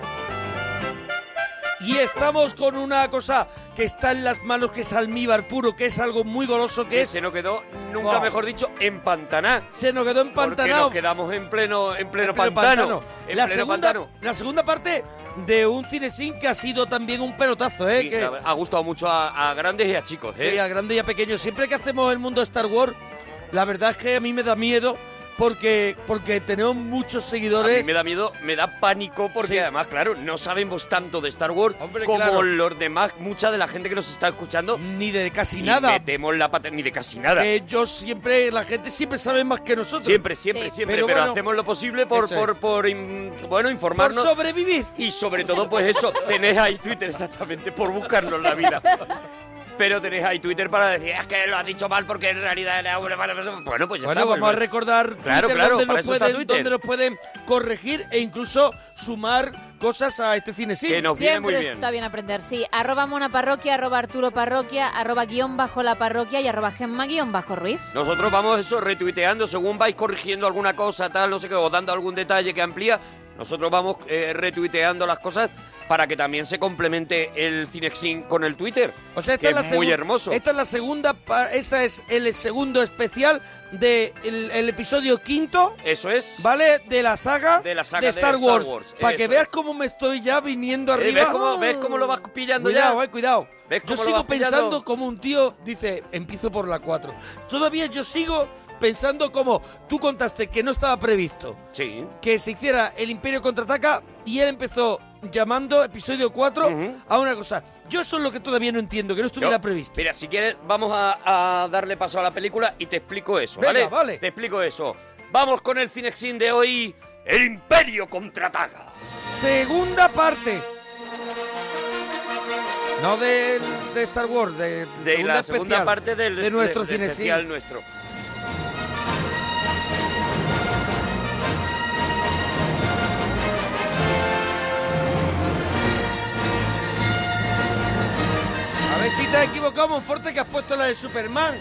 Speaker 2: Y estamos con una cosa que está en las manos, que es almíbar puro, que es algo muy goloso, que es... Oh.
Speaker 4: Se nos quedó, nunca mejor dicho, empantaná.
Speaker 2: Se nos quedó empantanado.
Speaker 4: Porque nos quedamos en pleno, en pleno,
Speaker 2: Pero
Speaker 4: pantano. En
Speaker 2: la,
Speaker 4: pleno
Speaker 2: segunda,
Speaker 4: pantano.
Speaker 2: la segunda parte de un cinesín que ha sido también un pelotazo, ¿eh?
Speaker 4: Sí,
Speaker 2: que,
Speaker 4: la verdad, Ha gustado mucho a, a grandes y a chicos, ¿eh?
Speaker 2: Sí, a grande y a pequeño. Siempre que hacemos el mundo Star Wars, la verdad es que a mí me da miedo porque, porque tenemos muchos seguidores.
Speaker 4: A mí me da miedo, me da pánico porque
Speaker 2: Sí.
Speaker 4: además, claro, no sabemos tanto de Star Wars como
Speaker 2: claro.
Speaker 4: los demás, mucha de la gente que nos está escuchando.
Speaker 2: Ni de casi
Speaker 4: Ni
Speaker 2: nada.
Speaker 4: metemos la pata, ni de casi nada.
Speaker 2: Que yo siempre, la gente siempre sabe más que nosotros.
Speaker 4: Siempre, siempre, siempre, pero,
Speaker 2: bueno,
Speaker 4: hacemos lo posible por,
Speaker 2: eso es.
Speaker 4: por, por in- bueno, informarnos.
Speaker 2: Por sobrevivir.
Speaker 4: Y sobre todo, pues eso, tenéis ahí Twitter exactamente por buscarnos la vida. Pero tenéis ahí Twitter para decir, es que lo has dicho mal porque en realidad era una mala persona". Bueno, pues ya
Speaker 2: Bueno,
Speaker 4: está.
Speaker 2: vamos
Speaker 4: pues,
Speaker 2: a recordar
Speaker 4: Claro,
Speaker 2: Twitter,
Speaker 4: claro,
Speaker 2: donde,
Speaker 4: para
Speaker 2: nos
Speaker 4: eso está
Speaker 2: pueden,
Speaker 4: Twitter.
Speaker 2: donde nos pueden corregir e incluso sumar cosas a este cine sí.
Speaker 4: Que nos
Speaker 3: Siempre está bien aprender, sí. Arroba Mona Parroquia, arroba Arturo Parroquia, arroba guión bajo la parroquia y arroba Gemma guión bajo Ruiz.
Speaker 4: Nosotros vamos eso retuiteando según vais corrigiendo alguna cosa, tal, no sé qué, o dando algún detalle que amplía. Nosotros vamos eh, retuiteando las cosas para que también se complemente el Cinexin con el Twitter.
Speaker 2: O sea,
Speaker 4: que
Speaker 2: esta es, la
Speaker 4: es muy
Speaker 2: segun-
Speaker 4: hermoso.
Speaker 2: Esta es la segunda, pa- esa es el segundo especial del el episodio quinto.
Speaker 4: Eso es.
Speaker 2: ¿Vale? De la saga de,
Speaker 4: la saga de
Speaker 2: Star,
Speaker 4: Star
Speaker 2: Wars.
Speaker 4: Wars,
Speaker 2: Para que
Speaker 4: eso
Speaker 2: veas cómo me estoy ya viniendo
Speaker 4: Eh, ¿ves
Speaker 2: arriba.
Speaker 4: cómo- ves cómo lo vas pillando ya?
Speaker 2: cuidado, eh, cuidado.
Speaker 4: ¿Ves
Speaker 2: Yo
Speaker 4: cómo lo
Speaker 2: sigo
Speaker 4: vas pillando?
Speaker 2: pensando como un tío dice, empiezo por la 4. Todavía yo sigo pensando como tú contaste que no estaba previsto
Speaker 4: Sí.
Speaker 2: que se hiciera el Imperio contraataca y él empezó llamando episodio 4 a una cosa. Yo eso es lo que todavía no entiendo, que no estuviera
Speaker 4: Yo-
Speaker 2: previsto.
Speaker 4: Mira, si quieres, vamos a, a darle paso a la película y te explico eso, ¿vale?
Speaker 2: Venga, vale.
Speaker 4: Te explico eso. Vamos con el Cinexin de hoy. El Imperio contraataca.
Speaker 2: Segunda parte. No de, de Star Wars, de,
Speaker 4: De la segunda
Speaker 2: especial,
Speaker 4: parte del
Speaker 2: de nuestro
Speaker 4: del
Speaker 2: cine
Speaker 4: especial nuestro.
Speaker 2: A ver si te has equivocado, Monforte, que has puesto la de Superman.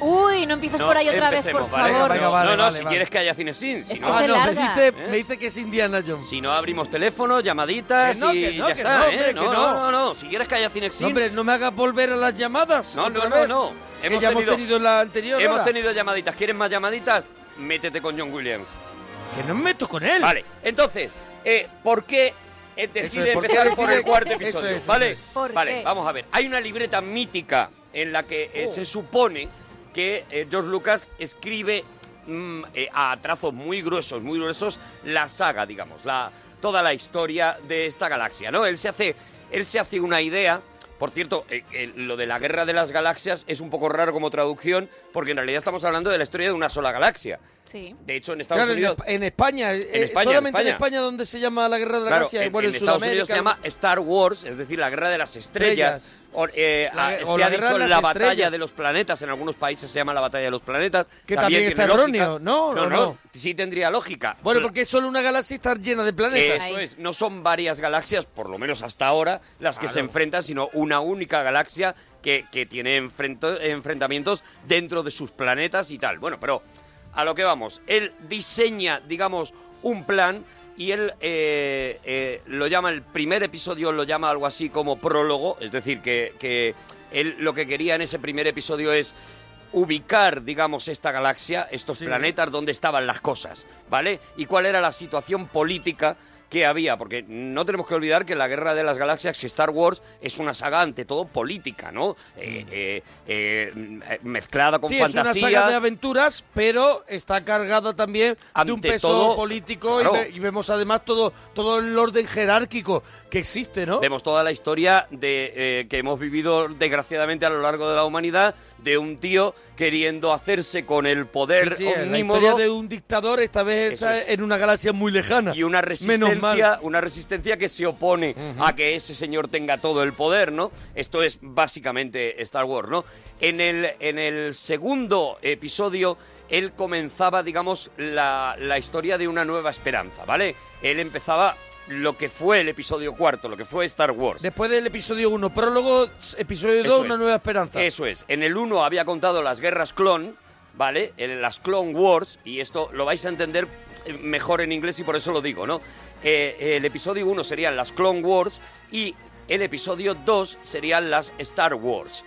Speaker 3: Uy, no empieces por ahí otra vez, por
Speaker 4: empecemos, ¿vale?
Speaker 3: favor.
Speaker 2: Venga,
Speaker 4: No,
Speaker 2: vale,
Speaker 4: no, no,
Speaker 2: vale,
Speaker 4: si
Speaker 2: vale.
Speaker 4: quieres que haya Cinexin. si
Speaker 3: Es
Speaker 4: no-
Speaker 3: que se
Speaker 4: Ah, no,
Speaker 2: Me
Speaker 3: larga.
Speaker 2: dice, me dice que es Indiana Jones.
Speaker 4: Si no abrimos teléfono, llamaditas
Speaker 2: Que no,
Speaker 4: y
Speaker 2: que no,
Speaker 4: ya
Speaker 2: que
Speaker 4: está,
Speaker 2: no,
Speaker 4: ¿eh?
Speaker 2: hombre, que
Speaker 4: no,
Speaker 2: no.
Speaker 4: no, no, no. Si quieres que haya Cinexin...
Speaker 2: No, hombre, no me hagas volver a las llamadas.
Speaker 4: no, no,
Speaker 2: otra
Speaker 4: no,
Speaker 2: vez,
Speaker 4: no.
Speaker 2: que ya hemos tenido en la anterior.
Speaker 4: Hemos
Speaker 2: hora.
Speaker 4: tenido llamaditas. ¿Quieres más llamaditas? Métete con John Williams.
Speaker 2: Que no me meto con él.
Speaker 4: Vale, entonces, eh, ¿por qué eh, decide
Speaker 2: es, ¿por qué
Speaker 4: empezar
Speaker 2: decide
Speaker 4: por el
Speaker 2: que-
Speaker 4: cuarto
Speaker 2: eso
Speaker 4: episodio?
Speaker 2: es, eso
Speaker 4: ¿Vale?
Speaker 2: es. ¿Por
Speaker 4: vale,
Speaker 2: qué?
Speaker 4: vamos a ver. Hay una libreta mítica en la que eh,
Speaker 2: Oh.
Speaker 4: se supone que eh, George Lucas escribe mm, eh, a trazos muy gruesos, muy gruesos, la saga, digamos, la, toda la historia de esta galaxia, ¿no? Él se hace, él se hace una idea. Por cierto, eh, eh, lo de la guerra de las galaxias es un poco raro como traducción, porque en realidad estamos hablando de la historia de una sola galaxia.
Speaker 3: Sí.
Speaker 4: De hecho, en Estados
Speaker 2: Claro, en
Speaker 4: Unidos.
Speaker 2: Espa- en España, eh,
Speaker 4: España,
Speaker 2: solamente en
Speaker 4: España.
Speaker 2: España donde se llama la Guerra de la
Speaker 4: Claro,
Speaker 2: Galaxia,
Speaker 4: en,
Speaker 2: bueno,
Speaker 4: en
Speaker 2: en,
Speaker 4: Estados
Speaker 2: Sudamérica
Speaker 4: Unidos se llama Star Wars, es decir, la guerra de las estrellas.
Speaker 2: Estrellas.
Speaker 4: O, eh, a-
Speaker 2: La- o
Speaker 4: se
Speaker 2: la
Speaker 4: ha
Speaker 2: guerra
Speaker 4: dicho
Speaker 2: de las
Speaker 4: la batalla
Speaker 2: estrellas.
Speaker 4: de los planetas, en algunos países se llama la batalla de los planetas.
Speaker 2: Que también
Speaker 4: tiene
Speaker 2: está
Speaker 4: lógica.
Speaker 2: erróneo, ¿no?
Speaker 4: No, no,
Speaker 2: ¿O no?
Speaker 4: sí tendría lógica.
Speaker 2: Bueno, porque es solo una galaxia y está llena de planetas.
Speaker 4: Eso es, no son varias galaxias, por lo menos hasta ahora, las que
Speaker 2: Claro.
Speaker 4: se enfrentan, sino una única galaxia que, que tiene enfrento- enfrentamientos dentro de sus planetas y tal. Bueno, pero a lo que vamos, él diseña, digamos, un plan y él eh, eh, lo llama, el primer episodio lo llama algo así como prólogo, es decir, que, que él lo que quería en ese primer episodio es ubicar, digamos, esta galaxia, estos planetas donde estaban las cosas, ¿vale? Y cuál era la situación política que había, porque no tenemos que olvidar que la Guerra de las Galaxias, que Star Wars es una saga ante todo política, ¿no? Eh, eh, eh, m- eh, mezclada con
Speaker 2: Mm. Sí,
Speaker 4: fantasía.
Speaker 2: es una saga de aventuras, pero está cargada también de un
Speaker 4: Ante
Speaker 2: peso
Speaker 4: todo,
Speaker 2: político y
Speaker 4: claro.
Speaker 2: ve- y, vemos además todo, todo el orden jerárquico que existe, ¿no?
Speaker 4: Vemos toda la historia de eh, que hemos vivido desgraciadamente a lo largo de la humanidad de un tío queriendo hacerse con el poder
Speaker 2: Sí, sí, la
Speaker 4: omnímodo.
Speaker 2: historia de un dictador esta vez está en una galaxia muy lejana.
Speaker 4: y una
Speaker 2: Menos
Speaker 4: resistencia,
Speaker 2: mal.
Speaker 4: una resistencia que se opone a que ese señor tenga todo el poder, ¿no? Esto es básicamente Star Wars, ¿no? En el, en el segundo episodio, él comenzaba, digamos, la, la historia de una nueva esperanza, ¿vale? Él empezaba lo que fue el episodio cuarto, lo que fue Star Wars.
Speaker 2: Después del episodio 1, prólogo, episodio 2,
Speaker 4: Eso
Speaker 2: una
Speaker 4: es.
Speaker 2: nueva esperanza.
Speaker 4: Eso es. En el 1 había contado las guerras clon, ¿vale? En las Clone Wars, y esto lo vais a entender eh, mejor en inglés y por eso lo digo, ¿no? Eh, el episodio 1 serían las Clone Wars y El episodio 2 serían las Star Wars,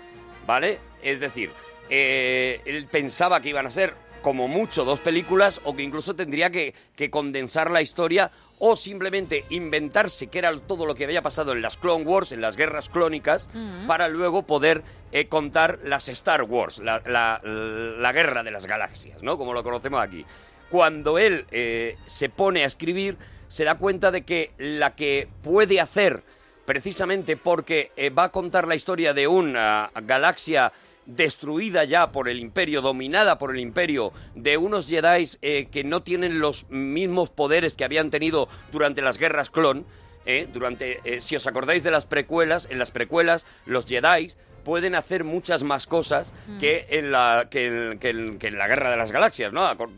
Speaker 4: ¿vale? Es decir, eh, él pensaba que iban a ser como mucho dos películas o que incluso tendría que, que condensar la historia o simplemente inventarse que era todo lo que había pasado en las Clone Wars, en las guerras clónicas,
Speaker 1: Ujú.
Speaker 4: para luego poder eh, contar las Star Wars, la, la- la guerra de las galaxias, ¿no? Como lo conocemos aquí. Cuando él eh, se pone a escribir, se da cuenta de que la que puede hacer, precisamente porque eh, va a contar la historia de una ah, galaxia destruida ya por el imperio, dominada por el imperio, de unos Jedi eh, que no tienen los mismos poderes que habían tenido durante las guerras clon, ¿eh? durante eh, si os acordáis de las precuelas en las precuelas los Jedi pueden hacer muchas más cosas
Speaker 1: Mm.
Speaker 4: que en la que en, que en- que en la guerra de las galaxias no Acor-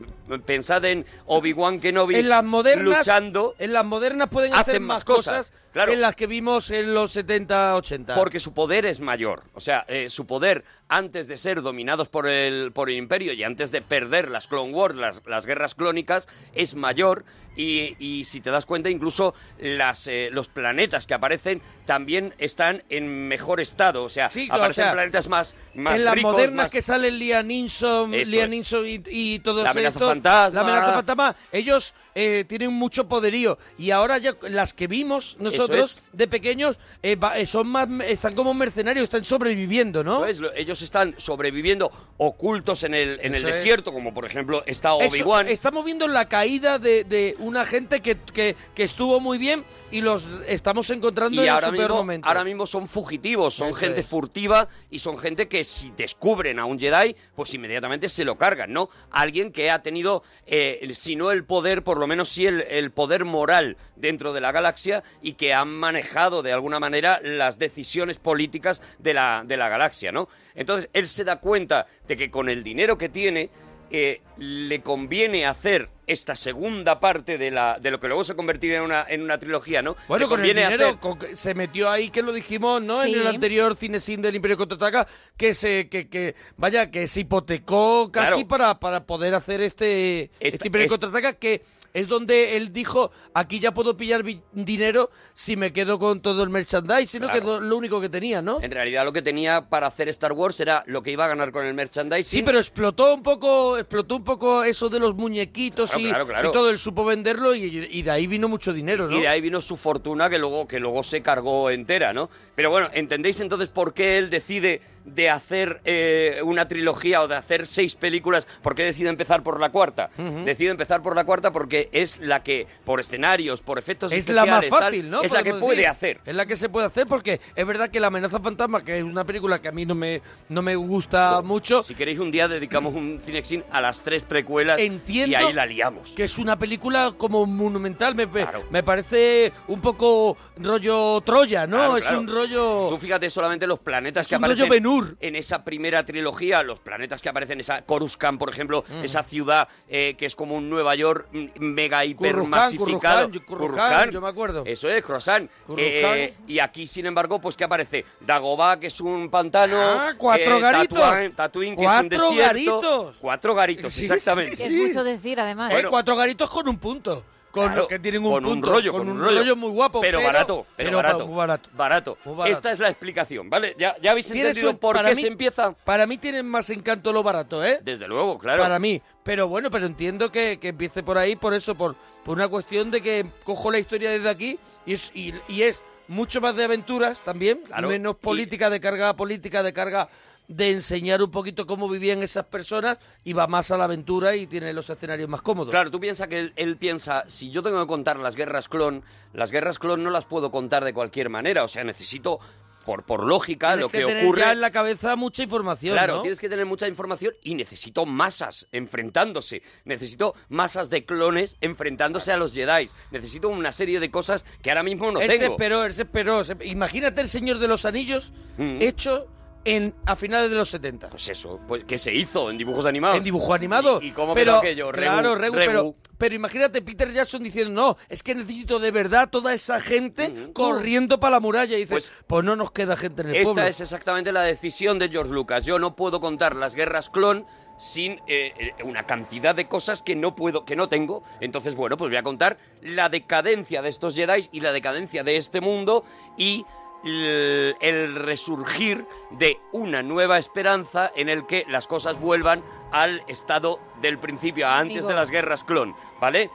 Speaker 4: pensad en Obi Wan Kenobi
Speaker 2: En las modernas,
Speaker 4: luchando
Speaker 2: en las modernas pueden hacer
Speaker 4: hacen
Speaker 2: más,
Speaker 4: más
Speaker 2: cosas,
Speaker 4: cosas, claro.
Speaker 2: que en las que vimos en los 70, 80.
Speaker 4: Porque su poder es mayor. O sea, eh, su poder, antes de ser dominados por el, por el imperio y antes de perder las Clone Wars, las, las guerras clónicas, es mayor. Y, y si te das cuenta, incluso las, eh, los planetas que aparecen también están en mejor estado. O sea,
Speaker 2: o
Speaker 4: aparecen
Speaker 2: sea,
Speaker 4: planetas más, más
Speaker 2: en las
Speaker 4: ricos,
Speaker 2: modernas
Speaker 4: más-
Speaker 2: que salen Liam Neeson,
Speaker 4: Esto
Speaker 2: Liam
Speaker 4: es.
Speaker 2: Neeson y, y todos
Speaker 4: La amenaza
Speaker 2: estos,
Speaker 4: fantasma.
Speaker 2: la amenaza fantasma, ellos eh, tienen mucho poderío y ahora ya las que vimos nosotros
Speaker 4: es.
Speaker 2: de pequeños eh, va- eh, son más están como mercenarios, están sobreviviendo, ¿no?
Speaker 4: Eso es, lo- ellos están sobreviviendo ocultos en el, en el
Speaker 2: Eso es.
Speaker 4: desierto, como por ejemplo está
Speaker 2: Eso,
Speaker 4: Obi-Wan.
Speaker 2: estamos viendo la caída de, de una gente que, que- que estuvo muy bien y los estamos encontrando
Speaker 4: y
Speaker 2: en
Speaker 4: ahora
Speaker 2: su
Speaker 4: mismo,
Speaker 2: peor momento.
Speaker 4: ahora mismo son fugitivos, son
Speaker 2: Eso
Speaker 4: gente
Speaker 2: es.
Speaker 4: furtiva y son gente que si descubren a un Jedi, pues inmediatamente se lo cargan, ¿no? Alguien que ha tenido, eh, el- si no el poder, por lo menos sí el, el poder moral dentro de la galaxia y que han manejado de alguna manera las decisiones políticas de la, de la galaxia, ¿no? Entonces él se da cuenta de que con el dinero que tiene, eh, le conviene hacer esta segunda parte de, la, de lo que luego se convertirá en una, en una trilogía, ¿no?
Speaker 2: Bueno,
Speaker 4: Le
Speaker 2: con el
Speaker 4: conviene
Speaker 2: dinero
Speaker 4: hacer-
Speaker 2: con que- se metió ahí, que lo dijimos, ¿no?
Speaker 4: Sí.
Speaker 2: En el anterior cinesín del Imperio Contraataca, que se, que, que, vaya, que se hipotecó casi
Speaker 4: Claro.
Speaker 2: para, para poder hacer este, este Imperio
Speaker 4: es-
Speaker 2: Contraataca, que es donde él dijo, aquí ya puedo pillar vi- dinero si me quedo con todo el merchandising, ¿no?
Speaker 4: Claro.
Speaker 2: que es lo- lo único que tenía, ¿no?
Speaker 4: En realidad lo que tenía para hacer Star Wars era lo que iba a ganar con el merchandising.
Speaker 2: Sí, pero explotó un poco, explotó un poco eso de los muñequitos
Speaker 4: Claro,
Speaker 2: y,
Speaker 4: claro, claro.
Speaker 2: y todo. Él supo venderlo y, y de ahí vino mucho dinero, ¿no?
Speaker 4: Y de ahí vino su fortuna que luego, que luego se cargó entera, ¿no? Pero bueno, ¿entendéis entonces por qué él decide de hacer eh, una trilogía o de hacer seis películas? ¿Por qué decide empezar por la cuarta?
Speaker 2: Ujú.
Speaker 4: Decide empezar por la cuarta porque es la que, por escenarios, por efectos
Speaker 2: es la más
Speaker 4: especiales, tal,
Speaker 2: fácil, ¿no?
Speaker 4: Es la que
Speaker 2: Podemos
Speaker 4: puede
Speaker 2: decir.
Speaker 4: hacer.
Speaker 2: Es la que se puede hacer porque es verdad que La amenaza fantasma, que es una película que a mí no me, no me gusta mucho,
Speaker 4: Si queréis un día dedicamos un Cinexin a las tres precuelas y
Speaker 2: Entiendo
Speaker 4: ahí la liamos.
Speaker 2: que es una película como monumental, me, me- me parece un poco rollo Troya, ¿no?
Speaker 4: Claro,
Speaker 2: es
Speaker 4: claro.
Speaker 2: un rollo...
Speaker 4: Tú fíjate solamente los planetas que
Speaker 2: un rollo
Speaker 4: aparecen en esa primera trilogía, los planetas que aparecen, esa Coruscant, por ejemplo,
Speaker 2: Mm.
Speaker 4: esa ciudad eh, que es como un Nueva York mm, mega hiper
Speaker 2: Corruján,
Speaker 4: masificado.
Speaker 2: Corruján, Corruján, yo me acuerdo.
Speaker 4: Eso es, Croissant.
Speaker 2: Corruján.
Speaker 4: Eh, y aquí, sin embargo, pues que aparece Dagobah, que es un pantano. eh,
Speaker 2: Ah, cuatro garitos.
Speaker 4: Tatooine, Tatooine, que es un
Speaker 2: Cuatro
Speaker 4: desierto.
Speaker 2: garitos.
Speaker 4: Cuatro garitos,
Speaker 2: Sí,
Speaker 4: exactamente.
Speaker 3: Que es mucho decir,
Speaker 4: Ah,
Speaker 3: además.
Speaker 2: Eh, cuatro garitos con un punto. Con,
Speaker 4: Claro,
Speaker 2: que tienen un
Speaker 4: con
Speaker 2: punto,
Speaker 4: rollo,
Speaker 2: con, un
Speaker 4: rollo,
Speaker 2: muy guapo.
Speaker 4: pero, barato, pero, barato,
Speaker 2: muy barato.
Speaker 4: barato.
Speaker 2: Muy barato.
Speaker 4: Esta es la explicación, ¿vale? Ya, ya habéis
Speaker 2: Tiene
Speaker 4: entendido
Speaker 2: su-
Speaker 4: por
Speaker 2: para
Speaker 4: qué
Speaker 2: mí-
Speaker 4: se empieza.
Speaker 2: Para mí tienen más encanto lo barato, ¿eh?
Speaker 4: Desde luego, claro.
Speaker 2: Para mí. Pero bueno, pero entiendo que, que empiece por ahí, por eso, por, por una cuestión de que cojo la historia desde aquí y es, y, y es mucho más de aventuras también,
Speaker 4: Claro,
Speaker 2: menos
Speaker 4: y-
Speaker 2: política de carga, política de carga de enseñar un poquito cómo vivían esas personas y va más a la aventura y tiene los escenarios más cómodos.
Speaker 4: Claro, tú piensas que él, él piensa, si yo tengo que contar las guerras clon, las guerras clon no las puedo contar de cualquier manera, o sea, necesito por, por lógica
Speaker 2: Tienes
Speaker 4: lo que,
Speaker 2: tener
Speaker 4: ocurre.
Speaker 2: ya en la cabeza mucha información.
Speaker 4: Claro,
Speaker 2: ¿no?
Speaker 4: tienes que tener mucha información y necesito masas enfrentándose. Necesito masas de clones enfrentándose a los Jedi. Necesito una serie de cosas que ahora mismo no
Speaker 2: él se
Speaker 4: tengo.
Speaker 2: esperó, él se esperó. se- Imagínate el Señor de los Anillos hecho en a finales de los 70.
Speaker 4: Mm. Pues eso, pues que se hizo en dibujos animados.
Speaker 2: En dibujo animado.
Speaker 4: ¿Y, y cómo
Speaker 2: pero,
Speaker 4: quedó aquello? Regu,
Speaker 2: Claro, Regu,
Speaker 4: Regu.
Speaker 2: Pero, pero imagínate Peter Jackson diciendo, no, es que necesito de verdad toda esa gente
Speaker 4: Mm,
Speaker 2: corriendo para la muralla. Y dices, pues, no nos queda gente en el
Speaker 4: Esta
Speaker 2: pueblo.
Speaker 4: es exactamente la decisión de George Lucas. Yo no puedo contar las guerras clon sin eh, eh, una cantidad de cosas que no puedo, que no tengo. Entonces, bueno, pues voy a contar la decadencia de estos Jedi y la decadencia de este mundo y l- el resurgir de una nueva esperanza en el que las cosas vuelvan al estado del principio, a antes
Speaker 2: Amigo.
Speaker 4: de las guerras clon, ¿vale?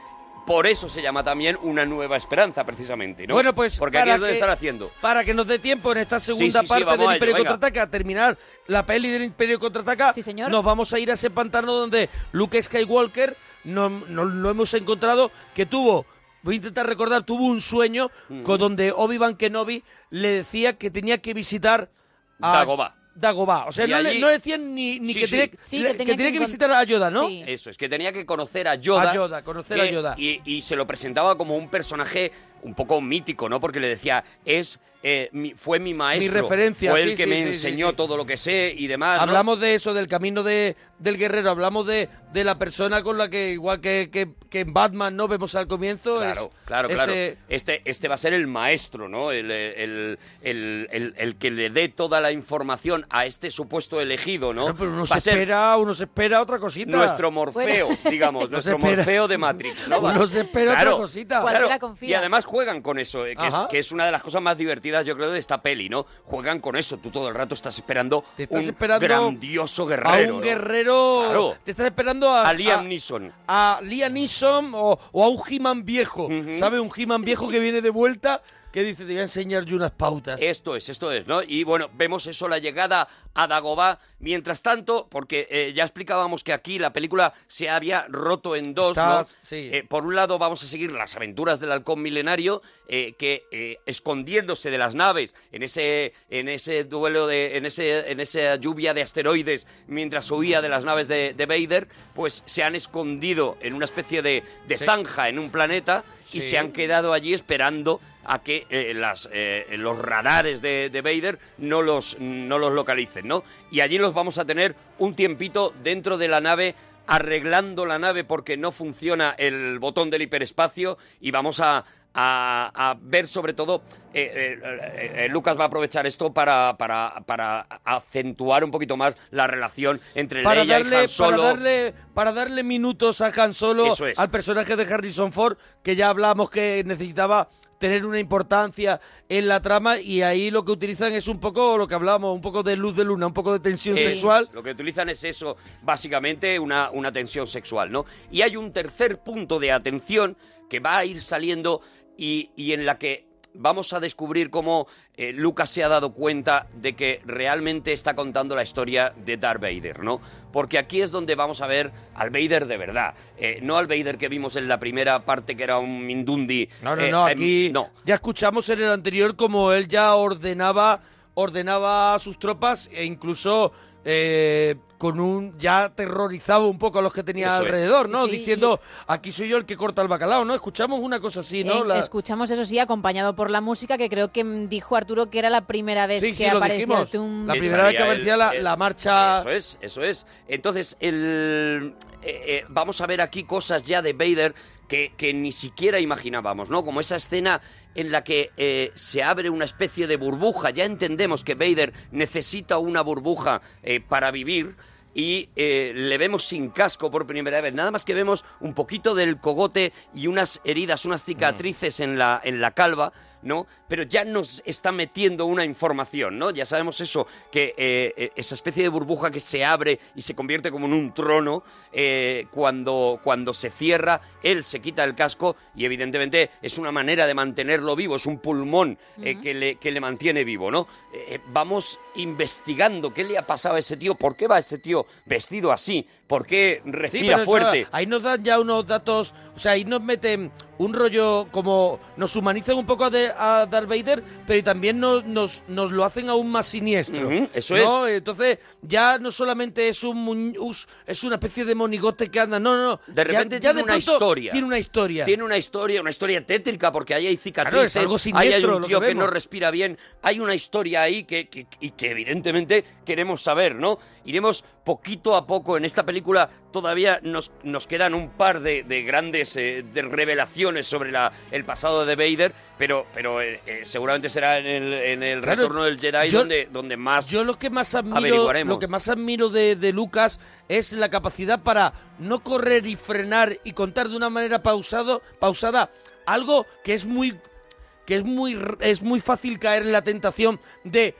Speaker 4: Por eso se llama también una nueva esperanza, precisamente, ¿no?
Speaker 2: Bueno, pues
Speaker 4: Porque aquí
Speaker 2: para
Speaker 4: es donde
Speaker 2: que-
Speaker 4: están haciendo.
Speaker 2: Para que nos dé tiempo en esta segunda
Speaker 4: sí, sí,
Speaker 2: parte
Speaker 4: vamos
Speaker 2: del
Speaker 4: a ello,
Speaker 2: Imperio
Speaker 4: venga.
Speaker 2: Contraataca, terminar la peli del Imperio Contraataca, nos vamos a ir a ese pantano donde Luke Skywalker no, no- lo hemos encontrado, que tuvo, voy a intentar recordar, tuvo un sueño con donde Obi-Wan Kenobi le decía que tenía que visitar a
Speaker 4: Dagobah.
Speaker 2: Dagobah. O sea,
Speaker 4: Y
Speaker 2: no, le,
Speaker 4: allí-
Speaker 2: no le decían ni, ni
Speaker 4: Sí,
Speaker 2: que,
Speaker 4: sí.
Speaker 2: tenía, le- que, tenía que visitar a Yoda, ¿no?
Speaker 4: Eso, es que tenía que conocer a Yoda.
Speaker 2: A Yoda, conocer a Yoda.
Speaker 4: Y, y se lo presentaba como un personaje un poco mítico, ¿no? Porque le decía, es... eh, mi- fue mi maestro.
Speaker 2: referencia,
Speaker 4: Fue
Speaker 2: sí,
Speaker 4: el que
Speaker 2: sí,
Speaker 4: me
Speaker 2: sí, sí,
Speaker 4: enseñó todo lo que sé y demás. ¿no?
Speaker 2: Hablamos de eso, del camino de, del guerrero, hablamos de, de la persona con la que, igual que, que, que en Batman no vemos al comienzo, es
Speaker 4: Claro, claro, claro.
Speaker 2: pues, ese-
Speaker 4: Este, este va a ser el maestro, ¿no? El, eh, el- el- el- el que le dé toda la información a este supuesto elegido, ¿no?
Speaker 2: Claro, pero uno
Speaker 4: va
Speaker 2: se,
Speaker 4: a ser
Speaker 2: espera, uno se espera otra cosita.
Speaker 4: nuestro Morfeo, digamos,
Speaker 2: Uno
Speaker 4: nuestro
Speaker 2: se espera-
Speaker 4: Morfeo de Matrix, ¿no?
Speaker 2: Uno se espera otra cosita. Cualquiera confía.
Speaker 4: Y además juegan con eso, eh, que es,
Speaker 2: Ajá.
Speaker 4: que es una de las cosas más divertidas, yo creo, de esta peli, ¿no? Juegan con eso, tú todo el rato estás esperando
Speaker 2: estás
Speaker 4: un
Speaker 2: esperando
Speaker 4: grandioso guerrero.
Speaker 2: a un
Speaker 4: ¿no?
Speaker 2: guerrero.
Speaker 4: Claro.
Speaker 2: Te estás esperando a,
Speaker 4: A Liam Neeson.
Speaker 2: A, a Liam Neeson o, o a un He-Man viejo. ¿Sabes? Un He-Man viejo que viene de vuelta que dice: Te voy a enseñar yo unas pautas.
Speaker 4: Esto es, esto es, ¿no? Y bueno, vemos eso, la llegada a Dagobah. Mientras tanto, porque eh, ya explicábamos que aquí la película se había roto en dos, ¿no?
Speaker 2: Estás- sí.
Speaker 4: Eh, por un lado, vamos a seguir las aventuras del halcón milenario, eh, que eh, escondiéndose de las naves en ese, en ese duelo, de, en, ese, en esa lluvia de asteroides mientras huía de las naves de, de Vader, pues se han escondido en una especie de, de
Speaker 2: Sí.
Speaker 4: zanja en un planeta y
Speaker 2: Sí.
Speaker 4: se han quedado allí esperando a que eh, las, eh, los radares de, de Vader no los, no los localicen, ¿no? Y allí los vamos a tener un tiempito dentro de la nave arreglando la nave porque no funciona el botón del hiperespacio y vamos a, a- a ver sobre todo, eh, eh, eh, eh, Lucas va a aprovechar esto para, para, para acentuar un poquito más la relación entre
Speaker 2: para
Speaker 4: Leia y
Speaker 2: darle,
Speaker 4: Han Solo.
Speaker 2: para darle para darle minutos a Han Solo
Speaker 4: Eso es.
Speaker 2: al personaje de Harrison Ford que ya hablamos que necesitaba tener una importancia en la trama y ahí lo que utilizan es un poco lo que hablamos un poco de luz de luna un poco de tensión
Speaker 4: Eso es,
Speaker 2: sexual
Speaker 4: Lo que utilizan es eso, básicamente una, una tensión sexual, ¿no? Y hay un tercer punto de atención que va a ir saliendo y, y en la que vamos a descubrir cómo eh, Lucas se ha dado cuenta de que realmente está contando la historia de Darth Vader, ¿no? Porque aquí es donde vamos a ver al Vader de verdad, eh, no al Vader que vimos en la primera parte que era un Mindundi.
Speaker 2: no no
Speaker 4: eh,
Speaker 2: no
Speaker 4: em,
Speaker 2: aquí
Speaker 4: no.
Speaker 2: ya escuchamos en el anterior como él ya ordenaba ordenaba a sus tropas e incluso eh, con un ya aterrorizaba un poco a los que tenía
Speaker 4: Eso es.
Speaker 2: alrededor
Speaker 4: Sí,
Speaker 2: no
Speaker 4: sí,
Speaker 2: diciendo aquí soy yo el que corta el bacalao no escuchamos una cosa así no
Speaker 3: Eh,
Speaker 2: La-
Speaker 3: Escuchamos eso sí, acompañado por la música, que creo que mm, dijo Arturo que era la primera vez
Speaker 2: Sí,
Speaker 3: que
Speaker 2: sí, lo
Speaker 3: aparecía
Speaker 2: dijimos.
Speaker 3: un...
Speaker 2: La primera vez que
Speaker 4: salía
Speaker 2: aparecía
Speaker 4: el-
Speaker 2: la,
Speaker 4: el-
Speaker 2: la marcha...
Speaker 4: Eso es, eso es. Entonces, el, eh, eh, vamos a ver aquí cosas ya de Vader que, que ni siquiera imaginábamos, ¿no? Como esa escena en la que eh, se abre una especie de burbuja. Ya entendemos que Vader necesita una burbuja eh, para vivir. Y eh, le vemos sin casco por primera vez. Nada más que vemos un poquito del cogote y unas heridas, unas cicatrices en, la, en la calva, ¿no? Pero ya nos está metiendo una información, ¿no? Ya sabemos eso, que eh, eh, esa especie de burbuja que se abre y se convierte como en un trono, eh, cuando, cuando se cierra, él se quita el casco y evidentemente es una manera de mantenerlo vivo, es un pulmón eh,
Speaker 2: Ujú.
Speaker 4: que, le, que le mantiene vivo, ¿no? Eh, eh, vamos investigando qué le ha pasado a ese tío, por qué va ese tío vestido así, por qué
Speaker 2: Sí,
Speaker 4: respira
Speaker 2: pero eso-
Speaker 4: fuerte.
Speaker 2: ahí nos dan ya unos datos, o sea, ahí nos meten un rollo como nos humanizan un poco a, de- a Darth Vader, pero también nos, nos, nos lo hacen aún más siniestro.
Speaker 4: Ujú, eso
Speaker 2: ¿no? Entonces ya no solamente es un muñ- us- es una especie de monigote que anda, no, no, no.
Speaker 4: De repente
Speaker 2: ya, ya
Speaker 4: tiene
Speaker 2: de
Speaker 4: una
Speaker 2: pronto
Speaker 4: historia.
Speaker 2: Tiene una historia.
Speaker 4: Tiene una historia, una historia tétrica, porque ahí hay cicatrices.
Speaker 2: Claro, es algo
Speaker 4: ahí hay
Speaker 2: siniestro
Speaker 4: un
Speaker 2: lo que
Speaker 4: tío que,
Speaker 2: vemos.
Speaker 4: no respira bien. Hay una historia ahí que, que- y que evidentemente queremos saber, ¿no? Iremos poquito a poco. En esta película todavía nos, nos quedan un par de, de grandes eh, de revelaciones sobre la, el pasado de Vader, pero, pero eh, eh, seguramente será en el, en el
Speaker 2: Claro,
Speaker 4: retorno del Jedi
Speaker 2: yo-
Speaker 4: donde, donde más
Speaker 2: Yo lo que más admiro,
Speaker 4: averiguaremos.
Speaker 2: lo que más admiro de, de Lucas es la capacidad para no correr y frenar y contar de una manera pausado, pausada algo que es muy que es muy, r- es muy fácil caer en la tentación de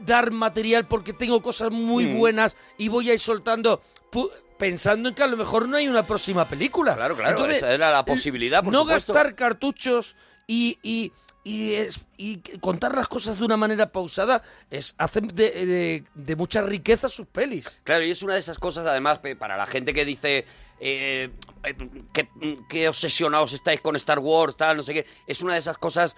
Speaker 2: dar material porque tengo cosas muy
Speaker 4: Mm.
Speaker 2: buenas y voy a ir soltando pu- pensando en que a lo mejor no hay una próxima película. Claro,
Speaker 4: claro, esa era la posibilidad, por
Speaker 2: no
Speaker 4: supuesto.
Speaker 2: gastar cartuchos y, y, y, es- y contar las cosas de una manera pausada es, hace de, de- de mucha riqueza sus pelis.
Speaker 4: Claro, y es una de esas cosas, además, pe- para la gente que dice eh, eh, que, que obsesionados estáis con Star Wars, tal, no sé qué, es una de esas cosas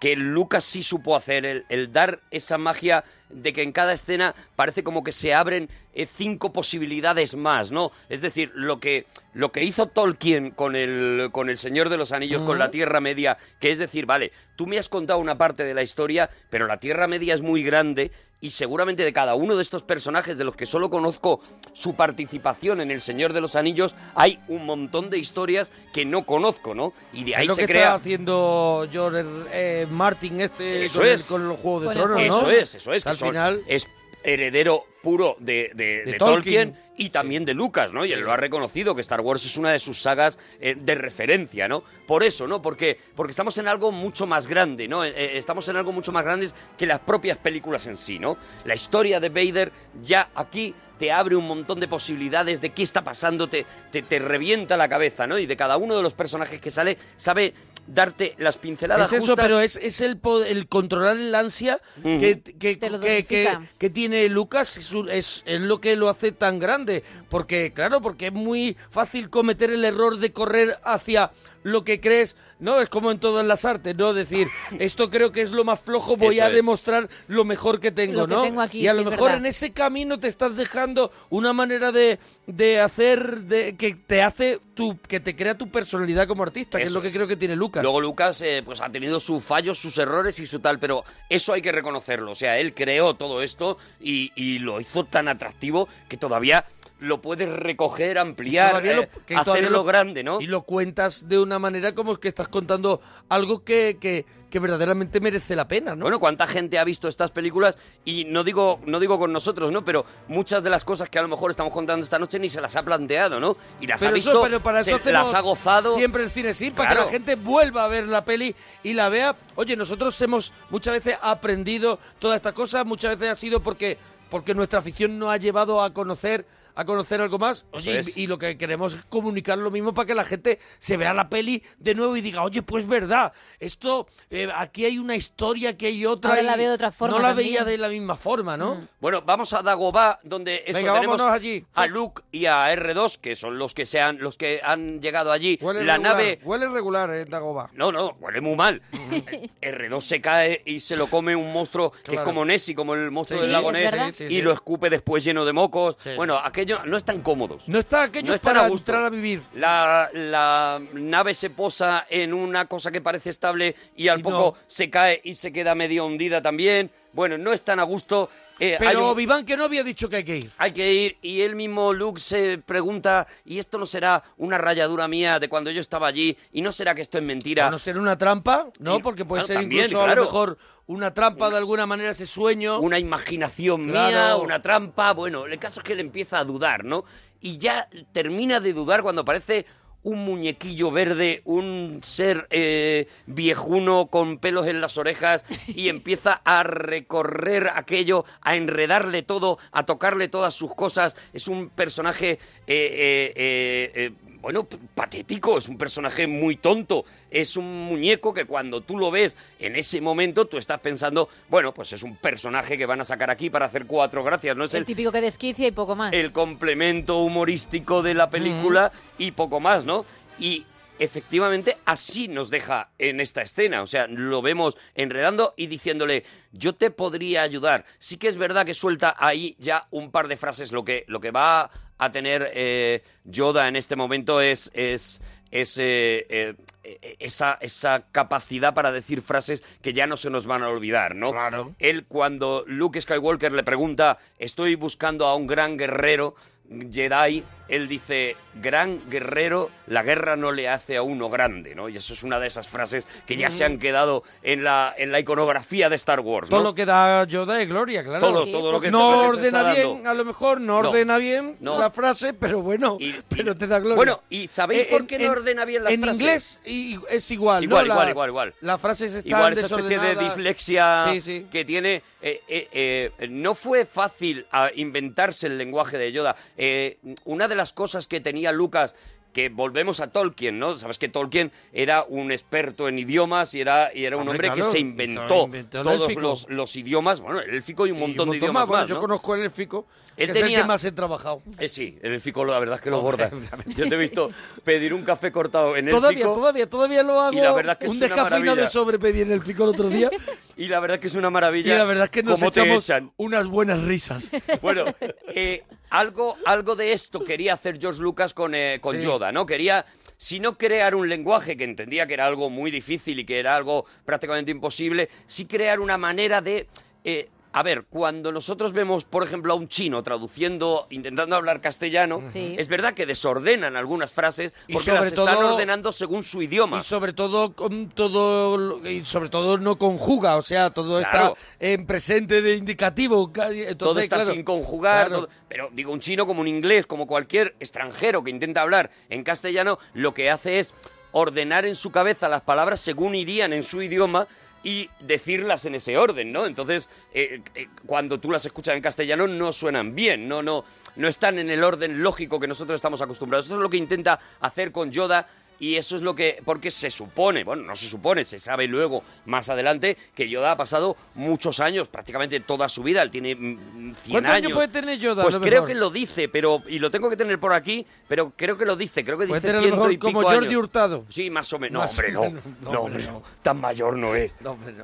Speaker 4: que Lucas sí supo hacer, el, el dar esa magia de que en cada escena parece como que se abren eh, cinco posibilidades más, ¿no? Es decir, lo que, lo que hizo Tolkien con el, con el Señor de los Anillos, con la
Speaker 2: Ujú.
Speaker 4: Tierra, Tierra Media, que es decir, vale, tú me has contado una parte de la historia, pero la Tierra Media es muy grande y seguramente de cada uno de estos personajes de los que solo conozco su participación en El Señor de los Anillos, hay un montón de historias que no conozco, ¿no? Y de ahí
Speaker 2: es lo
Speaker 4: se
Speaker 2: que está
Speaker 4: crea...
Speaker 2: haciendo George eh, Martin este
Speaker 4: Eso
Speaker 2: con, el-
Speaker 4: es.
Speaker 2: con los Juegos de Tronos,
Speaker 4: eso
Speaker 2: ¿no?
Speaker 4: es, eso es. que
Speaker 2: Al
Speaker 4: son-
Speaker 2: final...
Speaker 4: es heredero puro de, de-
Speaker 2: De
Speaker 4: de
Speaker 2: Tolkien.
Speaker 4: Tolkien. y también de Lucas, ¿no? Y él lo ha reconocido, que Star Wars es una de sus sagas eh, de referencia, ¿no? Por eso, ¿no? Porque, porque estamos en algo mucho más grande, ¿no? Eh, eh, estamos en algo mucho más grande que las propias películas en sí, ¿no? La historia de Vader ya aquí te abre un montón de posibilidades de qué está pasando, te, te, te revienta la cabeza, ¿no? Y de cada uno de los personajes que sale, sabe darte las pinceladas
Speaker 2: Es eso,
Speaker 4: justas.
Speaker 2: pero es, es el, po- el controlar el ansia
Speaker 4: Ujú.
Speaker 2: que, que,
Speaker 4: Te lo
Speaker 2: que- que-
Speaker 4: dosifica.
Speaker 2: que tiene Lucas, es, un- es- es lo que lo hace tan grande. Porque, claro, porque es muy fácil cometer el error de correr hacia lo que crees, ¿no? Es como en todas las artes, ¿no? Decir, esto creo que es lo más flojo, voy
Speaker 4: Eso
Speaker 2: a
Speaker 4: es.
Speaker 2: demostrar lo mejor que tengo,
Speaker 4: Lo que
Speaker 2: ¿no?
Speaker 4: tengo aquí,
Speaker 2: y a
Speaker 4: sí,
Speaker 2: lo
Speaker 4: es
Speaker 2: mejor
Speaker 4: verdad.
Speaker 2: en ese camino te estás dejando una manera de, de hacer, de, que te hace, tu, que te crea tu personalidad como artista, que es
Speaker 4: Eso
Speaker 2: lo que
Speaker 4: es.
Speaker 2: creo que tiene Lucas.
Speaker 4: Luego Lucas eh, pues ha tenido sus fallos, sus errores y su tal, pero eso hay que reconocerlo. O sea, él creó todo esto y, y lo hizo tan atractivo que todavía lo puedes recoger, ampliar,
Speaker 2: Todavía
Speaker 4: eh,
Speaker 2: lo- que todavía
Speaker 4: hacerlo
Speaker 2: lo-
Speaker 4: grande, ¿no?
Speaker 2: Y lo cuentas de una manera como que estás contando algo que, que, que verdaderamente merece la pena, ¿no?
Speaker 4: Bueno, cuánta gente ha visto estas películas y no digo, no digo con nosotros, ¿no? Pero muchas de las cosas que a lo mejor estamos contando esta noche ni se las ha planteado, ¿no? Y las ha
Speaker 2: Pero eso-
Speaker 4: visto,
Speaker 2: pero para
Speaker 4: se-
Speaker 2: eso hacemos
Speaker 4: las ha gozado.
Speaker 2: Siempre el cine sí, para que
Speaker 4: Claro.
Speaker 2: la gente vuelva a ver la peli y la vea. Oye, nosotros hemos muchas veces aprendido todas estas cosas, muchas veces ha sido porque, porque nuestra afición nos ha llevado a conocer a conocer algo más, oye,
Speaker 4: Eso es.
Speaker 2: y, y lo que queremos es comunicar lo mismo para que la gente se vea la peli de nuevo y diga, oye, pues verdad, esto, eh, aquí hay una historia, aquí hay otra,
Speaker 3: Ahora
Speaker 2: y
Speaker 3: la veo de otra forma
Speaker 2: no la
Speaker 3: también. Mm.
Speaker 2: veía de la misma forma, ¿no?
Speaker 4: Bueno, vamos a Dagobah, donde eso
Speaker 2: Venga,
Speaker 4: tenemos
Speaker 2: vámonos allí.
Speaker 4: a
Speaker 2: Sí.
Speaker 4: Luke y a R2, que son los que sean los que han llegado allí.
Speaker 2: Huele
Speaker 4: la
Speaker 2: regular,
Speaker 4: nave
Speaker 2: Huele regular, eh, Dagobah.
Speaker 4: No, no, huele muy mal. R2 se cae y se lo come un monstruo que es
Speaker 2: Claro.
Speaker 4: como Nessie, como el monstruo
Speaker 2: Sí,
Speaker 4: del
Speaker 2: es
Speaker 4: lago Ness,
Speaker 2: verdad. Sí, sí,
Speaker 4: y
Speaker 2: sí.
Speaker 4: lo escupe después lleno de mocos. Bueno, aquello no están cómodos.
Speaker 2: No está aquello
Speaker 4: No están
Speaker 2: para
Speaker 4: a gusto.
Speaker 2: entrar a vivir.
Speaker 4: La, la nave se posa en una cosa que parece estable y al poco se cae y se queda medio hundida también. Bueno, no están a gusto. Eh, hay
Speaker 2: Pero
Speaker 4: un-
Speaker 2: Viván que no había dicho que hay que ir.
Speaker 4: hay que ir y él mismo Luke se pregunta y esto no será una rayadura mía de cuando yo estaba allí y no será que esto es mentira.
Speaker 2: A no ser una trampa, ¿no?
Speaker 4: Y-
Speaker 2: Porque puede
Speaker 4: claro,
Speaker 2: ser
Speaker 4: también,
Speaker 2: incluso a
Speaker 4: claro.
Speaker 2: lo mejor una trampa de alguna manera ese sueño.
Speaker 4: Una imaginación mía,
Speaker 2: Claro.
Speaker 4: una trampa. Bueno, el caso es que él empieza a dudar, ¿no? Y ya termina de dudar cuando aparece un muñequillo verde, un ser eh, viejuno con pelos en las orejas y empieza a recorrer aquello, a enredarle todo, a tocarle todas sus cosas. Es un personaje, eh, eh, eh, eh, bueno, p- patético, es un personaje muy tonto. Es un muñeco que cuando tú lo ves en ese momento, tú estás pensando, bueno, pues es un personaje que van a sacar aquí para hacer cuatro gracias, ¿no? Es
Speaker 3: El
Speaker 4: el,
Speaker 3: típico que desquicia y poco más.
Speaker 4: el complemento humorístico de la película y poco más, ¿no? Y efectivamente así nos deja en esta escena, o sea, lo vemos enredando y diciéndole, yo te podría ayudar. Sí que es verdad que suelta ahí ya un par de frases, lo que, lo que va a tener eh, Yoda en este momento es... es es, eh, eh, eh, esa, esa capacidad para decir frases que ya no se nos van a olvidar, ¿no? Claro. Él cuando Luke Skywalker le pregunta, estoy buscando a un gran guerrero, Jedi, él dice, gran guerrero, la guerra no le hace a uno grande, ¿no? Y eso es una de esas frases que ya se
Speaker 2: Mm.
Speaker 4: han quedado en la, en la iconografía de Star Wars, ¿no?
Speaker 2: Todo lo que da Yoda es gloria, claro.
Speaker 4: Todo, todo lo que
Speaker 2: no
Speaker 4: te- lo que te
Speaker 2: ordena
Speaker 4: está dando.
Speaker 2: bien, a lo mejor no
Speaker 4: No,
Speaker 2: ordena bien
Speaker 4: no.
Speaker 2: la frase, pero bueno, pero te da gloria.
Speaker 4: Bueno, ¿y sabéis
Speaker 2: Eh,
Speaker 4: por
Speaker 2: en-
Speaker 4: qué no
Speaker 2: en-
Speaker 4: ordena bien las
Speaker 2: en
Speaker 4: frases?
Speaker 2: inglés y- es igual, ¿no?
Speaker 4: Igual,
Speaker 2: La-
Speaker 4: igual, igual, igual.
Speaker 2: Las frases están
Speaker 4: Igual esa especie de
Speaker 2: desordenadas.
Speaker 4: dislexia
Speaker 2: Sí, sí.
Speaker 4: que tiene. eh, eh, eh, no fue fácil ah, inventarse el lenguaje de Yoda. Eh, una de las cosas que tenía Lucas que volvemos a Tolkien, ¿no? Sabes que Tolkien era un experto en idiomas y era, y era un hombre,
Speaker 2: Hombre, claro,
Speaker 4: que se
Speaker 2: hizo-
Speaker 4: inventó,
Speaker 2: inventó el
Speaker 4: todos
Speaker 2: élfico.
Speaker 4: los, los idiomas, bueno, el élfico y un
Speaker 2: Y
Speaker 4: montón,
Speaker 2: un
Speaker 4: de idiomas
Speaker 2: Bueno,
Speaker 4: más,
Speaker 2: Yo
Speaker 4: ¿no?
Speaker 2: conozco el élfico,
Speaker 4: Él
Speaker 2: que es
Speaker 4: tenía-
Speaker 2: el que más he trabajado.
Speaker 4: Eh, sí, el élfico la verdad es que lo
Speaker 2: Hombre,
Speaker 4: borda. Yo te he visto pedir un café cortado en
Speaker 2: Todavía,
Speaker 4: élfico.
Speaker 2: todavía, todavía lo hago.
Speaker 4: Y la verdad que es
Speaker 2: un
Speaker 4: una
Speaker 2: descafeinado
Speaker 4: maravilla.
Speaker 2: de sobre pedí en el pico el otro día.
Speaker 4: Y la verdad que es una maravilla.
Speaker 2: y la verdad es que nos
Speaker 4: cómo te
Speaker 2: echamos
Speaker 4: echan.
Speaker 2: unas buenas risas.
Speaker 4: Bueno, eh, algo, algo de esto quería hacer George Lucas con, eh, con
Speaker 2: Sí.
Speaker 4: Yoda, ¿no? Quería, si no crear un lenguaje que entendía que era algo muy difícil y que era algo prácticamente imposible, sí crear una manera de... eh, a ver, cuando nosotros vemos, por ejemplo, a un chino traduciendo, intentando hablar castellano,
Speaker 2: Sí.
Speaker 4: es verdad que desordenan algunas frases
Speaker 2: Y
Speaker 4: porque
Speaker 2: sobre
Speaker 4: las están
Speaker 2: todo-
Speaker 4: ordenando según su idioma.
Speaker 2: Y sobre todo, con todo lo- y sobre todo no conjuga, o sea, todo
Speaker 4: Claro.
Speaker 2: está en presente de indicativo. ca- Entonces,
Speaker 4: todo está
Speaker 2: claro,
Speaker 4: sin conjugar,
Speaker 2: claro.
Speaker 4: todo- pero digo, un chino como un inglés, como cualquier extranjero que intenta hablar en castellano, lo que hace es ordenar en su cabeza las palabras según irían en su idioma y decirlas en ese orden, ¿no? Entonces, eh, eh, cuando tú las escuchas en castellano no suenan bien, no, no, no están en el orden lógico que nosotros estamos acostumbrados. Eso es lo que intenta hacer con Yoda y eso es lo que, porque se supone, bueno, no se supone, se sabe luego, más adelante, que Yoda ha pasado muchos años, prácticamente toda su vida, él tiene mm, 100
Speaker 2: ¿Cuántos años puede tener Yoda,
Speaker 4: Pues
Speaker 2: a lo
Speaker 4: creo
Speaker 2: mejor?
Speaker 4: que lo dice, pero, y lo tengo que tener por aquí, pero creo que lo dice, creo que
Speaker 2: Puede
Speaker 4: dice
Speaker 2: tener a lo
Speaker 4: ciento
Speaker 2: mejor
Speaker 4: y pico
Speaker 2: como Jordi
Speaker 4: años.
Speaker 2: Hurtado.
Speaker 4: Sí, más o menos. No,
Speaker 2: Más
Speaker 4: hombre,
Speaker 2: o
Speaker 4: no.
Speaker 2: menos. No,
Speaker 4: No,
Speaker 2: hombre,
Speaker 4: hombre, no. Tan mayor no es.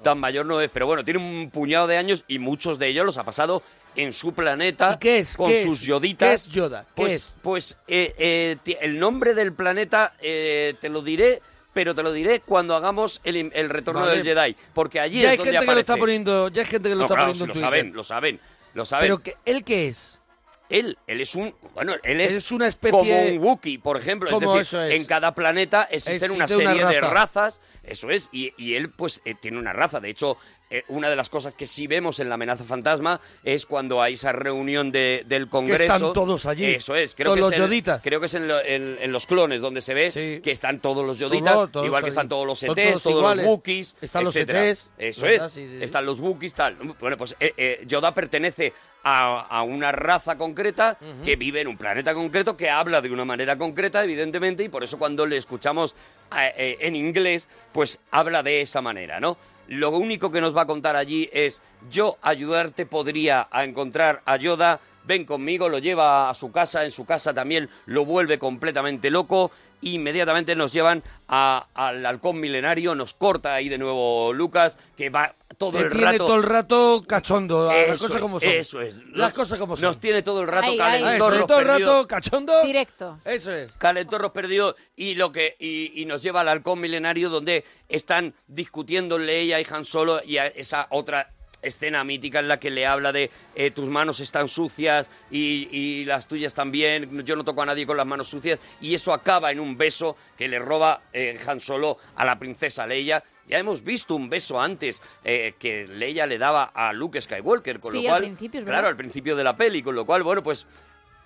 Speaker 4: Tan mayor no es. Pero bueno, tiene un puñado de años y muchos de ellos los ha pasado en su planeta. qué es? Con
Speaker 2: ¿Qué
Speaker 4: sus
Speaker 2: es?
Speaker 4: yoditas.
Speaker 2: ¿Qué es Yoda? ¿Qué
Speaker 4: pues,
Speaker 2: es?
Speaker 4: Pues eh, eh, ti- el nombre del planeta eh, te lo diré, pero te lo diré cuando hagamos el, el retorno
Speaker 2: Vale.
Speaker 4: del Jedi. Porque allí
Speaker 2: ya
Speaker 4: es
Speaker 2: hay
Speaker 4: donde
Speaker 2: gente que lo
Speaker 4: aparece.
Speaker 2: está poniendo, ya hay gente que lo
Speaker 4: No,
Speaker 2: está
Speaker 4: claro,
Speaker 2: poniendo en
Speaker 4: lo
Speaker 2: Twitter.
Speaker 4: saben, lo saben, lo saben.
Speaker 2: Pero que él qué es?
Speaker 4: Él, él es un, bueno, él es,
Speaker 2: Es una especie-
Speaker 4: como un Wookiee, por ejemplo. Es
Speaker 2: Como
Speaker 4: decir,
Speaker 2: eso es.
Speaker 4: en cada planeta existen
Speaker 2: Existe
Speaker 4: una serie
Speaker 2: una
Speaker 4: de
Speaker 2: raza.
Speaker 4: razas, eso es, y, y él pues eh, tiene una raza. De hecho, eh, una de las cosas que sí vemos en La amenaza fantasma es cuando hay esa reunión de- del Congreso.
Speaker 2: están todos allí.
Speaker 4: Eso es. Creo
Speaker 2: Todos
Speaker 4: que
Speaker 2: los
Speaker 4: es en-
Speaker 2: yoditas.
Speaker 4: Creo que es en, lo- en- en Los Clones donde se ve que están todos los yoditas,
Speaker 2: Todo- todos
Speaker 4: igual que
Speaker 2: allí.
Speaker 4: están todos los ETs,
Speaker 2: Son
Speaker 4: todos,
Speaker 2: todos
Speaker 4: los
Speaker 2: iguales.
Speaker 4: Wookiees,
Speaker 2: Están los
Speaker 4: etcétera.
Speaker 2: ETs,
Speaker 4: Eso
Speaker 2: ¿verdad?
Speaker 4: es.
Speaker 2: Sí, sí, sí.
Speaker 4: Están los Wookiees, tal. Bueno, pues eh, eh, Yoda pertenece a, a una raza concreta
Speaker 2: Ujú.
Speaker 4: que vive en un planeta concreto, que habla de una manera concreta, evidentemente, y por eso cuando le escuchamos eh, eh, en inglés, pues habla de esa manera, ¿no? Lo único que nos va a contar allí es, yo ayudarte podría a encontrar a Yoda, ven conmigo, lo lleva a su casa, en su casa también lo vuelve completamente loco, inmediatamente nos llevan a- al halcón milenario, nos corta ahí de nuevo Lucas, que va todo
Speaker 2: Te
Speaker 4: el
Speaker 2: tiene
Speaker 4: rato...
Speaker 2: todo el rato cachondo, a las
Speaker 4: Eso
Speaker 2: cosas
Speaker 4: es,
Speaker 2: como son.
Speaker 4: eso es.
Speaker 2: Las cosas como son.
Speaker 4: Nos tiene todo el rato
Speaker 2: Ay, ay.
Speaker 4: calentorros
Speaker 2: Eso, todo el rato
Speaker 4: perdidos.
Speaker 2: cachondo.
Speaker 3: Directo.
Speaker 2: Eso es.
Speaker 4: Calentorros perdidos y lo que y, y nos lleva al halcón milenario donde están discutiendo Leia y Han Solo y a esa otra escena mítica en la que le habla de eh, tus manos están sucias y, y las tuyas también, yo no toco a nadie con las manos sucias y eso acaba en un beso que le roba eh, Han Solo a la princesa Leia. Ya hemos visto un beso antes eh, que Leia le daba a Luke Skywalker, con
Speaker 3: Sí, al
Speaker 4: lo cual,
Speaker 3: principio, es verdad.
Speaker 4: claro, al principio de la peli, con lo cual, bueno, pues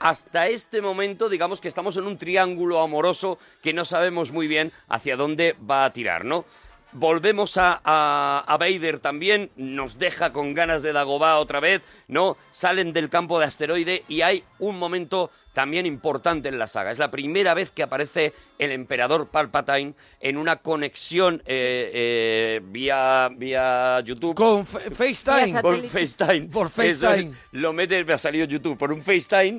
Speaker 4: hasta este momento, digamos que estamos en un triángulo amoroso que no sabemos muy bien hacia dónde va a tirar, ¿no? Volvemos a, a, a Vader también, nos deja con ganas de Dagobah otra vez, ¿no? Salen del campo de asteroide y hay un momento también importante en la saga. Es la primera vez que aparece el emperador Palpatine en una conexión eh, eh, vía, vía YouTube.
Speaker 2: Con Fa- FaceTime.
Speaker 4: Por FaceTime.
Speaker 2: Por
Speaker 4: Eso es.
Speaker 2: FaceTime.
Speaker 4: Lo mete, me ha salido YouTube, por un FaceTime.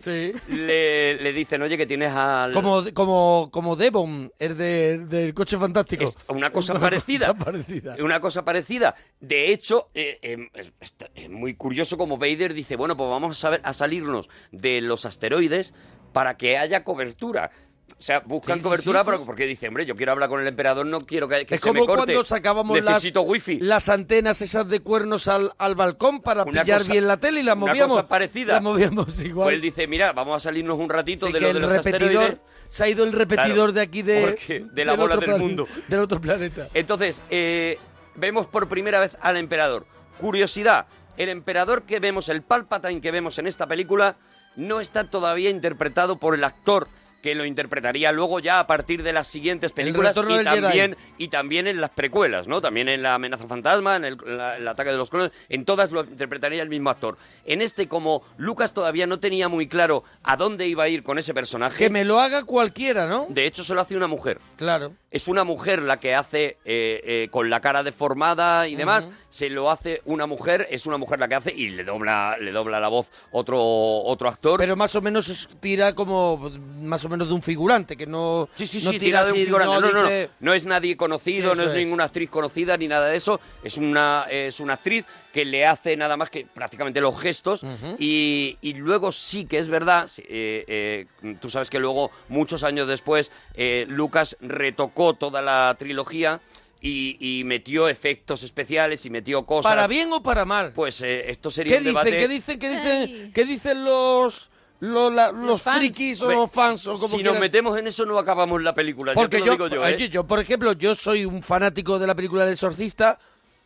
Speaker 4: Le, le dicen, oye, que tienes al...
Speaker 2: Como, como, como Devon, el de- el del coche fantástico.
Speaker 4: una cosa parecida.
Speaker 2: cosa parecida.
Speaker 4: Una cosa parecida. De hecho, eh, eh, es- está- es muy curioso como Vader dice, bueno, pues vamos a, ver- a salirnos de los asteroides para que haya cobertura. O sea, buscan
Speaker 2: Sí, sí,
Speaker 4: cobertura
Speaker 2: sí,
Speaker 4: pero
Speaker 2: sí.
Speaker 4: porque dicen, hombre, yo quiero hablar con el emperador, no quiero que, que
Speaker 2: es
Speaker 4: se me
Speaker 2: como
Speaker 4: corte.
Speaker 2: cuando sacábamos las,
Speaker 4: Necesito wifi.
Speaker 2: las antenas esas de cuernos al, al balcón para
Speaker 4: Una
Speaker 2: pillar
Speaker 4: cosa-
Speaker 2: bien la tele y las movíamos.
Speaker 4: Una cosa parecida.
Speaker 2: Las movíamos igual.
Speaker 4: Pues él dice, mira, vamos a salirnos un ratito
Speaker 2: Sí,
Speaker 4: de
Speaker 2: que
Speaker 4: lo de
Speaker 2: el
Speaker 4: los
Speaker 2: repetidor
Speaker 4: asteroides.
Speaker 2: se ha ido el repetidor
Speaker 4: Claro,
Speaker 2: de aquí de
Speaker 4: porque de la
Speaker 2: del
Speaker 4: bola
Speaker 2: otro
Speaker 4: del
Speaker 2: plane-
Speaker 4: mundo.
Speaker 2: del otro planeta.
Speaker 4: Entonces, eh, vemos por primera vez al emperador. Curiosidad, el emperador que vemos, el Palpatine que vemos en esta película, no está todavía interpretado por el actor que lo interpretaría luego ya a partir de las siguientes películas
Speaker 2: retorno
Speaker 4: y
Speaker 2: del Jedi.
Speaker 4: también, y también en las precuelas, ¿no? También en La amenaza fantasma, en el, la- el ataque de los clones, en todas lo interpretaría el mismo actor. En este, como Lucas todavía no tenía muy claro a dónde iba a ir con ese personaje...
Speaker 2: Que me lo haga cualquiera, ¿no?
Speaker 4: De hecho, se lo hace una mujer.
Speaker 2: Claro.
Speaker 4: Es una mujer la que hace eh, eh, con la cara deformada y demás. Se lo hace una mujer, es una mujer la que hace y le dobla, le dobla la voz otro, otro actor.
Speaker 2: Pero más o menos es- tira como más o menos de un figurante, que no,
Speaker 4: Sí,
Speaker 2: no
Speaker 4: sí, tira de un
Speaker 2: así,
Speaker 4: figurante. No, no, no.
Speaker 2: dice-
Speaker 4: No es nadie conocido,
Speaker 2: Sí,
Speaker 4: no
Speaker 2: eso
Speaker 4: es,
Speaker 2: es.
Speaker 4: ninguna actriz conocida ni nada de eso. Es una, es una actriz que le hace nada más que prácticamente los gestos. y, y luego sí que es verdad, sí, eh, eh, tú sabes que luego, muchos años después, eh, Lucas retocó toda la trilogía. Y, y metió efectos especiales y metió cosas.
Speaker 2: ¿Para bien o para mal?
Speaker 4: Pues eh, esto sería
Speaker 2: ¿Qué
Speaker 4: un
Speaker 2: dicen?
Speaker 4: debate-
Speaker 2: ¿Qué dicen? ¿Qué dicen? ¿Qué dicen los los, la- los frikis o
Speaker 4: Ve,
Speaker 2: los fans o como
Speaker 4: Si nos
Speaker 2: quieras?
Speaker 4: metemos en eso no acabamos la película.
Speaker 2: Porque
Speaker 4: ya
Speaker 2: yo,
Speaker 4: te lo digo yo, ¿eh?
Speaker 2: oye, yo, por ejemplo, yo soy un fanático de la película del exorcista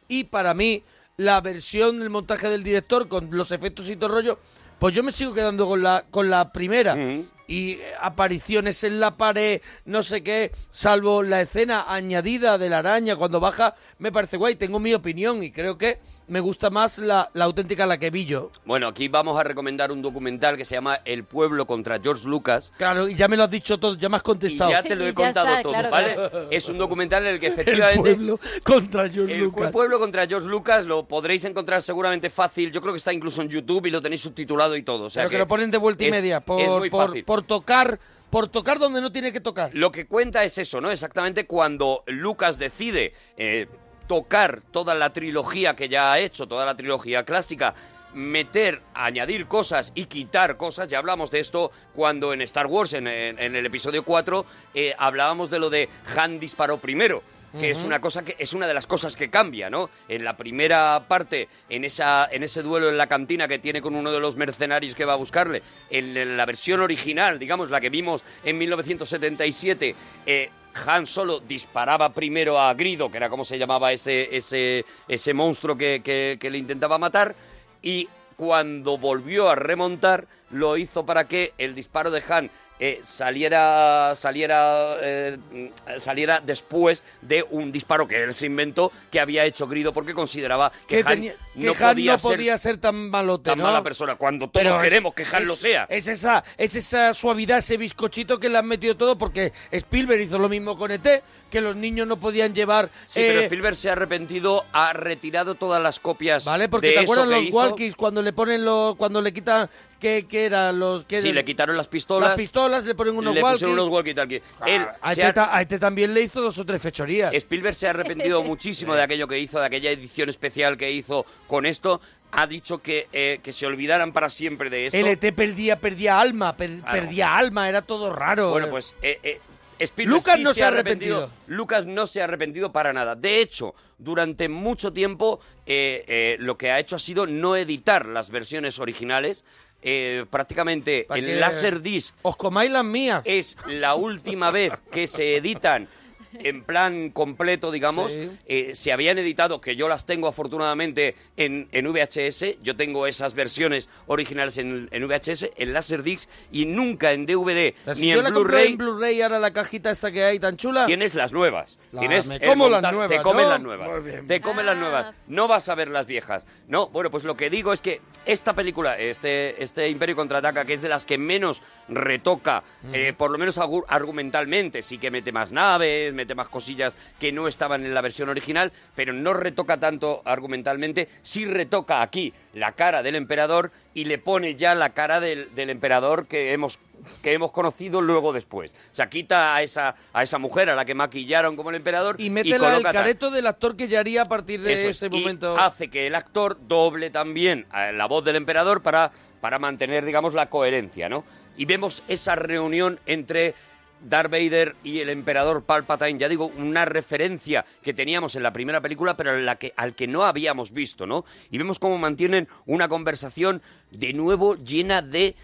Speaker 2: y para mí la versión del montaje del director con los efectos y todo el rollo, pues yo me sigo quedando con la con la primera. Y eh, apariciones en la pared, no sé qué, salvo la escena añadida de la araña cuando baja, me parece guay, tengo mi opinión y creo que me gusta más la, la auténtica, la que vi yo.
Speaker 4: Bueno, aquí vamos a recomendar un documental que se llama El pueblo contra George Lucas.
Speaker 2: Claro, y ya me lo has dicho todo, ya me has
Speaker 4: Y
Speaker 2: contestado.
Speaker 4: ya te lo he contado todo, ¿vale? Es un documental en el que
Speaker 2: El
Speaker 4: efectivamente
Speaker 2: pueblo contra George
Speaker 4: el
Speaker 2: Lucas.
Speaker 4: pueblo contra George Lucas lo podréis encontrar seguramente fácil. Yo creo que está incluso en YouTube y lo tenéis subtitulado y todo. O sea
Speaker 2: Pero que, lo ponen de vuelta y
Speaker 4: es-
Speaker 2: media
Speaker 4: es
Speaker 2: por,
Speaker 4: muy
Speaker 2: por,
Speaker 4: fácil.
Speaker 2: por tocar por tocar donde no tiene que tocar.
Speaker 4: Lo que cuenta es eso, ¿no? Exactamente cuando Lucas decide eh, tocar toda la trilogía que ya ha hecho, toda la trilogía clásica, meter, añadir cosas y quitar cosas. Ya hablamos de esto cuando en Star Wars, en, en- en el episodio 4, eh, hablábamos de lo de Han disparó primero. Que es
Speaker 2: Ujú.
Speaker 4: una cosa que es una de las cosas que cambia, ¿no? En la primera parte, en esa, en ese duelo en la cantina que tiene con uno de los mercenarios que va a buscarle, en, la versión original, digamos, la que vimos en 1977, eh, Han Solo disparaba primero a Grido, que era como se llamaba ese, ese, ese monstruo que, que- que le intentaba matar, y cuando volvió a remontar, lo hizo para que el disparo de Han eh, saliera, saliera, eh, mm, saliera después de un disparo que él se inventó, que había hecho Grido, porque consideraba que,
Speaker 2: Que,
Speaker 4: Han,
Speaker 2: tenía- que
Speaker 4: no,
Speaker 2: Han
Speaker 4: podía
Speaker 2: no podía ser, tan malote,
Speaker 4: tan
Speaker 2: ¿no?
Speaker 4: mala persona, cuando todos
Speaker 2: Pero es-
Speaker 4: queremos que Han
Speaker 2: es-
Speaker 4: lo sea.
Speaker 2: Es esa, es esa suavidad, ese bizcochito que le han metido todo, porque Spielberg hizo lo mismo con ET, que los niños no podían llevar...
Speaker 4: Sí, pero
Speaker 2: eh,
Speaker 4: Spielberg se ha arrepentido, ha retirado todas las copias. Vale,
Speaker 2: porque te acuerdas los walkies cuando le ponen los... cuando le quitan... ¿Qué, qué era? Los, que
Speaker 4: Sí, le quitaron las pistolas.
Speaker 2: Las pistolas, le ponen unos Ah,
Speaker 4: le
Speaker 2: walkies.
Speaker 4: pusieron unos walkie-talkie. Él
Speaker 2: A
Speaker 4: se
Speaker 2: ET
Speaker 4: ha-
Speaker 2: ta- a ET también le hizo dos o tres fechorías.
Speaker 4: Spielberg se ha arrepentido muchísimo de aquello que hizo, de aquella edición especial que hizo con esto. Ha dicho que, eh, que se olvidaran para siempre de esto.
Speaker 2: El ET perdía, perdía alma, per- perdía alma, era todo raro.
Speaker 4: Bueno, pues eh, eh, Spielberg
Speaker 2: Lucas
Speaker 4: sí
Speaker 2: no se ha
Speaker 4: Lucas no se ha arrepentido para nada. De hecho, durante mucho tiempo eh, eh, lo que ha hecho ha sido no editar las versiones originales. Eh, prácticamente
Speaker 2: Pa' que
Speaker 4: el Laserdisc
Speaker 2: Os comáis las mías.
Speaker 4: es la última vez que se editan en plan completo, digamos.
Speaker 2: Sí.
Speaker 4: Eh, se habían editado, que yo las tengo afortunadamente en, en VHS. Yo tengo esas versiones originales en, en VHS, en Laserdisc y nunca en DVD
Speaker 2: Si
Speaker 4: ni
Speaker 2: yo
Speaker 4: en
Speaker 2: la compré
Speaker 4: Blu-ray.
Speaker 2: en Blu-ray, ahora la cajita esa que hay tan chula.
Speaker 4: Tienes las nuevas.
Speaker 2: La-
Speaker 4: tienes
Speaker 2: me
Speaker 4: el
Speaker 2: como las
Speaker 4: montaje-
Speaker 2: nuevas,
Speaker 4: Te comen
Speaker 2: ¿no?
Speaker 4: las nuevas.
Speaker 2: Muy bien.
Speaker 4: Te comen las nuevas. No vas a ver las viejas. No, bueno, pues lo que digo es que esta película, este, este Imperio Contraataca, que es de las que menos retoca, eh, por lo menos agu- argumentalmente, sí que mete más naves, mete más cosillas que no estaban en la versión original, pero no retoca tanto argumentalmente. Sí retoca aquí la cara del emperador y le pone ya la cara del, del emperador que hemos que hemos conocido luego después. O sea, quita a esa, a esa mujer a la que maquillaron como el emperador y
Speaker 2: Métela el
Speaker 4: coloca tal.
Speaker 2: careto del actor que ya haría a partir de
Speaker 4: Eso es.
Speaker 2: ese
Speaker 4: Y
Speaker 2: momento.
Speaker 4: hace que el actor doble también eh, la voz del emperador para, para mantener, digamos, la coherencia, ¿no? Y vemos esa reunión entre Darth Vader y el emperador Palpatine, ya digo, una referencia que teníamos en la primera película, pero en la que, al que no habíamos visto, ¿no? Y vemos cómo mantienen una conversación de nuevo llena de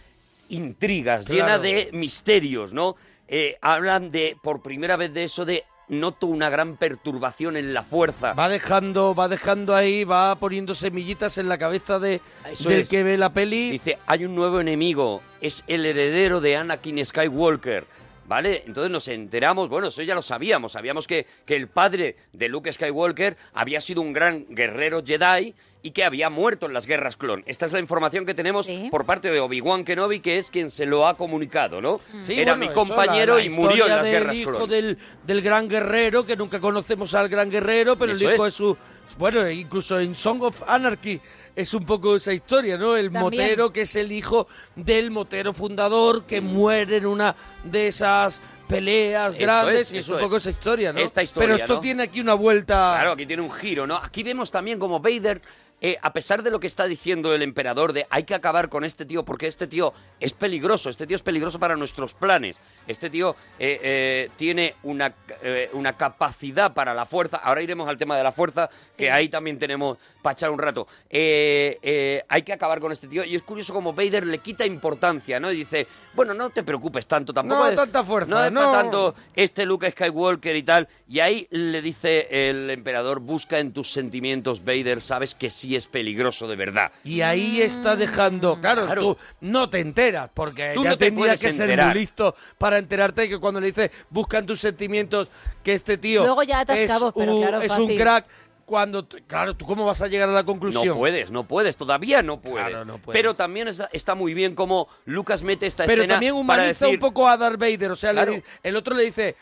Speaker 4: intrigas, llena
Speaker 2: Claro.
Speaker 4: de misterios, ¿no? Eh, hablan de, por primera vez, de eso de noto una gran perturbación en la fuerza.
Speaker 2: Va dejando, va dejando ahí, va poniendo semillitas en la cabeza de,
Speaker 4: Eso
Speaker 2: del
Speaker 4: es.
Speaker 2: que ve la peli.
Speaker 4: Dice, hay un nuevo enemigo, es el heredero de Anakin Skywalker. ¿Vale? Entonces nos enteramos, bueno, eso ya lo sabíamos, sabíamos que, que el padre de Luke Skywalker había sido un gran guerrero Jedi y que había muerto en las guerras clon. Esta es la información que tenemos por parte de Obi-Wan Kenobi, que es quien se lo ha comunicado, ¿no?
Speaker 2: Mm. Sí,
Speaker 4: Era mi
Speaker 2: bueno, eso,
Speaker 4: compañero
Speaker 2: la- la
Speaker 4: y murió en
Speaker 2: historia
Speaker 4: las
Speaker 2: del
Speaker 4: guerras
Speaker 2: hijo
Speaker 4: clon.
Speaker 2: Del, del gran guerrero, que nunca conocemos al gran guerrero, pero
Speaker 4: Eso
Speaker 2: el hijo
Speaker 4: es.
Speaker 2: es su... Bueno, incluso en Song of Anarchy es un poco esa historia, ¿no? El
Speaker 4: También.
Speaker 2: motero, que es el hijo del motero fundador,
Speaker 4: Mm.
Speaker 2: que muere en una de esas peleas
Speaker 4: Esto
Speaker 2: grandes,
Speaker 4: es,
Speaker 2: y es
Speaker 4: esto
Speaker 2: un poco
Speaker 4: es.
Speaker 2: esa historia, ¿no?
Speaker 4: Esta historia,
Speaker 2: Pero esto
Speaker 4: ¿no?
Speaker 2: tiene aquí una vuelta...
Speaker 4: Claro, aquí tiene un giro, ¿no? Aquí vemos también como Vader, eh, a pesar de lo que está diciendo el emperador de hay que acabar con este tío porque este tío es peligroso, este tío es peligroso para nuestros planes, este tío eh, eh, tiene una, eh, una capacidad para la fuerza, ahora iremos al tema de la fuerza, que ahí también tenemos para echar un rato, Eh, eh, hay que acabar con este tío y es curioso como Vader le quita importancia, ¿no? Y dice, bueno, no te preocupes tanto, tampoco
Speaker 2: No
Speaker 4: es-
Speaker 2: tanta fuerza,
Speaker 4: no es pa'
Speaker 2: no.
Speaker 4: tanto este Luke Skywalker y tal. Y ahí le dice el emperador, busca en tus sentimientos, Vader, sabes que sí es peligroso de verdad.
Speaker 2: Y ahí está dejando, claro, tú no te enteras, porque
Speaker 4: Mm. Tú
Speaker 2: ya
Speaker 4: no te
Speaker 2: tendrías
Speaker 4: puedes
Speaker 2: que ser
Speaker 4: enterar.
Speaker 2: muy listo para enterarte de que cuando le dices, buscan tus sentimientos, que este tío
Speaker 3: Luego ya atas
Speaker 2: es,
Speaker 3: cabos, pero
Speaker 2: un,
Speaker 3: claro,
Speaker 2: es
Speaker 3: fácil.
Speaker 2: un crack, cuando, t- claro, ¿tú cómo vas a llegar a la
Speaker 4: No
Speaker 2: conclusión?
Speaker 4: puedes, no puedes, todavía no puedes.
Speaker 2: Claro, no puedes.
Speaker 4: Pero también está, está muy bien como Lucas mete esta
Speaker 2: pero
Speaker 4: escena
Speaker 2: también
Speaker 4: para
Speaker 2: humaniza
Speaker 4: decir,
Speaker 2: un poco a Darth Vader, o sea, le
Speaker 4: Claro.
Speaker 2: di- el otro le dice...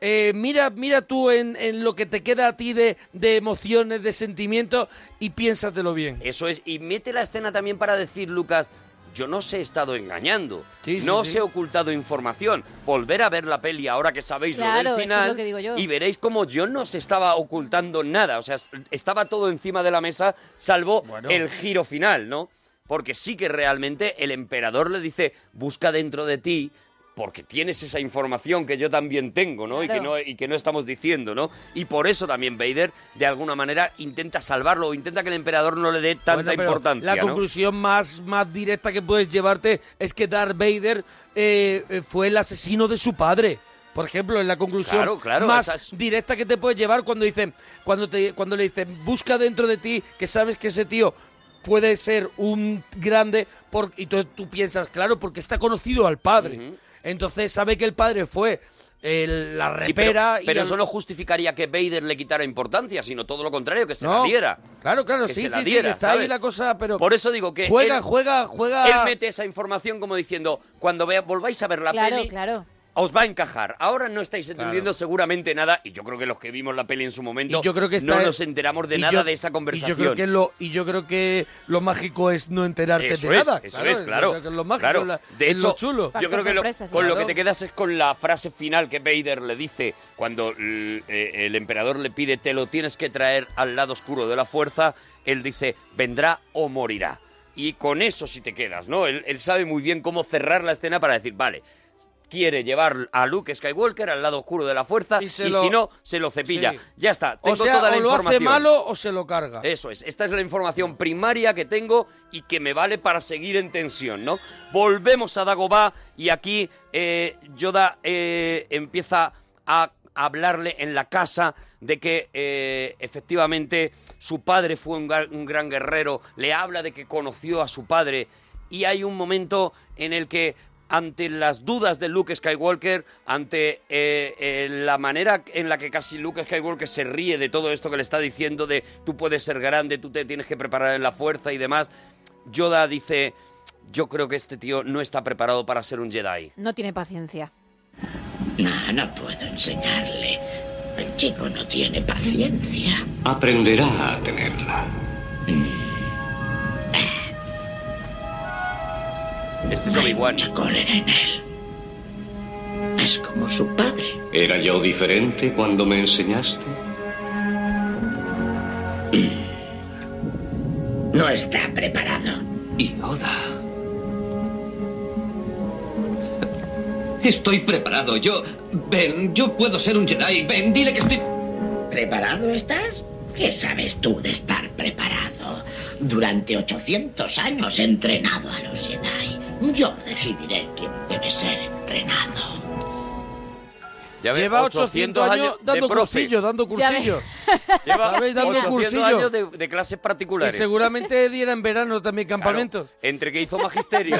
Speaker 2: eh, mira, mira tú en, en lo que te queda a ti de, de emociones, de sentimientos y piénsatelo bien.
Speaker 4: Eso es, y mete la escena también para decir, Lucas, yo no os he estado engañando,
Speaker 2: Sí, sí,
Speaker 4: no os
Speaker 2: sí.
Speaker 4: he ocultado información. Volver a ver la peli ahora que
Speaker 2: Pues
Speaker 4: sabéis
Speaker 3: Claro,
Speaker 4: lo
Speaker 3: eso
Speaker 4: del
Speaker 3: es
Speaker 4: final
Speaker 3: lo que digo yo.
Speaker 4: y veréis como yo no os estaba ocultando nada, o sea, s- estaba todo encima de la mesa salvo el giro final, ¿no? Porque sí que realmente el emperador le dice, busca dentro de ti porque tienes esa información que yo también tengo, ¿no? Y, que
Speaker 2: Claro.
Speaker 4: no y que no estamos diciendo, ¿no? Y por eso también Vader, de alguna manera, intenta salvarlo, o intenta que el emperador no le dé tanta
Speaker 2: Bueno, pero
Speaker 4: importancia.
Speaker 2: La
Speaker 4: ¿no?
Speaker 2: conclusión más, más directa que puedes llevarte es que Darth Vader eh, eh, fue el asesino de su padre. Por ejemplo, en la conclusión
Speaker 4: Claro, claro,
Speaker 2: más
Speaker 4: esa es-
Speaker 2: directa que te puedes llevar cuando dicen, cuando te, cuando le dicen, busca dentro de ti que sabes que ese tío puede ser un grande por, y tú, tú piensas, claro, porque está conocido al padre. Entonces sabe que el padre fue el- la
Speaker 4: Sí, pero-
Speaker 2: repera
Speaker 4: pero
Speaker 2: y al-
Speaker 4: eso no justificaría que Vader le quitara importancia, sino todo lo contrario, que se
Speaker 2: No,
Speaker 4: la diera.
Speaker 2: Claro, claro,
Speaker 4: Que
Speaker 2: sí,
Speaker 4: se la
Speaker 2: sí, sí,
Speaker 4: diera,
Speaker 2: está ahí
Speaker 4: ¿sabes?
Speaker 2: la cosa, pero
Speaker 4: Por eso digo que
Speaker 2: juega,
Speaker 4: él-
Speaker 2: juega, juega.
Speaker 4: Él mete esa información como diciendo, cuando vea- volváis a ver la
Speaker 3: claro,
Speaker 4: peli,
Speaker 3: claro.
Speaker 4: os va a encajar. Ahora no estáis entendiendo seguramente nada, y yo creo que los que vimos la peli en su momento
Speaker 2: Y yo creo que
Speaker 4: no
Speaker 2: está-
Speaker 4: nos enteramos de
Speaker 2: y
Speaker 4: nada
Speaker 2: yo-
Speaker 4: de esa conversación.
Speaker 2: Y yo creo que lo, y yo creo que lo mágico es no enterarte
Speaker 4: Eso
Speaker 2: de
Speaker 4: es,
Speaker 2: nada.
Speaker 4: eso es, claro.
Speaker 2: yo creo que es lo mágico,
Speaker 4: Claro.
Speaker 2: la-
Speaker 4: de
Speaker 2: es
Speaker 4: hecho,
Speaker 2: lo chulo.
Speaker 4: Yo creo que lo- con lo que te
Speaker 2: Claro.
Speaker 4: quedas es con la frase final que Vader le dice cuando l- eh, el emperador le pide te lo tienes que traer al lado oscuro de la fuerza. Él dice vendrá o morirá. Y con eso sí te quedas, ¿no? Él, él sabe muy bien cómo cerrar la escena para decir, vale, quiere llevar a Luke Skywalker al lado oscuro de la fuerza y,
Speaker 2: se lo-
Speaker 4: si no, se lo cepilla.
Speaker 2: Sí.
Speaker 4: Ya está, tengo
Speaker 2: o sea,
Speaker 4: toda la
Speaker 2: o lo hace
Speaker 4: información.
Speaker 2: malo o se lo carga.
Speaker 4: Eso es, esta es la información primaria que tengo y que me vale para seguir en tensión, ¿no? Volvemos a Dagobah y aquí eh, Yoda eh, empieza a hablarle en la casa de que eh, efectivamente su padre fue un, ga- un gran guerrero, le habla de que conoció a su padre y hay un momento en el que ante las dudas de Luke Skywalker, ante eh, eh, la manera en la que casi Luke Skywalker se ríe de todo esto que le está diciendo de tú puedes ser grande, tú te tienes que preparar en la fuerza y demás, Yoda dice, yo creo que este tío no está preparado para ser un Jedi.
Speaker 3: No tiene paciencia.
Speaker 24: No, no pues. puedo enseñarle. El chico no tiene paciencia. Mm.
Speaker 25: Aprenderá a tenerla.
Speaker 4: Este es Obi-Wan.
Speaker 25: Es como su padre. ¿Era yo diferente cuando me enseñaste?
Speaker 24: No está preparado.
Speaker 25: Y Yoda.
Speaker 10: Estoy preparado, yo... Ven, yo puedo ser un Jedi. Ven, dile que estoy...
Speaker 24: ¿Preparado estás? ¿Qué sabes tú de estar preparado? Durante 800 años he entrenado a los Jedi. Yo decidiré quién debe ser entrenado.
Speaker 4: Ya ves,
Speaker 2: Lleva 800 años dando
Speaker 4: profe.
Speaker 2: cursillos, dando
Speaker 4: Ya ves.
Speaker 2: cursillos.
Speaker 4: Lleva
Speaker 2: ¿Sabéis? Dando
Speaker 4: 800
Speaker 2: cursillos.
Speaker 4: años de, de clases
Speaker 2: Y
Speaker 4: particulares.
Speaker 2: seguramente diera en verano también campamentos.
Speaker 4: Entre que hizo magisterio,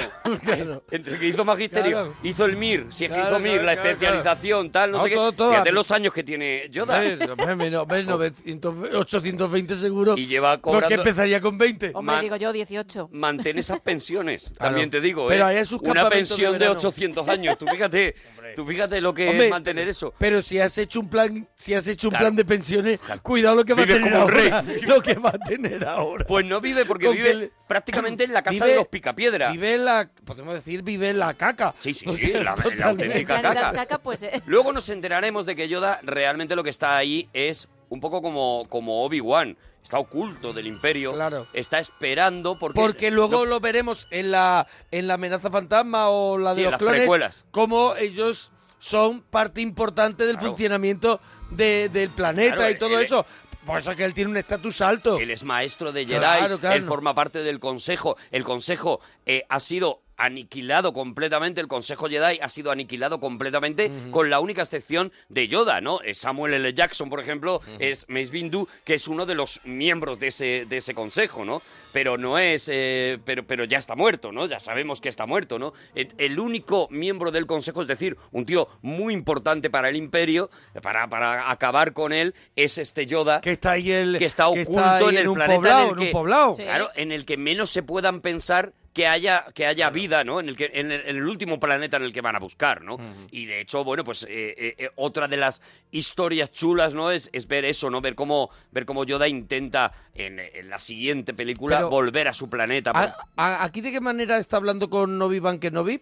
Speaker 4: entre que hizo magisterio,
Speaker 2: Claro.
Speaker 4: hizo el MIR, si es que
Speaker 2: Claro,
Speaker 4: hizo MIR,
Speaker 2: claro,
Speaker 4: la
Speaker 2: claro,
Speaker 4: especialización, tal, no,
Speaker 2: No,
Speaker 4: sé qué,
Speaker 2: todo, todo.
Speaker 4: fíjate los años que tiene Yoda.
Speaker 2: Hombre, hombre, menos- hombre, 900 820 seguro. Y
Speaker 4: lleva cobrando-
Speaker 2: Porque empezaría con 20.
Speaker 3: Hombre, digo yo, 18.
Speaker 4: Mantén esas pensiones, también te digo,
Speaker 2: Pero
Speaker 4: ¿eh?
Speaker 2: ahí en sus
Speaker 4: una
Speaker 2: campamentos de
Speaker 4: pensión de,
Speaker 2: verano.
Speaker 4: 800 años, tú fíjate, tú fíjate lo que
Speaker 2: Hombre,
Speaker 4: es mantener eso.
Speaker 2: Pero si has hecho un plan, si has hecho un
Speaker 4: Claro.
Speaker 2: plan de pensiones, cuidado lo que va a
Speaker 4: Vives
Speaker 2: tener
Speaker 4: como un rey.
Speaker 2: ahora. Lo que va a tener ahora.
Speaker 4: Pues no vive porque
Speaker 2: Con
Speaker 4: vive
Speaker 2: que le-
Speaker 4: prácticamente en la casa
Speaker 2: Vive-
Speaker 4: de los picapiedra.
Speaker 2: Vive en la, podemos decir, vive en la caca.
Speaker 4: Sí, sí,
Speaker 2: O
Speaker 4: sí,
Speaker 2: sea,
Speaker 4: la, la
Speaker 2: totalmente.
Speaker 4: auténtica
Speaker 3: Claro,
Speaker 4: caca.
Speaker 3: las caca, pues... eh.
Speaker 4: Luego nos enteraremos de que Yoda realmente lo que está ahí es un poco como, como Obi-Wan. Está oculto del imperio. Está esperando porque...
Speaker 2: Porque luego
Speaker 4: no-
Speaker 2: lo veremos en la en la amenaza fantasma o la de
Speaker 4: Sí, en
Speaker 2: los
Speaker 4: las
Speaker 2: clones,
Speaker 4: precuelas.
Speaker 2: como ellos son parte importante del funcionamiento de- del planeta
Speaker 4: Claro,
Speaker 2: y todo
Speaker 4: él-
Speaker 2: eso. Por eso es que él tiene un estatus alto.
Speaker 4: Él es maestro de Jedi,
Speaker 2: Claro, claro.
Speaker 4: él forma parte del Consejo. El Consejo eh, ha sido aniquilado completamente, el Consejo Jedi ha sido aniquilado completamente, con la única excepción de Yoda, ¿no? Eh, Samuel L. Jackson, por ejemplo, es Mace Bindu, que es uno de los miembros de ese, de ese Consejo, ¿no? Pero no es... eh, pero, pero ya está muerto, ¿no? Ya sabemos que está muerto, ¿no? Eh, El único miembro del Consejo, es decir, un tío muy importante para el Imperio, para, para acabar con él, es este Yoda.
Speaker 2: Que está ahí el
Speaker 4: que está
Speaker 2: que
Speaker 4: oculto
Speaker 2: está ahí
Speaker 4: en el
Speaker 2: en un
Speaker 4: planeta
Speaker 2: poblado,
Speaker 4: en, el
Speaker 2: en un
Speaker 4: que-
Speaker 2: poblado. Sí.
Speaker 4: claro en el que menos se puedan pensar que haya que haya vida no en el que en el, en el último planeta en el que van a buscar no y de hecho bueno pues eh, eh, eh, otra de las historias chulas no es, es ver eso no ver cómo ver cómo Yoda intenta en, en la siguiente película
Speaker 2: Pero-
Speaker 4: volver a su planeta
Speaker 2: ¿A- a- ¿Aquí de qué manera está hablando con Obi-Wan Kenobi?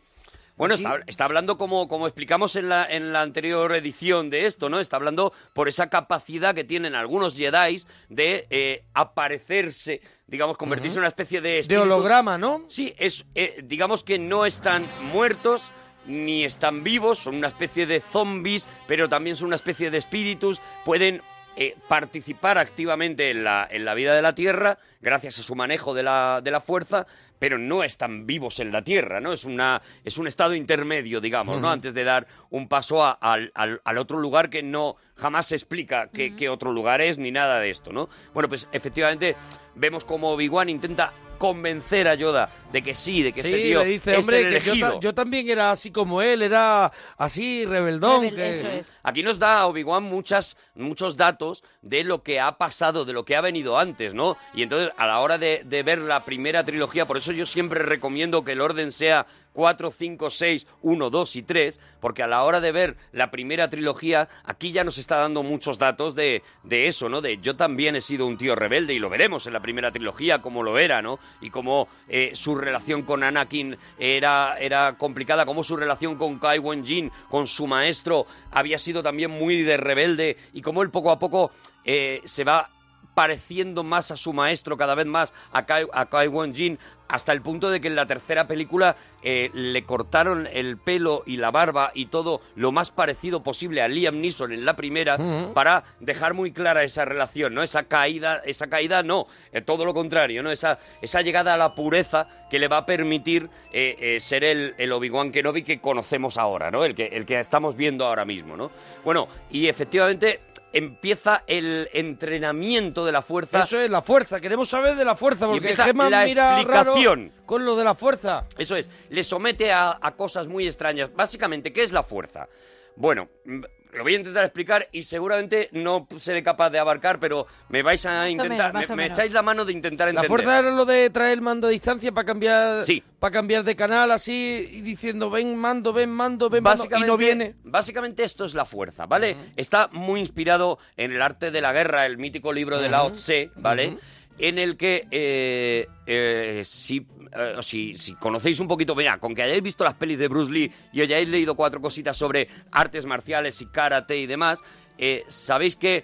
Speaker 4: Bueno,
Speaker 2: Aquí-
Speaker 4: está, está hablando como, como explicamos en la, en la anterior edición de esto, ¿no? Está hablando por esa capacidad que tienen algunos Jedi de eh, aparecerse, digamos, convertirse en una especie de...
Speaker 2: de
Speaker 4: espíritu.
Speaker 2: holograma, ¿no?
Speaker 4: Sí, es, eh, digamos que no están muertos ni están vivos, son una especie de zombies, pero también son una especie de espíritus, pueden eh, participar activamente en la, en la vida de la Tierra gracias a su manejo de la, de la fuerza, pero no están vivos en la Tierra, ¿no? Es, una, es un estado intermedio, digamos, ¿no?
Speaker 2: Ujú.
Speaker 4: Antes de dar un paso a- al, al- al otro lugar que no jamás se explica qué, qué otro lugar es ni nada de esto, ¿no? Bueno, pues efectivamente vemos como Obi-Wan intenta convencer a Yoda de que sí, de que este
Speaker 2: sí,
Speaker 4: tío
Speaker 2: le dice,
Speaker 4: es
Speaker 2: hombre,
Speaker 4: el
Speaker 2: que yo,
Speaker 4: elegido.
Speaker 2: ta- yo también era así como él, era así, rebeldón. que-
Speaker 4: Aquí nos da Obi-Wan muchas, muchos datos de lo que ha pasado, de lo que ha venido antes, ¿no? Y entonces, a la hora de, de ver la primera trilogía, por eso yo siempre recomiendo que el orden sea 4, 5, 6, 1, 2 y 3, porque a la hora de ver la primera trilogía, aquí ya nos está dando muchos datos de, de eso, ¿no? De yo también he sido un tío rebelde, y lo veremos en la primera trilogía, como lo era, ¿no? Y cómo eh, su relación con Anakin era, era complicada, cómo su relación con Kai Wen Jin, con su maestro, había sido también muy de rebelde, y cómo él poco a poco eh, se va pareciendo más a su maestro cada vez más, a Kai, a Kai Won Jin, hasta el punto de que en la tercera película eh, le cortaron el pelo y la barba y todo lo más parecido posible a Liam Neeson en la primera
Speaker 2: Ujú.
Speaker 4: para dejar muy clara esa relación, ¿no? Esa caída, esa caída no, eh, todo lo contrario, ¿no? Esa, esa llegada a la pureza que le va a permitir eh, eh, ser el, el Obi-Wan Kenobi que conocemos ahora, ¿no? El que, el que estamos viendo ahora mismo, ¿no? Bueno, y efectivamente empieza el entrenamiento de la fuerza.
Speaker 2: Eso es, la fuerza. Queremos saber de la fuerza,
Speaker 4: Ah. Y
Speaker 2: porque
Speaker 4: empieza
Speaker 2: Gemma
Speaker 4: la
Speaker 2: mira
Speaker 4: explicación.
Speaker 2: raro con lo de la fuerza.
Speaker 4: Eso es, le somete a, a cosas muy extrañas. Básicamente, ¿qué es la fuerza? Bueno, mm, lo voy a intentar explicar y seguramente no seré capaz de abarcar, pero me vais a
Speaker 2: o
Speaker 4: intentar,
Speaker 2: menos, más
Speaker 4: me-
Speaker 2: o
Speaker 4: me,
Speaker 2: menos.
Speaker 4: echáis la mano de intentar
Speaker 2: La
Speaker 4: entender.
Speaker 2: fuerza era lo de traer el mando a distancia para cambiar
Speaker 4: Sí.
Speaker 2: para cambiar de canal así y diciendo ven mando, ven mando, ven mando y
Speaker 4: Básicamente,
Speaker 2: no viene.
Speaker 4: Básicamente esto es la fuerza, ¿vale? Está muy inspirado en el arte de la guerra, el mítico libro de Lao Tse, ¿vale? En el que eh, eh, si, eh, si, si conocéis un poquito, mira, con que hayáis visto las pelis de Bruce Lee y hayáis leído cuatro cositas sobre artes marciales y karate y demás, eh, sabéis que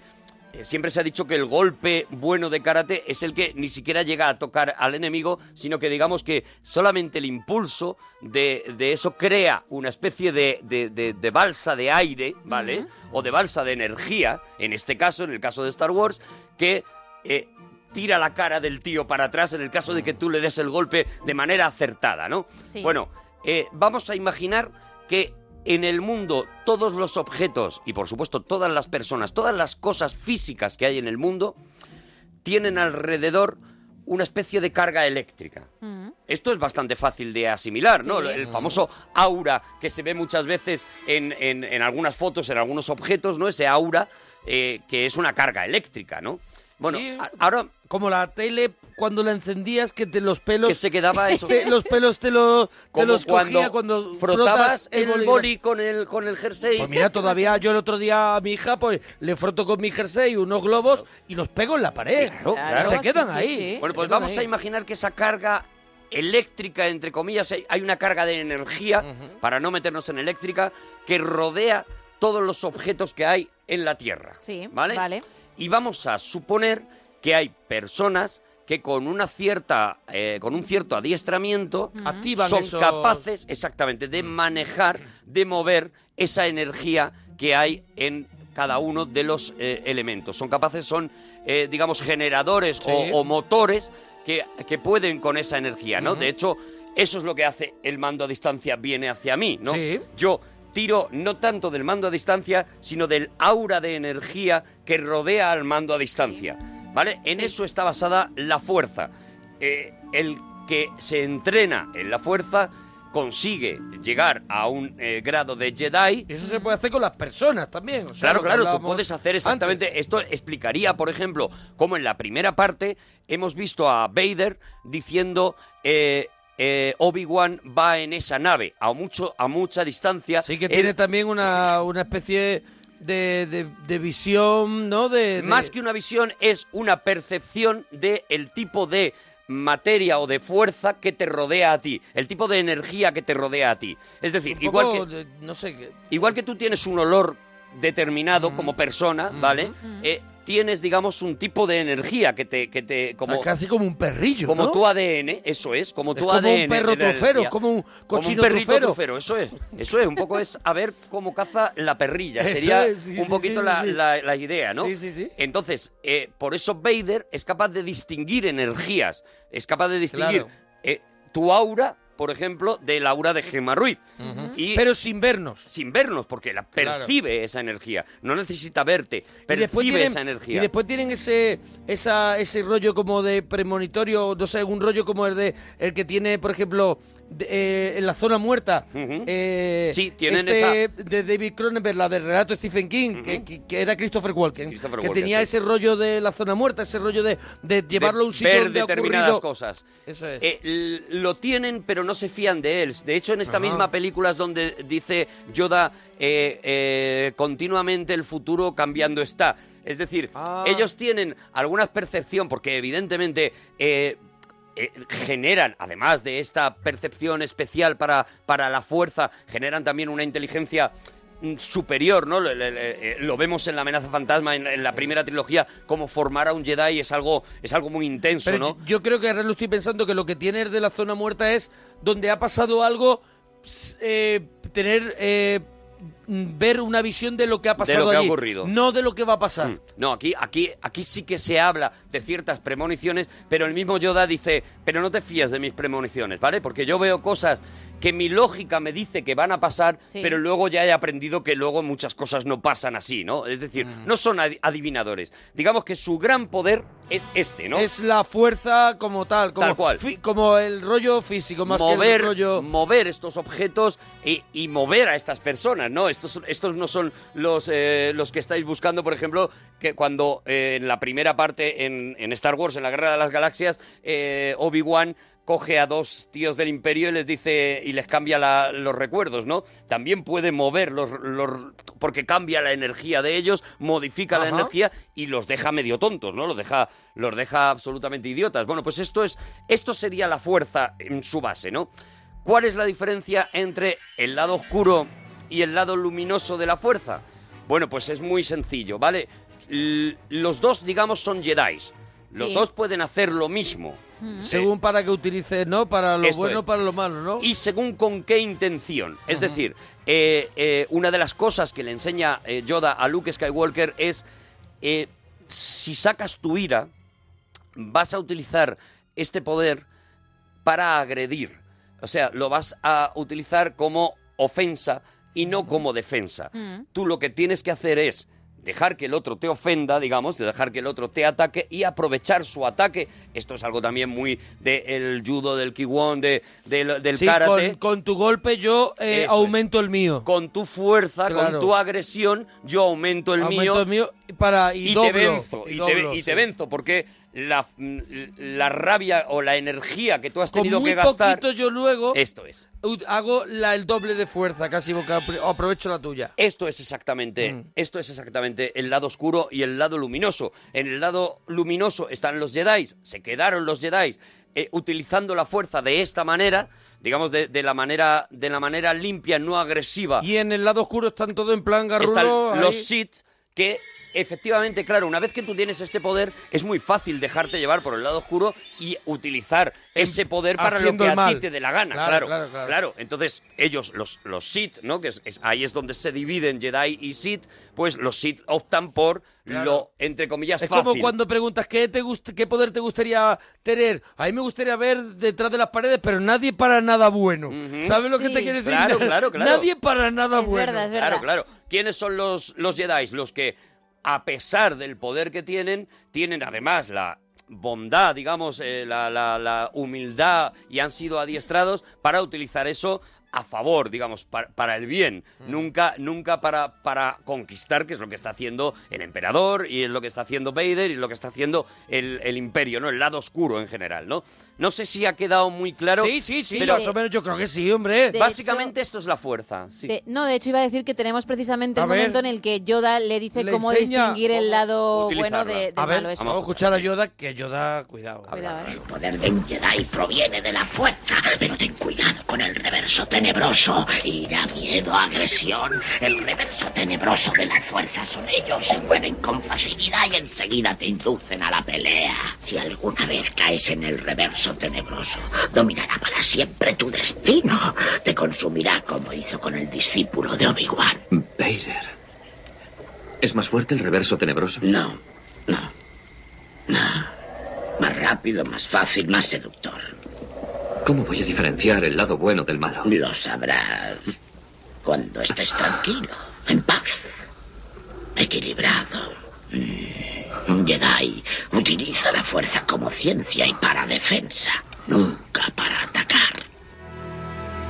Speaker 4: eh, siempre se ha dicho que el golpe bueno de karate es el que ni siquiera llega a tocar al enemigo, sino que digamos que solamente el impulso de, de eso crea una especie de, de- de- de balsa de aire, ¿vale?
Speaker 11: Ujú.
Speaker 4: O de balsa de energía, en este caso, en el caso de Star Wars, que... eh, tira la cara del tío para atrás en el caso de que tú le des el golpe de manera acertada, ¿no?
Speaker 1: Sí.
Speaker 4: Bueno, eh, vamos a imaginar que en el mundo todos los objetos y por supuesto todas las personas, todas las cosas físicas que hay en el mundo, tienen alrededor una especie de carga eléctrica. Esto es bastante fácil de asimilar, ¿no?
Speaker 1: Sí.
Speaker 4: El famoso aura que se ve muchas veces en, en- en algunas fotos, en algunos objetos, ¿no? Ese aura eh, que es una carga eléctrica, ¿no? Bueno,
Speaker 2: Sí,
Speaker 4: a- ahora
Speaker 2: Como la tele cuando la encendías que te los pelos
Speaker 4: Que se quedaba eso.
Speaker 2: te- los pelos te, lo, te
Speaker 4: Como
Speaker 2: los cogía
Speaker 4: cuando
Speaker 2: cuando
Speaker 4: frotabas
Speaker 2: frotas
Speaker 4: el
Speaker 2: boli-
Speaker 4: boli con el con el jersey.
Speaker 2: Pues mira, todavía yo el otro día a mi hija pues le froto con mi jersey unos globos y los pego en la pared.
Speaker 4: Claro, claro.
Speaker 2: Se quedan ahí.
Speaker 4: Bueno,
Speaker 2: se
Speaker 4: pues
Speaker 2: quedan
Speaker 4: vamos
Speaker 2: ahí.
Speaker 4: a imaginar que esa carga eléctrica, entre comillas, hay- hay una carga de energía, para no meternos en eléctrica, que rodea todos los objetos que hay en la Tierra.
Speaker 3: Sí,
Speaker 4: ¿Vale?
Speaker 3: vale.
Speaker 4: Y vamos a suponer que hay personas que con una cierta eh, con un cierto adiestramiento
Speaker 2: Ujú. Activan
Speaker 4: son
Speaker 2: esos-
Speaker 4: capaces exactamente de manejar de mover esa energía que hay en cada uno de los eh, elementos son capaces son eh, digamos generadores
Speaker 2: Sí.
Speaker 4: o, o motores que, que pueden con esa energía no de hecho eso es lo que hace el mando a distancia viene hacia mí no yo tiro no tanto del mando a distancia sino del aura de energía que rodea al mando a distancia vale en eso está basada la fuerza eh, el que se entrena en la fuerza consigue llegar a un eh, grado de Jedi.
Speaker 2: Eso se puede hacer con las personas también. o sea,
Speaker 4: Claro,
Speaker 2: lo que
Speaker 4: claro, tú
Speaker 2: hablábamos
Speaker 4: puedes hacer exactamente. Esto explicaría, por ejemplo, cómo en la primera parte hemos visto a Vader diciendo. eh, eh, Obi-Wan va en esa nave a mucho a mucha distancia. Sí,
Speaker 2: que tiene también una, una especie de, de- de visión, ¿no? De, de-
Speaker 4: Más que una visión es una percepción de el tipo de materia o de fuerza que te rodea a ti, el tipo de energía que te rodea a ti. Es decir,
Speaker 2: un
Speaker 4: igual
Speaker 2: poco
Speaker 4: que
Speaker 2: de- no sé qué.
Speaker 4: igual que tú tienes un olor determinado como persona, ¿vale? Eh, tienes, digamos, un tipo de energía que te... Que te como,
Speaker 2: Ah, casi como un perrillo,
Speaker 4: Como
Speaker 2: ¿no?
Speaker 4: tu ADN, eso es, como
Speaker 2: Es
Speaker 4: tu
Speaker 2: como un
Speaker 4: ADN. de
Speaker 2: perro
Speaker 4: la
Speaker 2: trofero,
Speaker 4: energía.
Speaker 2: como un cochino
Speaker 4: Como un perrito
Speaker 2: trofero.
Speaker 4: trofero, eso es. Eso es, un poco es a ver cómo caza la perrilla.
Speaker 2: Eso
Speaker 4: Sería
Speaker 2: es, sí,
Speaker 4: un
Speaker 2: sí,
Speaker 4: poquito
Speaker 2: sí,
Speaker 4: la,
Speaker 2: sí.
Speaker 4: la- la idea, ¿no?
Speaker 2: Sí, sí, sí.
Speaker 4: Entonces, eh, por eso Vader es capaz de distinguir energías, es capaz de distinguir
Speaker 2: Claro.
Speaker 4: eh, tu aura, por ejemplo, del aura de Gemma Ruiz.
Speaker 2: Pero sin vernos.
Speaker 4: Sin vernos, porque la
Speaker 2: Claro.
Speaker 4: percibe esa energía. No necesita verte,
Speaker 2: Y
Speaker 4: percibe
Speaker 2: después tienen,
Speaker 4: esa energía.
Speaker 2: Y después tienen ese, esa, ese rollo como de premonitorio, no sé, un rollo como el de el que tiene, por ejemplo, de- eh, en la zona muerta. eh,
Speaker 4: Sí, tienen
Speaker 2: este de David Cronenberg, la del relato Stephen King, que, que- que era Christopher Walken, que
Speaker 4: Walken,
Speaker 2: tenía
Speaker 4: sí.
Speaker 2: ese rollo de la zona muerta, ese rollo de, de llevarlo a un sitio
Speaker 4: ver
Speaker 2: donde ha
Speaker 4: determinadas
Speaker 2: ocurrido-
Speaker 4: cosas.
Speaker 2: Eso es.
Speaker 4: Eh, l- lo tienen, pero no se fían de él. De hecho, en esta
Speaker 2: Ajá.
Speaker 4: misma película es donde dice Yoda eh, eh, continuamente el futuro cambiando está. Es decir,
Speaker 2: Ah.
Speaker 4: ellos tienen alguna percepción, porque evidentemente... eh, eh, generan, además de esta percepción especial para, para la fuerza, generan también una inteligencia mm, superior, ¿no? Le- le- le- eh, Lo, vemos en la amenaza fantasma, en, en la primera trilogía, como formar a un Jedi es algo, es algo muy intenso,
Speaker 2: Pero
Speaker 4: ¿no?
Speaker 2: yo- yo creo que ahora lo estoy pensando que lo que tiene el de la zona muerta es donde ha pasado algo, s- eh, tener eh, m- ver una visión de lo que ha pasado
Speaker 4: que ha
Speaker 2: allí,
Speaker 4: ocurrido. Mm.
Speaker 2: no de lo que va a pasar.
Speaker 4: No, aquí, aquí, aquí sí que se habla de ciertas premoniciones, pero el mismo Yoda dice, pero no te fías de mis premoniciones, ¿vale? Porque yo veo cosas que mi lógica me dice que van a pasar,
Speaker 2: Sí.
Speaker 4: pero luego ya he aprendido que luego muchas cosas no pasan así, ¿no? Es decir,
Speaker 2: Mm.
Speaker 4: no son ad- adivinadores. Digamos que su gran poder es este, ¿no?
Speaker 2: Es la fuerza como tal, como
Speaker 4: Tal cual.
Speaker 2: fi- como el rollo físico más que el
Speaker 4: mover,
Speaker 2: rollo
Speaker 4: mover estos objetos y, y mover a estas personas, ¿no? Estos, estos no son los, eh, los que estáis buscando, por ejemplo, que cuando eh, en la primera parte, en, en Star Wars, en la Guerra de las Galaxias, eh, Obi-Wan coge a dos tíos del imperio y les dice y les cambia la- los recuerdos, ¿no? También puede mover los, los- porque cambia la energía de ellos, modifica la
Speaker 2: Ajá.
Speaker 4: energía y los deja medio tontos, ¿no? Los deja los deja absolutamente idiotas. Bueno, pues esto es esto sería la fuerza en su base, ¿no? ¿Cuál es la diferencia entre el lado oscuro y el lado luminoso de la fuerza? Bueno, pues es muy sencillo, ¿vale? l- los dos, digamos, son Jedi. Los
Speaker 2: Sí.
Speaker 4: dos pueden hacer lo mismo.
Speaker 2: Mm.
Speaker 4: Según
Speaker 2: para que utilices, ¿no? Para lo
Speaker 4: Eh, Esto
Speaker 2: bueno,
Speaker 4: es.
Speaker 2: para lo malo, ¿no?
Speaker 4: Y según con qué intención. Es decir, eh, eh, una de las cosas que le enseña eh, Yoda a Luke Skywalker es, eh, si sacas tu ira, vas a utilizar este poder para agredir. O sea, lo vas a utilizar como ofensa y no como defensa.
Speaker 1: Mm.
Speaker 4: Tú lo que tienes que hacer es dejar que el otro te ofenda, digamos, de dejar que el otro te ataque y aprovechar su ataque. Esto es algo también muy del judo, del kiwon, de, del, del
Speaker 2: Sí,
Speaker 4: karate.
Speaker 2: con, con tu golpe yo eh,
Speaker 4: Eso
Speaker 2: aumento el mío.
Speaker 4: Con tu fuerza,
Speaker 2: Claro.
Speaker 4: con tu agresión, yo aumento el
Speaker 2: Aumento
Speaker 4: mío.
Speaker 2: el mío para, y,
Speaker 4: y,
Speaker 2: doblo,
Speaker 4: te venzo, y, te,
Speaker 2: doblo,
Speaker 4: y
Speaker 2: sí.
Speaker 4: te venzo, porque la, la rabia o la energía que tú has
Speaker 2: Con
Speaker 4: tenido
Speaker 2: muy
Speaker 4: que gastar...
Speaker 2: poquito yo luego
Speaker 4: Esto es.
Speaker 2: ut- hago la- el doble de fuerza, casi porque apro- aprovecho la tuya.
Speaker 4: Esto es exactamente, esto es exactamente el lado oscuro y el lado luminoso. En el lado luminoso están los Jedi, se quedaron los Jedi eh, utilizando la fuerza de esta manera, digamos de, de la manera de la manera limpia, no agresiva.
Speaker 2: Y en el lado oscuro están todo en plan
Speaker 4: Están
Speaker 2: garrulo. ahí.
Speaker 4: los Sith que efectivamente, claro, una vez que tú tienes este poder, es muy fácil dejarte llevar por el lado oscuro y utilizar ese poder para lo
Speaker 2: Em, haciendo
Speaker 4: que
Speaker 2: el
Speaker 4: a ti
Speaker 2: mal.
Speaker 4: te dé la gana.
Speaker 2: Claro,
Speaker 4: Claro, claro,
Speaker 2: claro, claro.
Speaker 4: Entonces, ellos, los, los Sith, ¿no? Que es, es- ahí es donde se dividen Jedi y Sith, pues los Sith optan por
Speaker 2: Claro.
Speaker 4: lo, entre comillas,
Speaker 2: Es
Speaker 4: fácil.
Speaker 2: como cuando preguntas ¿qué, te gust- qué poder te gustaría tener. A mí me gustaría ver detrás de las paredes, pero nadie para nada bueno. ¿Sabes lo que
Speaker 4: Sí.
Speaker 2: te quiero decir?
Speaker 4: Claro, claro, claro.
Speaker 2: Nadie para nada bueno.
Speaker 4: Claro, claro. ¿Quiénes son los, los Jedi? Los que, a pesar del poder que tienen, tienen además la bondad, digamos, eh, la, la- la humildad y han sido adiestrados para utilizar eso a favor, digamos, par- para, el bien,
Speaker 2: Mm.
Speaker 4: nunca, nunca para, para conquistar, que es lo que está haciendo el emperador y es lo que está haciendo Vader y es lo que está haciendo el, el imperio, ¿no? El lado oscuro en general, ¿no? No sé si ha quedado muy claro.
Speaker 2: Sí, sí, sí,
Speaker 4: pero
Speaker 2: más o menos yo creo que sí, hombre.
Speaker 3: De
Speaker 4: Básicamente esto es la fuerza. sí.
Speaker 3: De- no, de hecho iba a decir que tenemos precisamente
Speaker 4: A
Speaker 3: el
Speaker 4: ver.
Speaker 3: momento en el que Yoda le dice
Speaker 2: Le
Speaker 3: cómo
Speaker 2: enseña
Speaker 3: distinguir el lado
Speaker 2: Utilizarla.
Speaker 3: bueno de, de
Speaker 2: a ver,
Speaker 3: malo. Eso.
Speaker 2: Vamos a escuchar a Yoda, que Yoda, cuidado.
Speaker 3: Cuidado, ¿eh?
Speaker 24: El poder de un Jedi proviene de la fuerza, pero ten cuidado con el reverso tenebroso. Ira, miedo, agresión. El reverso tenebroso de la fuerza son ellos. Se mueven con facilidad y enseguida te inducen a la pelea. Si alguna vez caes en el reverso tenebroso, dominará para siempre tu destino. Te consumirá como hizo con el discípulo de Obi-Wan.
Speaker 11: Vader. ¿Es más fuerte el reverso tenebroso?
Speaker 24: No. Más rápido, más fácil, más seductor.
Speaker 11: ¿Cómo voy a diferenciar el lado bueno del malo?
Speaker 24: Lo sabrás cuando estés tranquilo, en paz, equilibrado. Mm, Un Jedi utiliza la fuerza como ciencia y para defensa, nunca para atacar.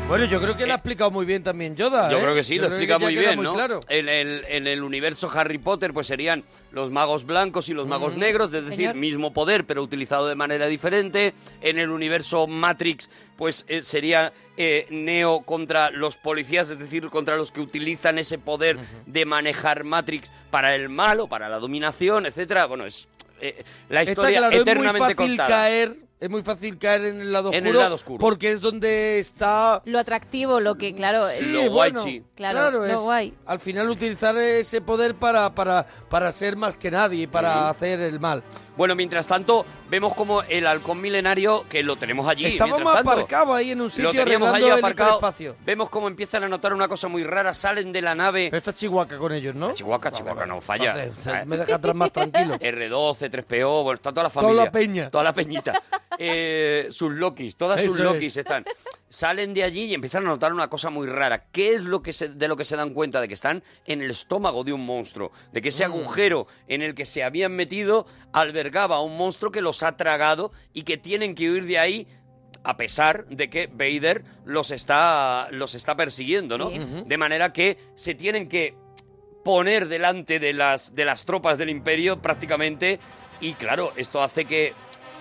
Speaker 2: Bueno, yo creo que lo ha explicado muy bien también Yoda.
Speaker 4: Eh, Yo
Speaker 2: ¿eh?
Speaker 4: creo que sí, lo explica
Speaker 2: ya
Speaker 4: muy
Speaker 2: queda
Speaker 4: bien, ¿no?
Speaker 2: claro.
Speaker 4: En, el, en el universo Harry Potter, pues serían los magos blancos y los magos negros, es decir,
Speaker 2: Mm. Señor.
Speaker 4: mismo poder, pero utilizado de manera diferente. En el universo Matrix, pues eh, sería eh, Neo contra los policías, es decir, contra los que utilizan ese poder de manejar Matrix para el mal o para la dominación, etcétera. Bueno, es eh, la
Speaker 2: Está
Speaker 4: historia
Speaker 2: claro,
Speaker 4: eternamente
Speaker 2: es muy fácil
Speaker 4: contada.
Speaker 2: caer, es muy fácil caer en el lado
Speaker 4: En
Speaker 2: oscuro.
Speaker 4: el lado oscuro.
Speaker 2: Porque es donde está...
Speaker 3: Lo atractivo, lo que, claro.
Speaker 2: Sí,
Speaker 3: el-
Speaker 2: bueno,
Speaker 3: Claro, lo
Speaker 2: es
Speaker 3: guay.
Speaker 2: Al final utilizar ese poder para, para, para ser más que nadie, para hacer el mal.
Speaker 4: Bueno, mientras tanto, vemos como el halcón milenario, que lo tenemos allí.
Speaker 2: Estábamos
Speaker 4: mientras tanto,
Speaker 2: aparcados ahí en un
Speaker 4: lo
Speaker 2: sitio
Speaker 4: teníamos ahí
Speaker 2: arreglando el
Speaker 4: aparcado.
Speaker 2: hiperespacio.
Speaker 4: Vemos cómo empiezan a notar una cosa muy rara, salen de la nave.
Speaker 2: Pero está Chihuahua con ellos, ¿no?
Speaker 4: Chihuahua, Chihuahua, no falla.
Speaker 2: Entonces, o sea, me deja atrás más tranquilo.
Speaker 4: R12, 3PO, bueno, está toda la
Speaker 2: Toda
Speaker 4: familia.
Speaker 2: la peña.
Speaker 4: Toda la peñita. Eh, sus Lokis, todas sus
Speaker 2: Eso
Speaker 4: Lokis están. Salen de allí y empiezan a notar una cosa muy rara. ¿Qué es lo que se- de lo que se dan cuenta? De que están en el estómago de un monstruo. De que ese
Speaker 2: Mm.
Speaker 4: agujero en el que se habían metido albergaba a un monstruo que los ha tragado y que tienen que huir de ahí a pesar de que Vader los está, los está persiguiendo, ¿no?
Speaker 2: Sí. Ujú.
Speaker 4: De manera que se tienen que poner delante de las, de las tropas del imperio prácticamente y claro, esto hace que,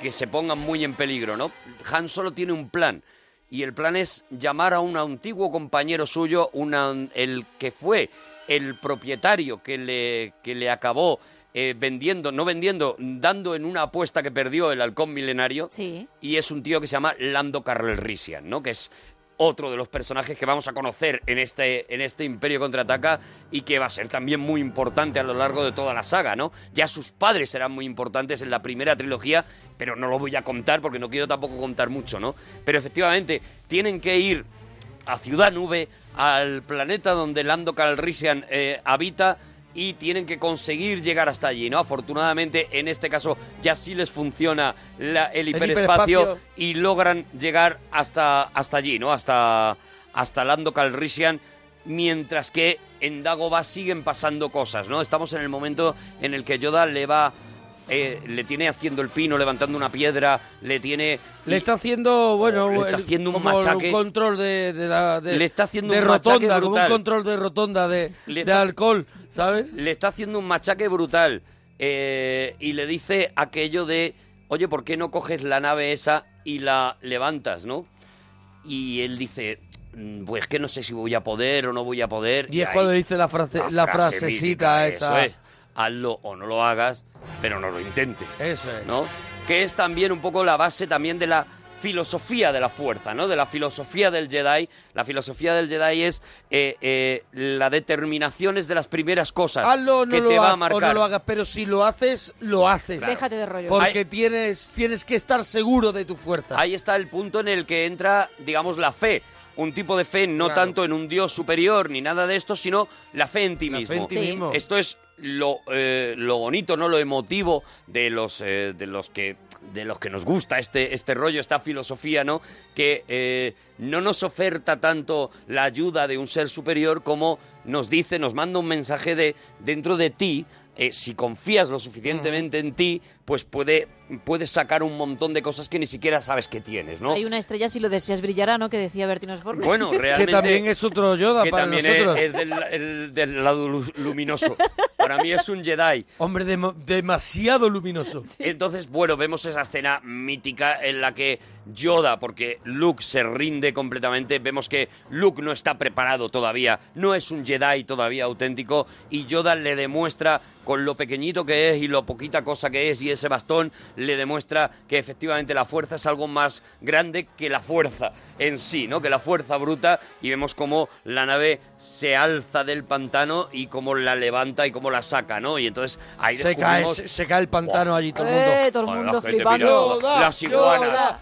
Speaker 4: que se pongan muy en peligro, ¿no? Han solo tiene un plan y el plan es llamar a un antiguo compañero suyo, una- el que fue el propietario que le, que le acabó eh, vendiendo, no vendiendo, dando en una apuesta que perdió el halcón milenario.
Speaker 3: Sí.
Speaker 4: Y es un tío que se llama Lando Calrissian, ¿no? Que es otro de los personajes que vamos a conocer en este, en este Imperio Contraataca y que va a ser también muy importante a lo largo de toda la saga, ¿no? Ya sus padres serán muy importantes en la primera trilogía, pero no lo voy a contar porque no quiero tampoco contar mucho, ¿no? Pero efectivamente, tienen que ir a Ciudad Nube, al planeta donde Lando Calrissian eh, habita y tienen que conseguir llegar hasta allí, ¿no? Afortunadamente, en este caso ya sí les funciona la- el, hiperespacio
Speaker 2: hiperespacio.
Speaker 4: y logran llegar hasta, hasta allí, ¿no? Hasta, hasta Lando Calrissian, mientras que en Dagobah siguen pasando cosas, ¿no? Estamos en el momento en el que Yoda le va... eh, le tiene haciendo el pino, levantando una piedra, le tiene...
Speaker 2: Le está haciendo, bueno,
Speaker 4: Le está
Speaker 2: el-
Speaker 4: haciendo un
Speaker 2: como
Speaker 4: machaque.
Speaker 2: control de, de la- de-
Speaker 4: Le está haciendo
Speaker 2: de
Speaker 4: un machaque
Speaker 2: rotonda, como un
Speaker 4: brutal.
Speaker 2: control de rotonda de,
Speaker 4: Le
Speaker 2: de
Speaker 4: está-
Speaker 2: alcohol, ¿sabes?
Speaker 4: Le está haciendo un machaque brutal. eh, y le dice aquello de, oye, ¿por qué no coges la nave esa y la levantas, no? Y él dice, "Mm, pues que no sé si voy a poder o no voy a poder.
Speaker 2: Y es
Speaker 4: ahí-
Speaker 2: cuando dice la frase, la,
Speaker 4: frase
Speaker 2: frasecita
Speaker 4: mítica,
Speaker 2: esa.
Speaker 4: Eso es. Hazlo o no lo hagas, pero no lo intentes.
Speaker 2: Eso es.
Speaker 4: ¿no? Que es también un poco la base también de la filosofía de la fuerza, ¿no? De la filosofía del Jedi. La filosofía del Jedi es eh, eh, la determinación es de las primeras cosas
Speaker 2: Hazlo o no,
Speaker 4: que
Speaker 2: lo
Speaker 4: te va
Speaker 2: ha-
Speaker 4: a
Speaker 2: o
Speaker 4: marcar.
Speaker 2: no lo hagas, pero si lo haces, lo haces.
Speaker 4: Claro. Déjate
Speaker 3: de rollo.
Speaker 2: Porque tienes, tienes que estar seguro de tu fuerza.
Speaker 4: Ahí está el punto en el que entra, digamos, la fe. Un tipo de fe no
Speaker 2: Claro.
Speaker 4: tanto en un Dios superior ni nada de esto, sino la fe en ti mismo.
Speaker 2: fe en ti Sí. mismo.
Speaker 4: Esto es lo, eh, lo bonito, ¿no? Lo emotivo de los, eh, de los que de los que nos gusta este, este rollo, esta filosofía, ¿no? Que eh, no nos oferta tanto la ayuda de un ser superior como nos dice, nos manda un mensaje de dentro de ti, eh, si confías lo suficientemente en ti, pues puede, puedes sacar un montón de cosas que ni siquiera sabes que tienes, ¿no?
Speaker 3: Hay una estrella, si lo deseas, brillará, ¿no? Que decía Bertino Osborne.
Speaker 4: Bueno, realmente...
Speaker 2: Que también es otro Yoda
Speaker 4: que
Speaker 2: para
Speaker 4: también es-
Speaker 2: nosotros.
Speaker 4: es, del, el- del lado lu- luminoso. Para mí es un Jedi.
Speaker 2: Hombre, demo- demasiado luminoso.
Speaker 4: Entonces, bueno, vemos esa escena mítica en la que Yoda, porque Luke se rinde completamente, vemos que Luke no está preparado todavía, no es un Jedi todavía auténtico, y Yoda le demuestra, con lo pequeñito que es y lo poquita cosa que es, y ese bastón, le demuestra que efectivamente la fuerza es algo más grande que la fuerza en sí, ¿no? Que la fuerza bruta, y vemos cómo la nave se alza del pantano y cómo la levanta y cómo la saca, ¿no? Y entonces ahí
Speaker 2: Se cae,
Speaker 4: descubrimos-
Speaker 2: se, se cae el pantano allí todo el mundo.
Speaker 3: Eh, todo el
Speaker 4: Bueno,
Speaker 3: mundo
Speaker 4: la gente
Speaker 3: flipando.
Speaker 4: mira, las iguanas.
Speaker 3: Yoda.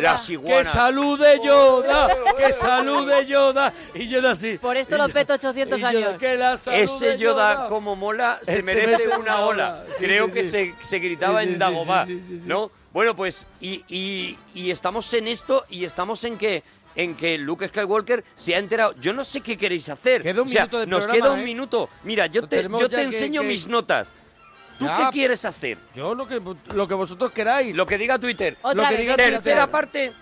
Speaker 4: Las
Speaker 2: Que
Speaker 4: iguanas. Oh,
Speaker 2: salude Yoda, que salude Yoda. Y Yoda así.
Speaker 3: Por esto lo peto 800
Speaker 2: Y Yoda,
Speaker 3: años.
Speaker 2: que la salude
Speaker 4: Ese Yoda, como mola, se
Speaker 2: Ese
Speaker 4: merece
Speaker 2: merece
Speaker 4: una
Speaker 2: una
Speaker 4: ola.
Speaker 2: ola. Sí,
Speaker 4: Creo
Speaker 2: sí,
Speaker 4: que
Speaker 2: sí.
Speaker 4: Se, se gritaba
Speaker 2: Sí, sí,
Speaker 4: en
Speaker 2: sí,
Speaker 4: Dagobah,
Speaker 2: sí, sí, sí.
Speaker 4: ¿no? Bueno, pues, y, y- y estamos en esto y estamos en que en que Luke Skywalker se ha enterado. Yo no sé qué queréis hacer.
Speaker 2: Queda un
Speaker 4: O sea,
Speaker 2: minuto de
Speaker 4: Nos
Speaker 2: programa,
Speaker 4: queda un
Speaker 2: ¿eh?
Speaker 4: minuto. Mira, yo
Speaker 2: Lo
Speaker 4: te,
Speaker 2: tenemos
Speaker 4: yo
Speaker 2: ya
Speaker 4: te
Speaker 2: que-
Speaker 4: enseño
Speaker 2: que-
Speaker 4: mis notas. ¿Tú
Speaker 2: Ya,
Speaker 4: qué quieres hacer?
Speaker 2: Yo lo que, lo que vosotros queráis.
Speaker 4: Lo que diga Twitter.
Speaker 3: Otra
Speaker 4: lo que
Speaker 3: vez,
Speaker 4: diga
Speaker 3: venga,
Speaker 4: tercera
Speaker 3: Twitter.
Speaker 4: parte.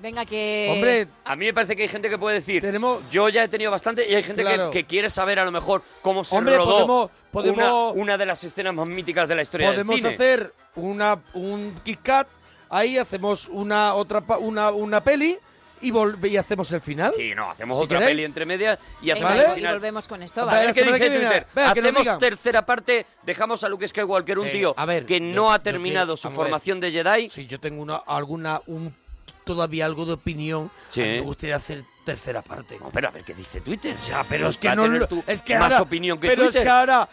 Speaker 3: Venga, que...
Speaker 4: a mí me parece que hay gente que puede decir, yo ya he tenido bastante y hay gente que-
Speaker 2: Claro.
Speaker 4: que, quiere saber a lo mejor cómo se
Speaker 2: Hombre,
Speaker 4: rodó
Speaker 2: podemos- podemos-
Speaker 4: una, una de las escenas más míticas de la historia
Speaker 2: Podemos
Speaker 4: del cine.
Speaker 2: hacer una, un Kit Kat, ahí hacemos una otra pa- una, una peli y, vol- y hacemos el final.
Speaker 4: Sí, no, hacemos
Speaker 2: Si
Speaker 4: otra
Speaker 2: queréis.
Speaker 4: peli entre medias y
Speaker 3: Venga,
Speaker 4: hacemos
Speaker 3: y
Speaker 4: el
Speaker 3: vol- y
Speaker 4: final.
Speaker 3: volvemos con esto,
Speaker 4: A
Speaker 3: ¿vale?
Speaker 4: ver qué
Speaker 2: semana
Speaker 4: dice
Speaker 2: que viene,
Speaker 4: Twitter.
Speaker 2: venga, que nos
Speaker 4: Hacemos
Speaker 2: digan.
Speaker 4: tercera parte, dejamos a Luke Skywalker un
Speaker 2: Sí,
Speaker 4: tío
Speaker 2: a ver,
Speaker 4: que
Speaker 2: yo-
Speaker 4: no ha
Speaker 2: yo
Speaker 4: terminado
Speaker 2: quiero-
Speaker 4: su
Speaker 2: vamos a ver.
Speaker 4: formación de Jedi.
Speaker 2: Si yo tengo una, alguna un todavía algo de opinión,
Speaker 4: Sí.
Speaker 2: a mí me gustaría hacer tercera parte.
Speaker 4: No, pero a ver qué dice Twitter.
Speaker 2: Ya, pero
Speaker 4: Va
Speaker 2: es que
Speaker 4: a
Speaker 2: no
Speaker 4: tener
Speaker 2: lo-
Speaker 4: tú
Speaker 2: es que
Speaker 4: más
Speaker 2: ahora-
Speaker 4: opinión que
Speaker 2: pero
Speaker 4: Twitter.
Speaker 2: es que ahora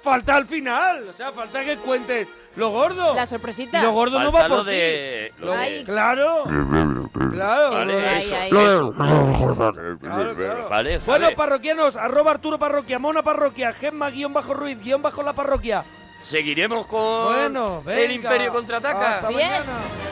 Speaker 2: falta el final, o sea, falta que cuentes lo gordo.
Speaker 3: La sorpresita.
Speaker 2: Y lo gordo no
Speaker 4: Falta
Speaker 2: va por
Speaker 4: lo de-
Speaker 2: ti.
Speaker 4: lo
Speaker 3: Ay. de-
Speaker 2: Claro. Claro.
Speaker 4: Vale,
Speaker 2: lo de-
Speaker 4: eso,
Speaker 2: Ay, ay.
Speaker 4: eso. Vale,
Speaker 2: Bueno,
Speaker 4: vale.
Speaker 2: parroquianos, arroba Arturo Parroquia, Mona Parroquia, Gemma guión bajo Ruiz, guión bajo la parroquia.
Speaker 4: Seguiremos con
Speaker 2: Bueno,
Speaker 4: el
Speaker 2: venga.
Speaker 4: Imperio Contraataca.
Speaker 2: Hasta
Speaker 3: Bien.
Speaker 2: mañana.